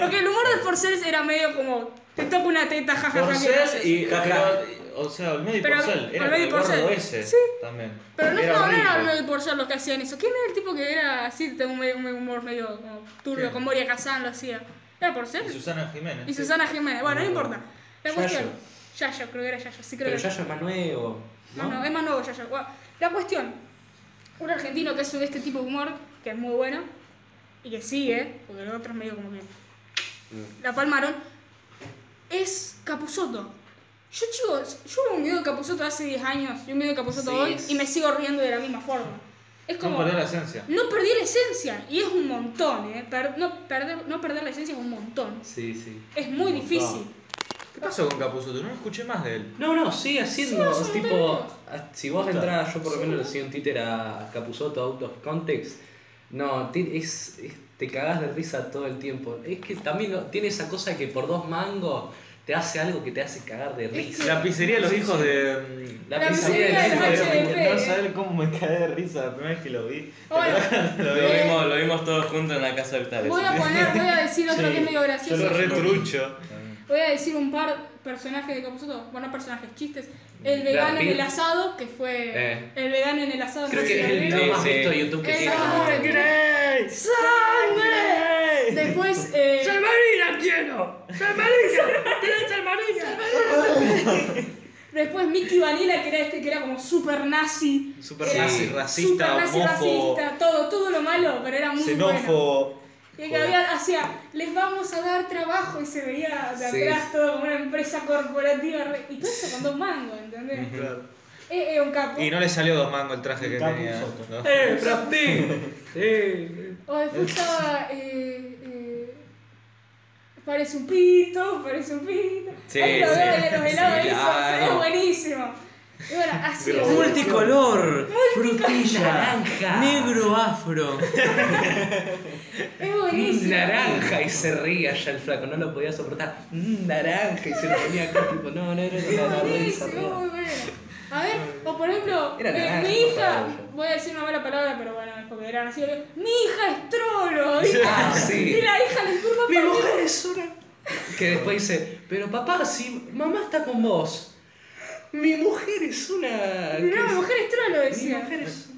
Speaker 2: Porque el humor de Forcels era medio como: te toco una teta, jajaja.
Speaker 4: Porcel y. pero- O sea, Olmedo y
Speaker 2: Pero
Speaker 4: Porcel. Era
Speaker 2: Olmedo y
Speaker 4: el gordo
Speaker 2: Porcel.
Speaker 4: ese.
Speaker 2: Sí.
Speaker 4: También.
Speaker 2: Pero no,
Speaker 4: Era
Speaker 2: no, no
Speaker 4: horrible.
Speaker 2: eran los por ser los que hacían eso. ¿Quién era el tipo que era así, tengo un, medio- un humor medio como turbio,
Speaker 4: ¿Quién?
Speaker 2: con Moria Kazan lo hacía? ¿Era por ser?
Speaker 4: Y Susana Jiménez.
Speaker 2: Y
Speaker 4: sí.
Speaker 2: Susana Jiménez. Bueno, no importa. La
Speaker 5: Yayo.
Speaker 2: cuestión. Yayo, creo que era Yayo, sí creo
Speaker 5: Pero
Speaker 2: que
Speaker 5: ya
Speaker 2: era.
Speaker 5: es más nuevo.
Speaker 2: No, no, es más nuevo Yayo. Bueno, la cuestión. Un argentino que hace este tipo de humor, que es muy bueno, y que sigue, porque los otros medio como que
Speaker 5: Mm.
Speaker 2: la palmaron, es Capuzoto. Yo, chicos, yo veo un video de Capuzoto hace 10 años y un video de Capuzoto
Speaker 5: Sí,
Speaker 2: hoy
Speaker 5: es-
Speaker 2: y me sigo riendo de la misma forma. Es
Speaker 4: No
Speaker 2: como.
Speaker 4: perdió la esencia.
Speaker 2: No perdí la esencia, y es un montón, ¿eh? Per- no, perder, no perder la esencia es un montón.
Speaker 5: Sí, sí.
Speaker 2: Es muy difícil.
Speaker 4: ¿Qué pasó con Capuzoto? No escuché más de él.
Speaker 5: No, no, sigue haciendo.
Speaker 2: Sí, hace un
Speaker 5: tipo,
Speaker 2: montón
Speaker 5: a- si vos entras, yo por lo menos le sigo en Twitter a Capuzotto Out of Context. No, ti- es, es- te cagás de risa todo el tiempo. Es que también lo- tiene esa cosa que por dos mangos te hace algo que te hace cagar de risa.
Speaker 4: La pizzería de los hijos de. mm,
Speaker 5: La La pizzería pizzería de los de los hijos de- hijos
Speaker 2: eh.
Speaker 5: de-
Speaker 4: No saben cómo me caí de risa la primera vez que lo vi.
Speaker 2: Ahora,
Speaker 1: Lo
Speaker 2: Eh.
Speaker 1: vimos, lo vimos todos juntos en la casa del tal.
Speaker 2: voy a poner, voy a decir otro que es medio
Speaker 4: Yo
Speaker 2: gracioso.
Speaker 4: lo retrucho.
Speaker 2: Voy a decir un par personajes de Capuzoto, bueno, personajes, chistes. El
Speaker 5: Brad
Speaker 2: vegano en
Speaker 5: Pitt.
Speaker 2: el asado, que fue.
Speaker 5: Eh.
Speaker 2: El vegano en el asado.
Speaker 5: Creo
Speaker 2: no
Speaker 5: que
Speaker 2: sé
Speaker 5: es
Speaker 2: si lo
Speaker 5: el video
Speaker 2: vieron.
Speaker 5: más
Speaker 1: Sí,
Speaker 5: visto de
Speaker 1: sí.
Speaker 5: YouTube que
Speaker 2: El
Speaker 5: tiene.
Speaker 2: ¡Sangre! ¡Sangre! Después. Eh,
Speaker 7: ¡Salmarina quiero! ¡Salmarina! ¡Tienes salmarina!
Speaker 2: Después Mickey Vanilla, que era este que era como super nazi.
Speaker 4: Super
Speaker 2: Sí.
Speaker 4: nazi,
Speaker 2: super
Speaker 4: racista,
Speaker 2: nazi,
Speaker 4: homófobo,
Speaker 2: racista, todo, todo lo malo, pero era muy bueno.
Speaker 4: xenófobo.
Speaker 2: Y el que había, hacía, les vamos a dar trabajo y se veía de
Speaker 5: Sí.
Speaker 2: atrás todo como una empresa corporativa. re- Y todo eso con dos mangos, ¿entendés?
Speaker 4: Claro.
Speaker 2: Eh, eh, un capo.
Speaker 4: Y no le salió dos mangos el traje que
Speaker 8: Capu
Speaker 4: tenía.
Speaker 8: Soto.
Speaker 4: ¿no?
Speaker 5: ¡Eh, Frapti!
Speaker 2: O después estaba. Eh, eh, parece un pito, parece un pito.
Speaker 1: Sí,
Speaker 2: Ahí lo
Speaker 1: sí.
Speaker 2: veo en los helados,
Speaker 1: Sí,
Speaker 2: eso,
Speaker 1: claro.
Speaker 2: era buenísimo. Y bueno, así.
Speaker 4: Pero-
Speaker 8: Multicolor, frutilla, negro afro.
Speaker 2: Es buenísimo.
Speaker 5: Naranja y se ría ya el flaco, no lo podía soportar. Mm, Naranja y se lo ponía acá, tipo, no, no, no,
Speaker 2: Es
Speaker 5: no, no, no, risa,
Speaker 2: buenísimo,
Speaker 5: no.
Speaker 2: muy bueno. A ver, o por ejemplo,
Speaker 5: Era
Speaker 2: eh,
Speaker 5: naranja,
Speaker 2: mi
Speaker 5: por
Speaker 2: hija,
Speaker 5: favor.
Speaker 2: voy a decir una mala palabra, pero bueno, es porque eran así. Mi hija es trolo, ¿viste?
Speaker 5: Ah, sí.
Speaker 2: Y la hija les turba
Speaker 5: Mi mujer es una. Que después dice, pero papá, si mamá está con vos. Mi mujer es una. ¿qué
Speaker 2: No, mi
Speaker 5: es?
Speaker 2: mujer es trolo,
Speaker 5: Mi
Speaker 2: decía.
Speaker 5: mujer es.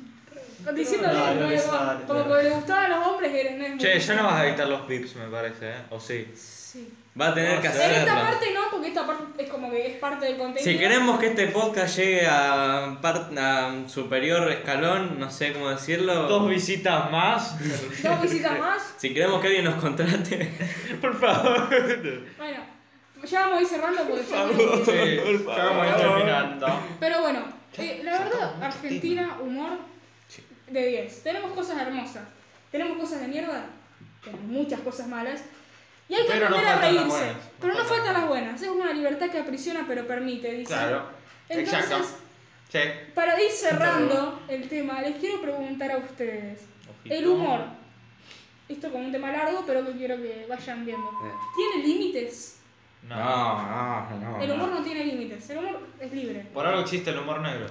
Speaker 2: Diciendo
Speaker 8: No,
Speaker 2: que
Speaker 8: no
Speaker 2: como-
Speaker 8: le sale,
Speaker 2: como
Speaker 8: claro.
Speaker 2: que le gustaban los hombres, era, no es muy-
Speaker 4: Che, ya no vas a evitar los pips, me parece, ¿eh? O sí.
Speaker 2: Sí.
Speaker 1: Va a tener que
Speaker 4: En
Speaker 2: En esta
Speaker 1: hacerla.
Speaker 2: parte no, porque esta parte es como que es parte del contenido.
Speaker 1: Si queremos que este podcast llegue a, par- a superior escalón, no sé cómo
Speaker 4: Dos
Speaker 1: decirlo.
Speaker 4: visitas más.
Speaker 2: Dos visitas más.
Speaker 1: Si queremos que alguien nos contrate.
Speaker 4: Por favor.
Speaker 2: Bueno, ya vamos a ir cerrando porque ya
Speaker 4: Sí, ya vamos a ir terminando.
Speaker 2: Pero bueno, eh, la verdad, Argentina, humor de 10. Tenemos cosas hermosas, tenemos cosas de mierda, tenemos muchas cosas malas. Y hay que
Speaker 4: Pero no
Speaker 2: aprender a
Speaker 4: faltan las
Speaker 2: reírse.
Speaker 4: buenas, no
Speaker 2: Pero no
Speaker 4: faltan
Speaker 2: faltan las buenas. Es una libertad que aprisiona pero permite, dice.
Speaker 4: Claro.
Speaker 2: Entonces,
Speaker 4: Exacto. Sí.
Speaker 2: para ir cerrando el tema, les quiero preguntar a ustedes.
Speaker 4: Ojito.
Speaker 2: El humor. Esto como un tema largo, pero que quiero que vayan viendo.
Speaker 4: Eh.
Speaker 2: ¿Tiene límites?
Speaker 4: No.
Speaker 1: no, no.
Speaker 2: El humor no tiene límites. El humor es libre.
Speaker 4: Por algo existe el humor negro.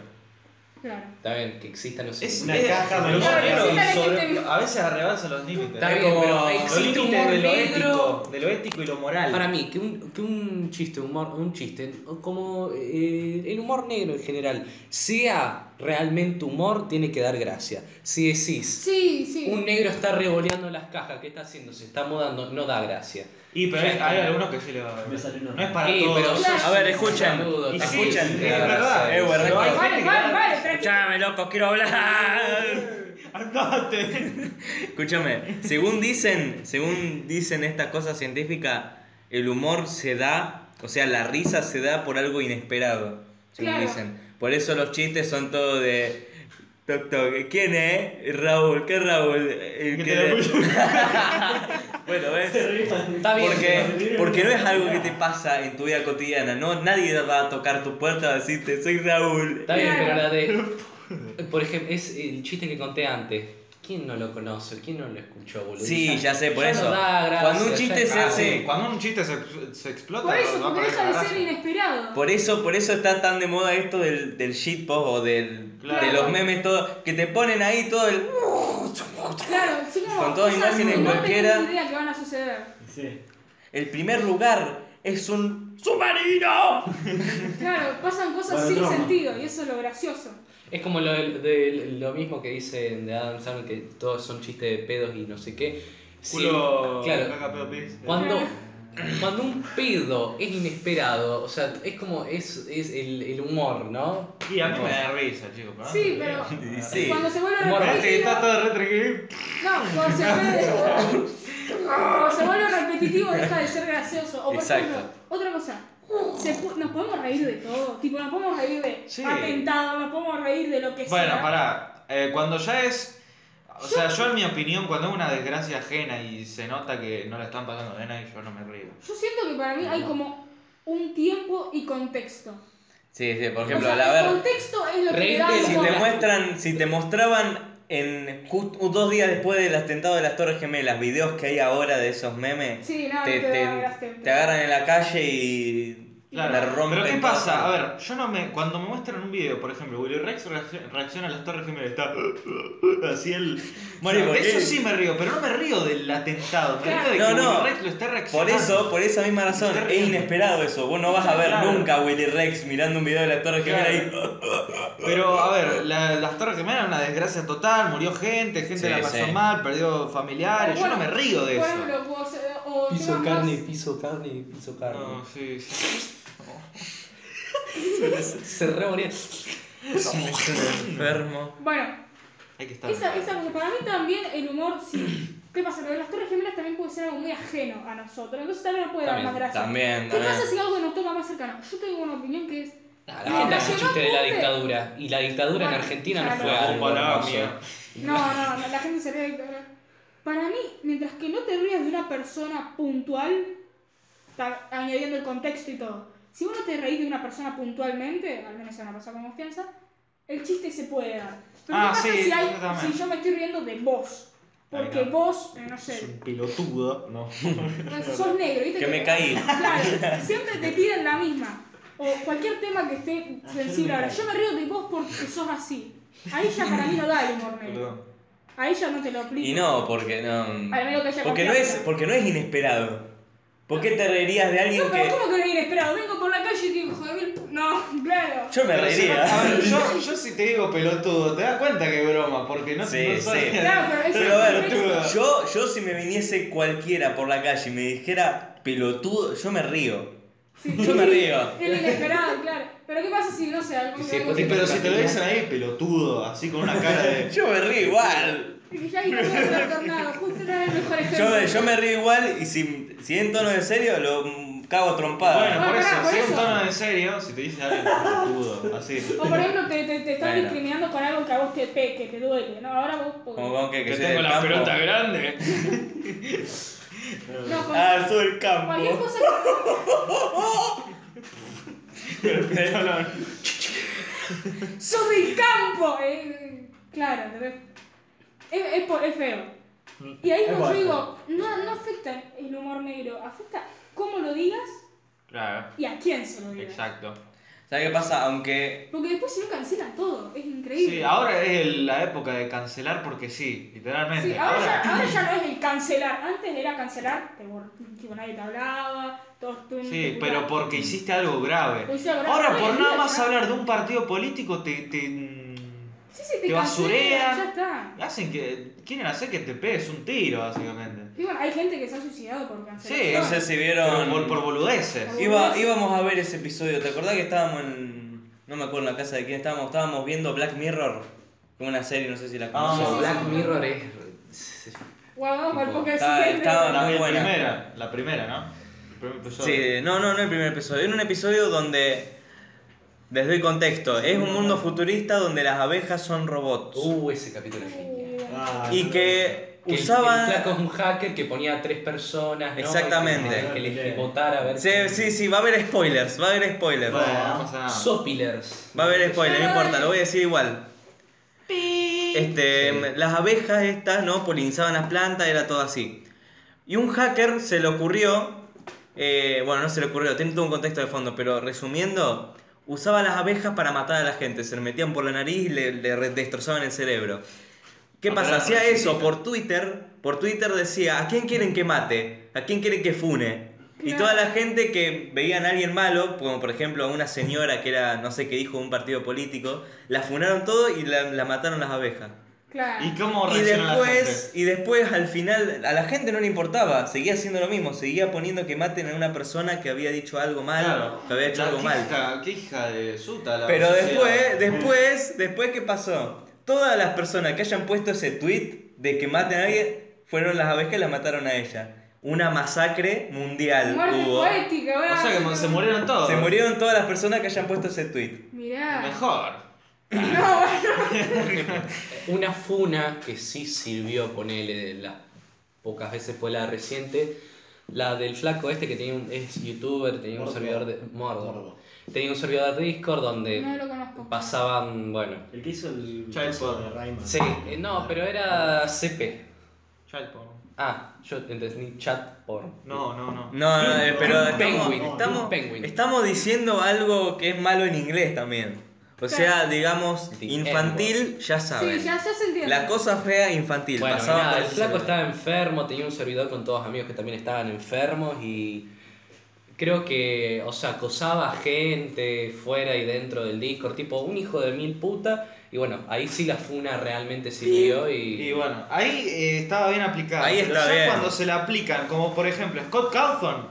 Speaker 2: Claro.
Speaker 5: Está bien, que existan los
Speaker 4: Es
Speaker 8: Una caja de
Speaker 4: el humor
Speaker 2: Claro,
Speaker 4: negro
Speaker 2: sí, la
Speaker 4: sobre-
Speaker 2: gente-
Speaker 4: a veces arrebalsa los límites.
Speaker 5: Está
Speaker 4: Es
Speaker 5: bien,
Speaker 4: como
Speaker 5: pero
Speaker 4: los
Speaker 5: existe
Speaker 4: límites
Speaker 5: humor
Speaker 4: de lo
Speaker 5: negro.
Speaker 4: ético, de lo ético y lo moral.
Speaker 5: Para mí, que un, que un chiste, humor, un chiste, como eh, el humor negro en general, sea realmente humor, tiene que dar gracia. Si decís,
Speaker 2: Sí, sí.
Speaker 5: un negro está revoleando las cajas, ¿qué está haciendo? Se está mudando, no da gracia.
Speaker 4: Y pero hay, hay algunos que sí lo.
Speaker 8: Me salió una-
Speaker 4: No es para
Speaker 5: Sí,
Speaker 4: todos.
Speaker 5: pero
Speaker 2: Claro.
Speaker 1: A ver, escuchen.
Speaker 5: Saludo,
Speaker 4: Y sí,
Speaker 5: tampoco
Speaker 4: es
Speaker 5: que da
Speaker 4: verdad.
Speaker 5: gracia.
Speaker 1: Eh, bueno,
Speaker 4: Pero hay
Speaker 1: no.
Speaker 2: Vale,
Speaker 4: gente que da-
Speaker 2: vale, vale, tranquilo.
Speaker 7: Escuchame, loco, quiero hablar.
Speaker 4: Andate.
Speaker 1: Escúchame, según dicen, según dicen estas cosas científicas, el humor se da, o sea, la risa se da por algo inesperado, según
Speaker 2: Claro.
Speaker 1: dicen. Por eso los chistes son todo de toc toc, eh, ¿quién es? Raúl, ¿qué Raúl? El
Speaker 4: Que
Speaker 1: que
Speaker 4: te
Speaker 1: de-
Speaker 4: lo
Speaker 1: bueno, ¿ves?
Speaker 5: Está bien, pero-
Speaker 1: Porque, porque no es algo que te pasa en tu vida cotidiana, no nadie va a tocar tu puerta a decirte soy Raúl.
Speaker 5: Está bien, pero la de. Por ejemplo, es el chiste que conté antes. ¿Quién no lo conoce? ¿Quién no lo escuchó, boludo?
Speaker 1: Sí, ya sé, por
Speaker 5: ya
Speaker 1: eso.
Speaker 5: no da gracia,
Speaker 1: Cuando un
Speaker 5: ya
Speaker 1: chiste
Speaker 5: está.
Speaker 1: se hace,
Speaker 4: Cuando un chiste se, se explota,
Speaker 2: Por eso,
Speaker 4: va a
Speaker 2: porque
Speaker 4: aparecer
Speaker 2: deja de
Speaker 4: la
Speaker 2: ser
Speaker 4: gracia.
Speaker 2: inesperado.
Speaker 1: Por eso, por eso está tan de moda esto del, del shitpost o del,
Speaker 4: Claro.
Speaker 1: de los memes todo, que te ponen ahí todo el...
Speaker 2: Claro, sí, como
Speaker 1: Con todas
Speaker 2: cosas
Speaker 1: imágenes
Speaker 2: que
Speaker 1: cualquiera.
Speaker 2: No tenés idea que van a suceder.
Speaker 8: Sí.
Speaker 1: El primer lugar es un submarino.
Speaker 2: Claro, pasan cosas
Speaker 8: Bueno,
Speaker 2: sin
Speaker 8: troma.
Speaker 2: sentido y eso es lo gracioso.
Speaker 5: Es como lo, del- del- lo mismo que dicen de Adam Sandler, que todos son chistes de pedos y no sé qué. Sí,
Speaker 4: Culo,
Speaker 5: claro.
Speaker 4: caca, pedo, pis.
Speaker 5: Cuando, cuando un pedo es inesperado, o sea, es como es, es el, el humor, ¿no?
Speaker 4: Y a mí me da risa, chicos. pero-
Speaker 2: Sí, pero
Speaker 1: Y sí.
Speaker 2: cuando se vuelve
Speaker 5: Humor,
Speaker 4: Este que
Speaker 2: repetitivo.
Speaker 4: está todo re tranquilo.
Speaker 2: No, cuando se vuelve. cuando se vuelve repetitivo deja de ser gracioso. O por
Speaker 1: Exacto.
Speaker 2: ejemplo, otra cosa. se pu- nos podemos reír de todo. Tipo, nos podemos reír de
Speaker 4: Sí.
Speaker 2: atentados, nos podemos reír de lo que
Speaker 4: Bueno,
Speaker 2: sea.
Speaker 4: pará. Eh, cuando ya es. O sea, yo en mi opinión, cuando es una desgracia ajena y se nota que no la están pasando bien ahí, yo no me río.
Speaker 2: Yo siento que para mí hay como un tiempo y contexto.
Speaker 1: Sí, sí, por ejemplo,
Speaker 2: o
Speaker 1: a
Speaker 2: sea, el
Speaker 1: ver,
Speaker 2: contexto es lo que le
Speaker 5: reírte
Speaker 2: da
Speaker 5: si
Speaker 2: el
Speaker 1: si
Speaker 2: humor.
Speaker 1: te muestran, si te mostraban en just- dos días después del atentado de las Torres Gemelas, videos que hay ahora de esos memes,
Speaker 2: Sí,
Speaker 1: te,
Speaker 2: no, no Ah, te
Speaker 1: te-
Speaker 2: agarras temprano.
Speaker 1: te agarran en la calle y
Speaker 4: Claro,
Speaker 1: la rompen.
Speaker 4: pero ¿qué
Speaker 1: toda.
Speaker 4: pasa? A ver, yo no me. Cuando me muestran un video, por ejemplo, Willy Rex reacc- reacciona a las Torres Gemelas, está. Así el. Bueno,
Speaker 1: porque-
Speaker 4: eso sí me río, pero no me río del atentado, me
Speaker 2: Claro.
Speaker 4: río de
Speaker 1: No,
Speaker 4: que
Speaker 1: no.
Speaker 4: Willy Rex lo está
Speaker 1: Por
Speaker 4: reaccionando.
Speaker 1: eso, por esa misma razón,
Speaker 4: Está
Speaker 1: es
Speaker 4: bien.
Speaker 1: inesperado eso. Vos no vas a ver
Speaker 4: Claro.
Speaker 1: nunca a Willy Rex mirando un video de las Torres Gemelas ahí.
Speaker 4: Pero, a ver, la- las Torres Gemelas eran una desgracia total, murió gente, gente
Speaker 1: Sí,
Speaker 4: la pasó
Speaker 1: sí.
Speaker 4: mal, perdió familiares, yo
Speaker 2: Bueno,
Speaker 4: no me río de eso.
Speaker 2: pueblo, o sea, o
Speaker 13: Piso
Speaker 2: temas
Speaker 13: carne,
Speaker 2: más-
Speaker 13: piso carne, piso carne.
Speaker 4: No, sí, sí.
Speaker 13: Se re ponía-
Speaker 1: Enfermo.
Speaker 2: Bueno,
Speaker 4: Hay que estar.
Speaker 2: esa, esa cosa. Para mí también el humor, sí. ¿Qué pasa? Lo de las Torres Gemelas también puede ser algo muy ajeno a nosotros. Entonces también nos puede dar más gracia.
Speaker 1: También,
Speaker 2: ¿Qué pasa
Speaker 1: también.
Speaker 2: si algo que nos toca más cercano? Yo tengo una opinión que es.
Speaker 13: Ah,
Speaker 2: Me
Speaker 13: La gente hace
Speaker 2: impresionó
Speaker 13: chiste de la
Speaker 2: porque-
Speaker 13: dictadura. Y la dictadura en
Speaker 2: Bueno,
Speaker 13: Argentina
Speaker 2: ya
Speaker 13: no
Speaker 2: lo-
Speaker 13: fue algo.
Speaker 4: Como la
Speaker 13: hermoso.
Speaker 4: mía.
Speaker 2: No, no, no, la gente se ríe de Para mí, mientras que no te rías de una persona puntual, ta- añadiendo el contexto y todo, si vos no te reís de una persona puntualmente, al menos sea una persona con confianza, el chiste se puede dar. Pero
Speaker 4: Ah,
Speaker 2: ¿qué pasa
Speaker 4: sí,
Speaker 2: si, hay-
Speaker 4: eso también.
Speaker 2: si yo me estoy riendo de vos? Porque
Speaker 4: Ahí va.
Speaker 2: vos, eh, no
Speaker 4: Es un
Speaker 2: sé,
Speaker 4: pelotudo, no.
Speaker 2: sos negro, ¿viste?
Speaker 1: Que me caí.
Speaker 2: Claro, siempre te tiran la misma. O cualquier tema que
Speaker 4: Ah,
Speaker 2: esté sensible ahora. Yo me río de vos porque sos así. Ahí ya para mí no da el humor negro.
Speaker 4: Perdón.
Speaker 2: Ahí ya no te lo aplico.
Speaker 1: Y no, porque no.
Speaker 2: Al menos que haya
Speaker 1: Porque no
Speaker 2: confianza.
Speaker 1: es, porque no es inesperado. ¿Por qué te reirías de alguien
Speaker 2: No, pero
Speaker 1: que.?
Speaker 2: ¿cómo que no inesperado? Vengo por la calle y digo, joder, no, claro.
Speaker 1: Yo me
Speaker 4: Pero si- a
Speaker 1: reiría.
Speaker 4: ver, yo, yo si te digo pelotudo, te das cuenta que es broma, porque no,
Speaker 1: Sí,
Speaker 4: no soy-
Speaker 1: sí.
Speaker 2: Claro, pero es
Speaker 1: Pero a ver,
Speaker 4: Pelotudo.
Speaker 1: yo, yo si me viniese cualquiera por la calle y me dijera pelotudo, yo me río.
Speaker 2: Sí.
Speaker 1: Yo me río.
Speaker 2: Es lo inesperado, claro. Pero ¿qué pasa si no sé, algo
Speaker 13: Y
Speaker 2: que
Speaker 13: si
Speaker 2: algo
Speaker 13: después
Speaker 4: Sí,
Speaker 2: que-
Speaker 4: pero si te lo dicen ahí, pelotudo, así con una cara de.
Speaker 1: Yo me río igual.
Speaker 2: Y que ya ahí también está el tornado, justo era el mejor ejemplo.
Speaker 1: Yo, me- yo me río igual y si, si en tono de serio lo mm, cago a trompada.
Speaker 4: Bueno, por
Speaker 2: Bueno,
Speaker 4: eso,
Speaker 2: pará, por
Speaker 4: si es un
Speaker 2: eso.
Speaker 4: tono de serio, si te dice alguien pelotudo, así.
Speaker 2: O por ejemplo, te, te, te están
Speaker 1: Bueno.
Speaker 2: discriminando con algo que a vos te pe, que te duele, ¿no? Ahora vos. porque-
Speaker 1: como, como que, que
Speaker 4: Que
Speaker 1: soy
Speaker 4: tengo
Speaker 1: del
Speaker 4: la
Speaker 1: campo.
Speaker 4: pelota grande.
Speaker 2: No, con-
Speaker 1: Ah, soy el campo.
Speaker 2: cualquier cosa que. ¡Sos del campo! Eh, claro, ¿entendés? Es, es, por- es feo.
Speaker 4: Mm.
Speaker 2: Y ahí
Speaker 8: Es
Speaker 2: como yo
Speaker 8: bueno.
Speaker 2: digo, no, no afecta el humor negro, afecta cómo lo digas
Speaker 4: Claro,
Speaker 2: y a quién se lo digas.
Speaker 4: exacto.
Speaker 1: ¿Sabes qué pasa? Aunque.
Speaker 2: Porque después si no cancelan todo, es increíble.
Speaker 4: Sí, ahora es el- la época de cancelar porque sí, literalmente.
Speaker 2: Sí, ahora, ya, ahora ya no es el cancelar. Antes era cancelar, te bor- tipo, nadie te hablaba, todos tú-
Speaker 4: Sí,
Speaker 2: tú-
Speaker 4: pero porque hiciste algo grave.
Speaker 2: O sea, ahora-
Speaker 4: Ahora, por
Speaker 2: ahora
Speaker 4: nada
Speaker 2: ya-
Speaker 4: más hablar de un partido político, te. te
Speaker 2: Sí, sí, te,
Speaker 4: te
Speaker 2: cancelan,
Speaker 4: basurean.
Speaker 2: Ya está.
Speaker 4: hacen que. Quieren hacer que te pegues un tiro, básicamente.
Speaker 2: Y bueno, hay gente que se ha suicidado por cancelar.
Speaker 4: Sí,
Speaker 1: No sé si vieron.
Speaker 4: Pero por, por boludeces.
Speaker 1: Iba- íbamos a ver ese episodio. ¿Te acordás que estábamos en. No me acuerdo en la casa de quién estábamos. Estábamos viendo Black Mirror. Como una serie, no sé si la
Speaker 4: Ah,
Speaker 1: conoces.
Speaker 13: No,
Speaker 2: sí,
Speaker 13: Black
Speaker 2: sí.
Speaker 13: Mirror es.
Speaker 2: Guau, para el
Speaker 13: Tipo,
Speaker 2: podcast
Speaker 1: está-
Speaker 2: siguiente.
Speaker 1: está-
Speaker 4: La,
Speaker 1: muy buena.
Speaker 4: primera, la primera, ¿no? El primer episodio.
Speaker 1: Sí, no, no, no el primer episodio. Era un episodio donde. Les doy contexto. Es un mundo futurista donde las abejas son robots.
Speaker 13: Uh, ese capítulo es genial.
Speaker 8: Ah,
Speaker 1: y que
Speaker 13: Que el-
Speaker 1: usaban.
Speaker 13: El flaco es un hacker que ponía a tres personas. ¿no?
Speaker 1: Exactamente.
Speaker 13: Que, que les votara a ver.
Speaker 1: Sí, sí, sí, va a haber spoilers. Va a haber spoilers.
Speaker 4: Bueno, no pasa
Speaker 13: Ah.
Speaker 4: nada.
Speaker 13: Sopilers.
Speaker 1: Va a haber spoiler, no importa, lo voy a decir igual. Este, Las abejas estas, ¿no? Polinizaban las plantas, era todo así. Y un hacker se le ocurrió, eh, bueno, no se le ocurrió, tiene todo un contexto de fondo, pero resumiendo, usaba las abejas para matar a la gente, se le metían por la nariz y le, le re- destrozaban el cerebro. ¿Qué
Speaker 4: Ah,
Speaker 1: pasa?
Speaker 4: pero
Speaker 1: Hacía
Speaker 4: no,
Speaker 1: eso
Speaker 4: sí.
Speaker 1: por Twitter, por Twitter decía, ¿a quién quieren que mate? ¿A quién quieren que fune? Y
Speaker 2: Claro.
Speaker 1: toda la gente que veían a alguien malo, como por ejemplo a una señora que era, no sé qué dijo, un partido político, la funaron todo y la, la mataron las abejas.
Speaker 2: Claro.
Speaker 4: ¿Y cómo
Speaker 1: Y
Speaker 4: reacciona la
Speaker 1: después, y después al final, a la gente no le importaba, seguía haciendo lo mismo, seguía poniendo que maten a una persona que había dicho algo mal,
Speaker 4: Claro.
Speaker 1: que había
Speaker 4: gente?
Speaker 1: hecho
Speaker 4: La-
Speaker 1: algo
Speaker 4: qué
Speaker 1: mal.
Speaker 4: hija- qué hija de suta la
Speaker 1: Pero
Speaker 4: sociedad.
Speaker 1: después, después, después, ¿qué pasó? Todas las personas que hayan puesto ese tweet de que maten a alguien fueron las abejas que la mataron a ella. Una masacre mundial
Speaker 2: Muerte
Speaker 1: hubo.
Speaker 2: poética,
Speaker 4: O
Speaker 2: ¿verdad?
Speaker 4: sea que mo- se murieron todos.
Speaker 1: Se murieron todas las personas que hayan puesto ese tweet.
Speaker 2: Mirá.
Speaker 4: Mejor.
Speaker 2: No,
Speaker 13: Una funa que sí sirvió, ponele, de las pocas veces fue la reciente. La del flaco este que tenía un, es youtuber, tenía un servidor de Mordor.
Speaker 5: Tenía un servidor de Discord donde
Speaker 2: No lo conozco.
Speaker 5: pasaban, bueno.
Speaker 8: El que hizo el
Speaker 4: Child
Speaker 8: coso
Speaker 4: porn.
Speaker 8: de Rayman.
Speaker 5: Sí, eh, no, pero era CP.
Speaker 4: Child porn.
Speaker 5: Ah, yo entendí chat por.
Speaker 4: No, no, no.
Speaker 1: No, no, eh, pero estamos,
Speaker 5: Penguin,
Speaker 1: estamos,
Speaker 5: Penguin.
Speaker 1: estamos diciendo algo que es malo en inglés también. O sea, digamos,
Speaker 5: The
Speaker 1: infantil, ya saben.
Speaker 2: Sí, ya, ya se entiende.
Speaker 1: La cosa fea infantil.
Speaker 5: Bueno, y
Speaker 1: pasaba
Speaker 5: nada,
Speaker 1: por
Speaker 5: el
Speaker 1: ese
Speaker 5: flaco
Speaker 1: celular.
Speaker 5: estaba enfermo, tenía un servidor con todos amigos que también estaban enfermos y creo que, o sea, acosaba a gente fuera y dentro del Discord, tipo un hijo de mil puta. Y bueno, ahí sí la funa realmente sirvió y,
Speaker 4: Y bueno, ahí eh, estaba bien aplicado.
Speaker 1: Ahí
Speaker 4: pero
Speaker 1: está
Speaker 4: ya
Speaker 1: bien.
Speaker 4: cuando se la aplican, como por ejemplo Scott Cawthon,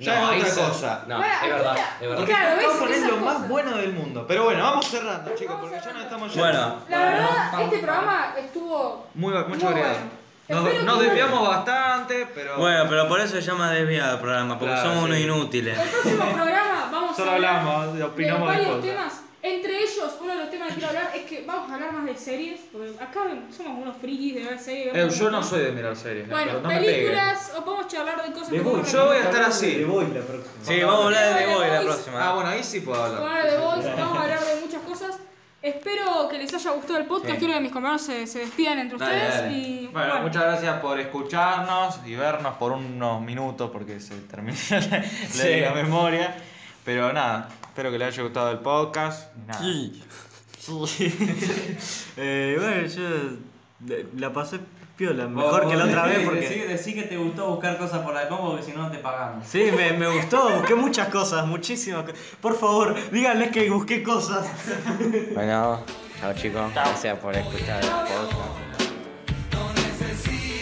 Speaker 4: ya
Speaker 5: No, ahí
Speaker 4: es
Speaker 5: se-
Speaker 4: otra cosa.
Speaker 5: No,
Speaker 2: Bueno,
Speaker 5: es verdad,
Speaker 2: escucha,
Speaker 5: es verdad.
Speaker 4: Porque
Speaker 2: Claro,
Speaker 4: Scott
Speaker 2: ves,
Speaker 4: Cawthon es
Speaker 2: esas
Speaker 4: lo más
Speaker 2: cosas.
Speaker 4: bueno del mundo. Pero bueno, vamos cerrando, chicos,
Speaker 2: Vamos
Speaker 4: porque ya nos
Speaker 2: cerrando.
Speaker 4: estamos yendo.
Speaker 1: Bueno,
Speaker 2: La verdad, este programa estuvo.
Speaker 4: Muy,
Speaker 2: muy
Speaker 4: mucho agregado.
Speaker 2: bueno.
Speaker 4: Nos,
Speaker 2: Espero
Speaker 4: nos
Speaker 2: que-
Speaker 4: desviamos bastante, pero.
Speaker 1: bueno, pero por eso se llama desviado el programa, porque
Speaker 4: Claro,
Speaker 1: somos
Speaker 4: sí.
Speaker 1: unos inútiles.
Speaker 2: El próximo programa vamos
Speaker 4: Solo
Speaker 2: a hablar
Speaker 4: hablamos, opinamos
Speaker 2: de
Speaker 4: de
Speaker 2: varios
Speaker 4: cosas.
Speaker 2: temas. Entre ellos, uno de los temas que quiero hablar es que vamos a hablar más de series, porque acá somos unos frikis de ver series.
Speaker 4: Eh,
Speaker 2: vemos
Speaker 4: yo
Speaker 2: un
Speaker 4: no
Speaker 2: montón.
Speaker 4: soy de mirar series, eh,
Speaker 2: Bueno,
Speaker 4: pero no me peguen.
Speaker 2: películas, o podemos charlar de cosas
Speaker 8: The
Speaker 2: que
Speaker 8: Boy.
Speaker 2: podemos
Speaker 4: Yo voy a
Speaker 2: recomendar.
Speaker 4: estar así.
Speaker 8: De Boy la próxima.
Speaker 1: Sí, vamos a hablar de
Speaker 2: Pero
Speaker 1: The Boy la
Speaker 2: Boys-
Speaker 1: próxima. ¿eh?
Speaker 4: Ah, bueno, ahí sí puedo
Speaker 2: Vamos a
Speaker 4: hablar.
Speaker 2: hablar de Boys, vamos a hablar de muchas cosas. Espero que les haya gustado el podcast.
Speaker 1: Sí.
Speaker 2: Quiero que mis compañeros se, se despidan entre
Speaker 1: Dale,
Speaker 2: ustedes.
Speaker 1: dale.
Speaker 2: Y,
Speaker 4: Bueno, muchas gracias por escucharnos y vernos por unos minutos porque se termina la, la-
Speaker 1: Sí.
Speaker 4: la memoria. Pero nada, espero que les haya gustado el podcast. y nada.
Speaker 6: Ah. Eh, bueno, yo eh, la pasé piola, mejor que la otra vez
Speaker 8: Decí,
Speaker 6: porque...
Speaker 8: decí que te gustó buscar cosas por la combo porque si no, no te pagamos.
Speaker 6: Sí, me, me gustó, busqué muchas cosas, muchísimas cosas. Por favor, díganles que busqué cosas.
Speaker 1: Ah, Bueno, chao chicos, gracias por escuchar el podcast.
Speaker 9: No necesito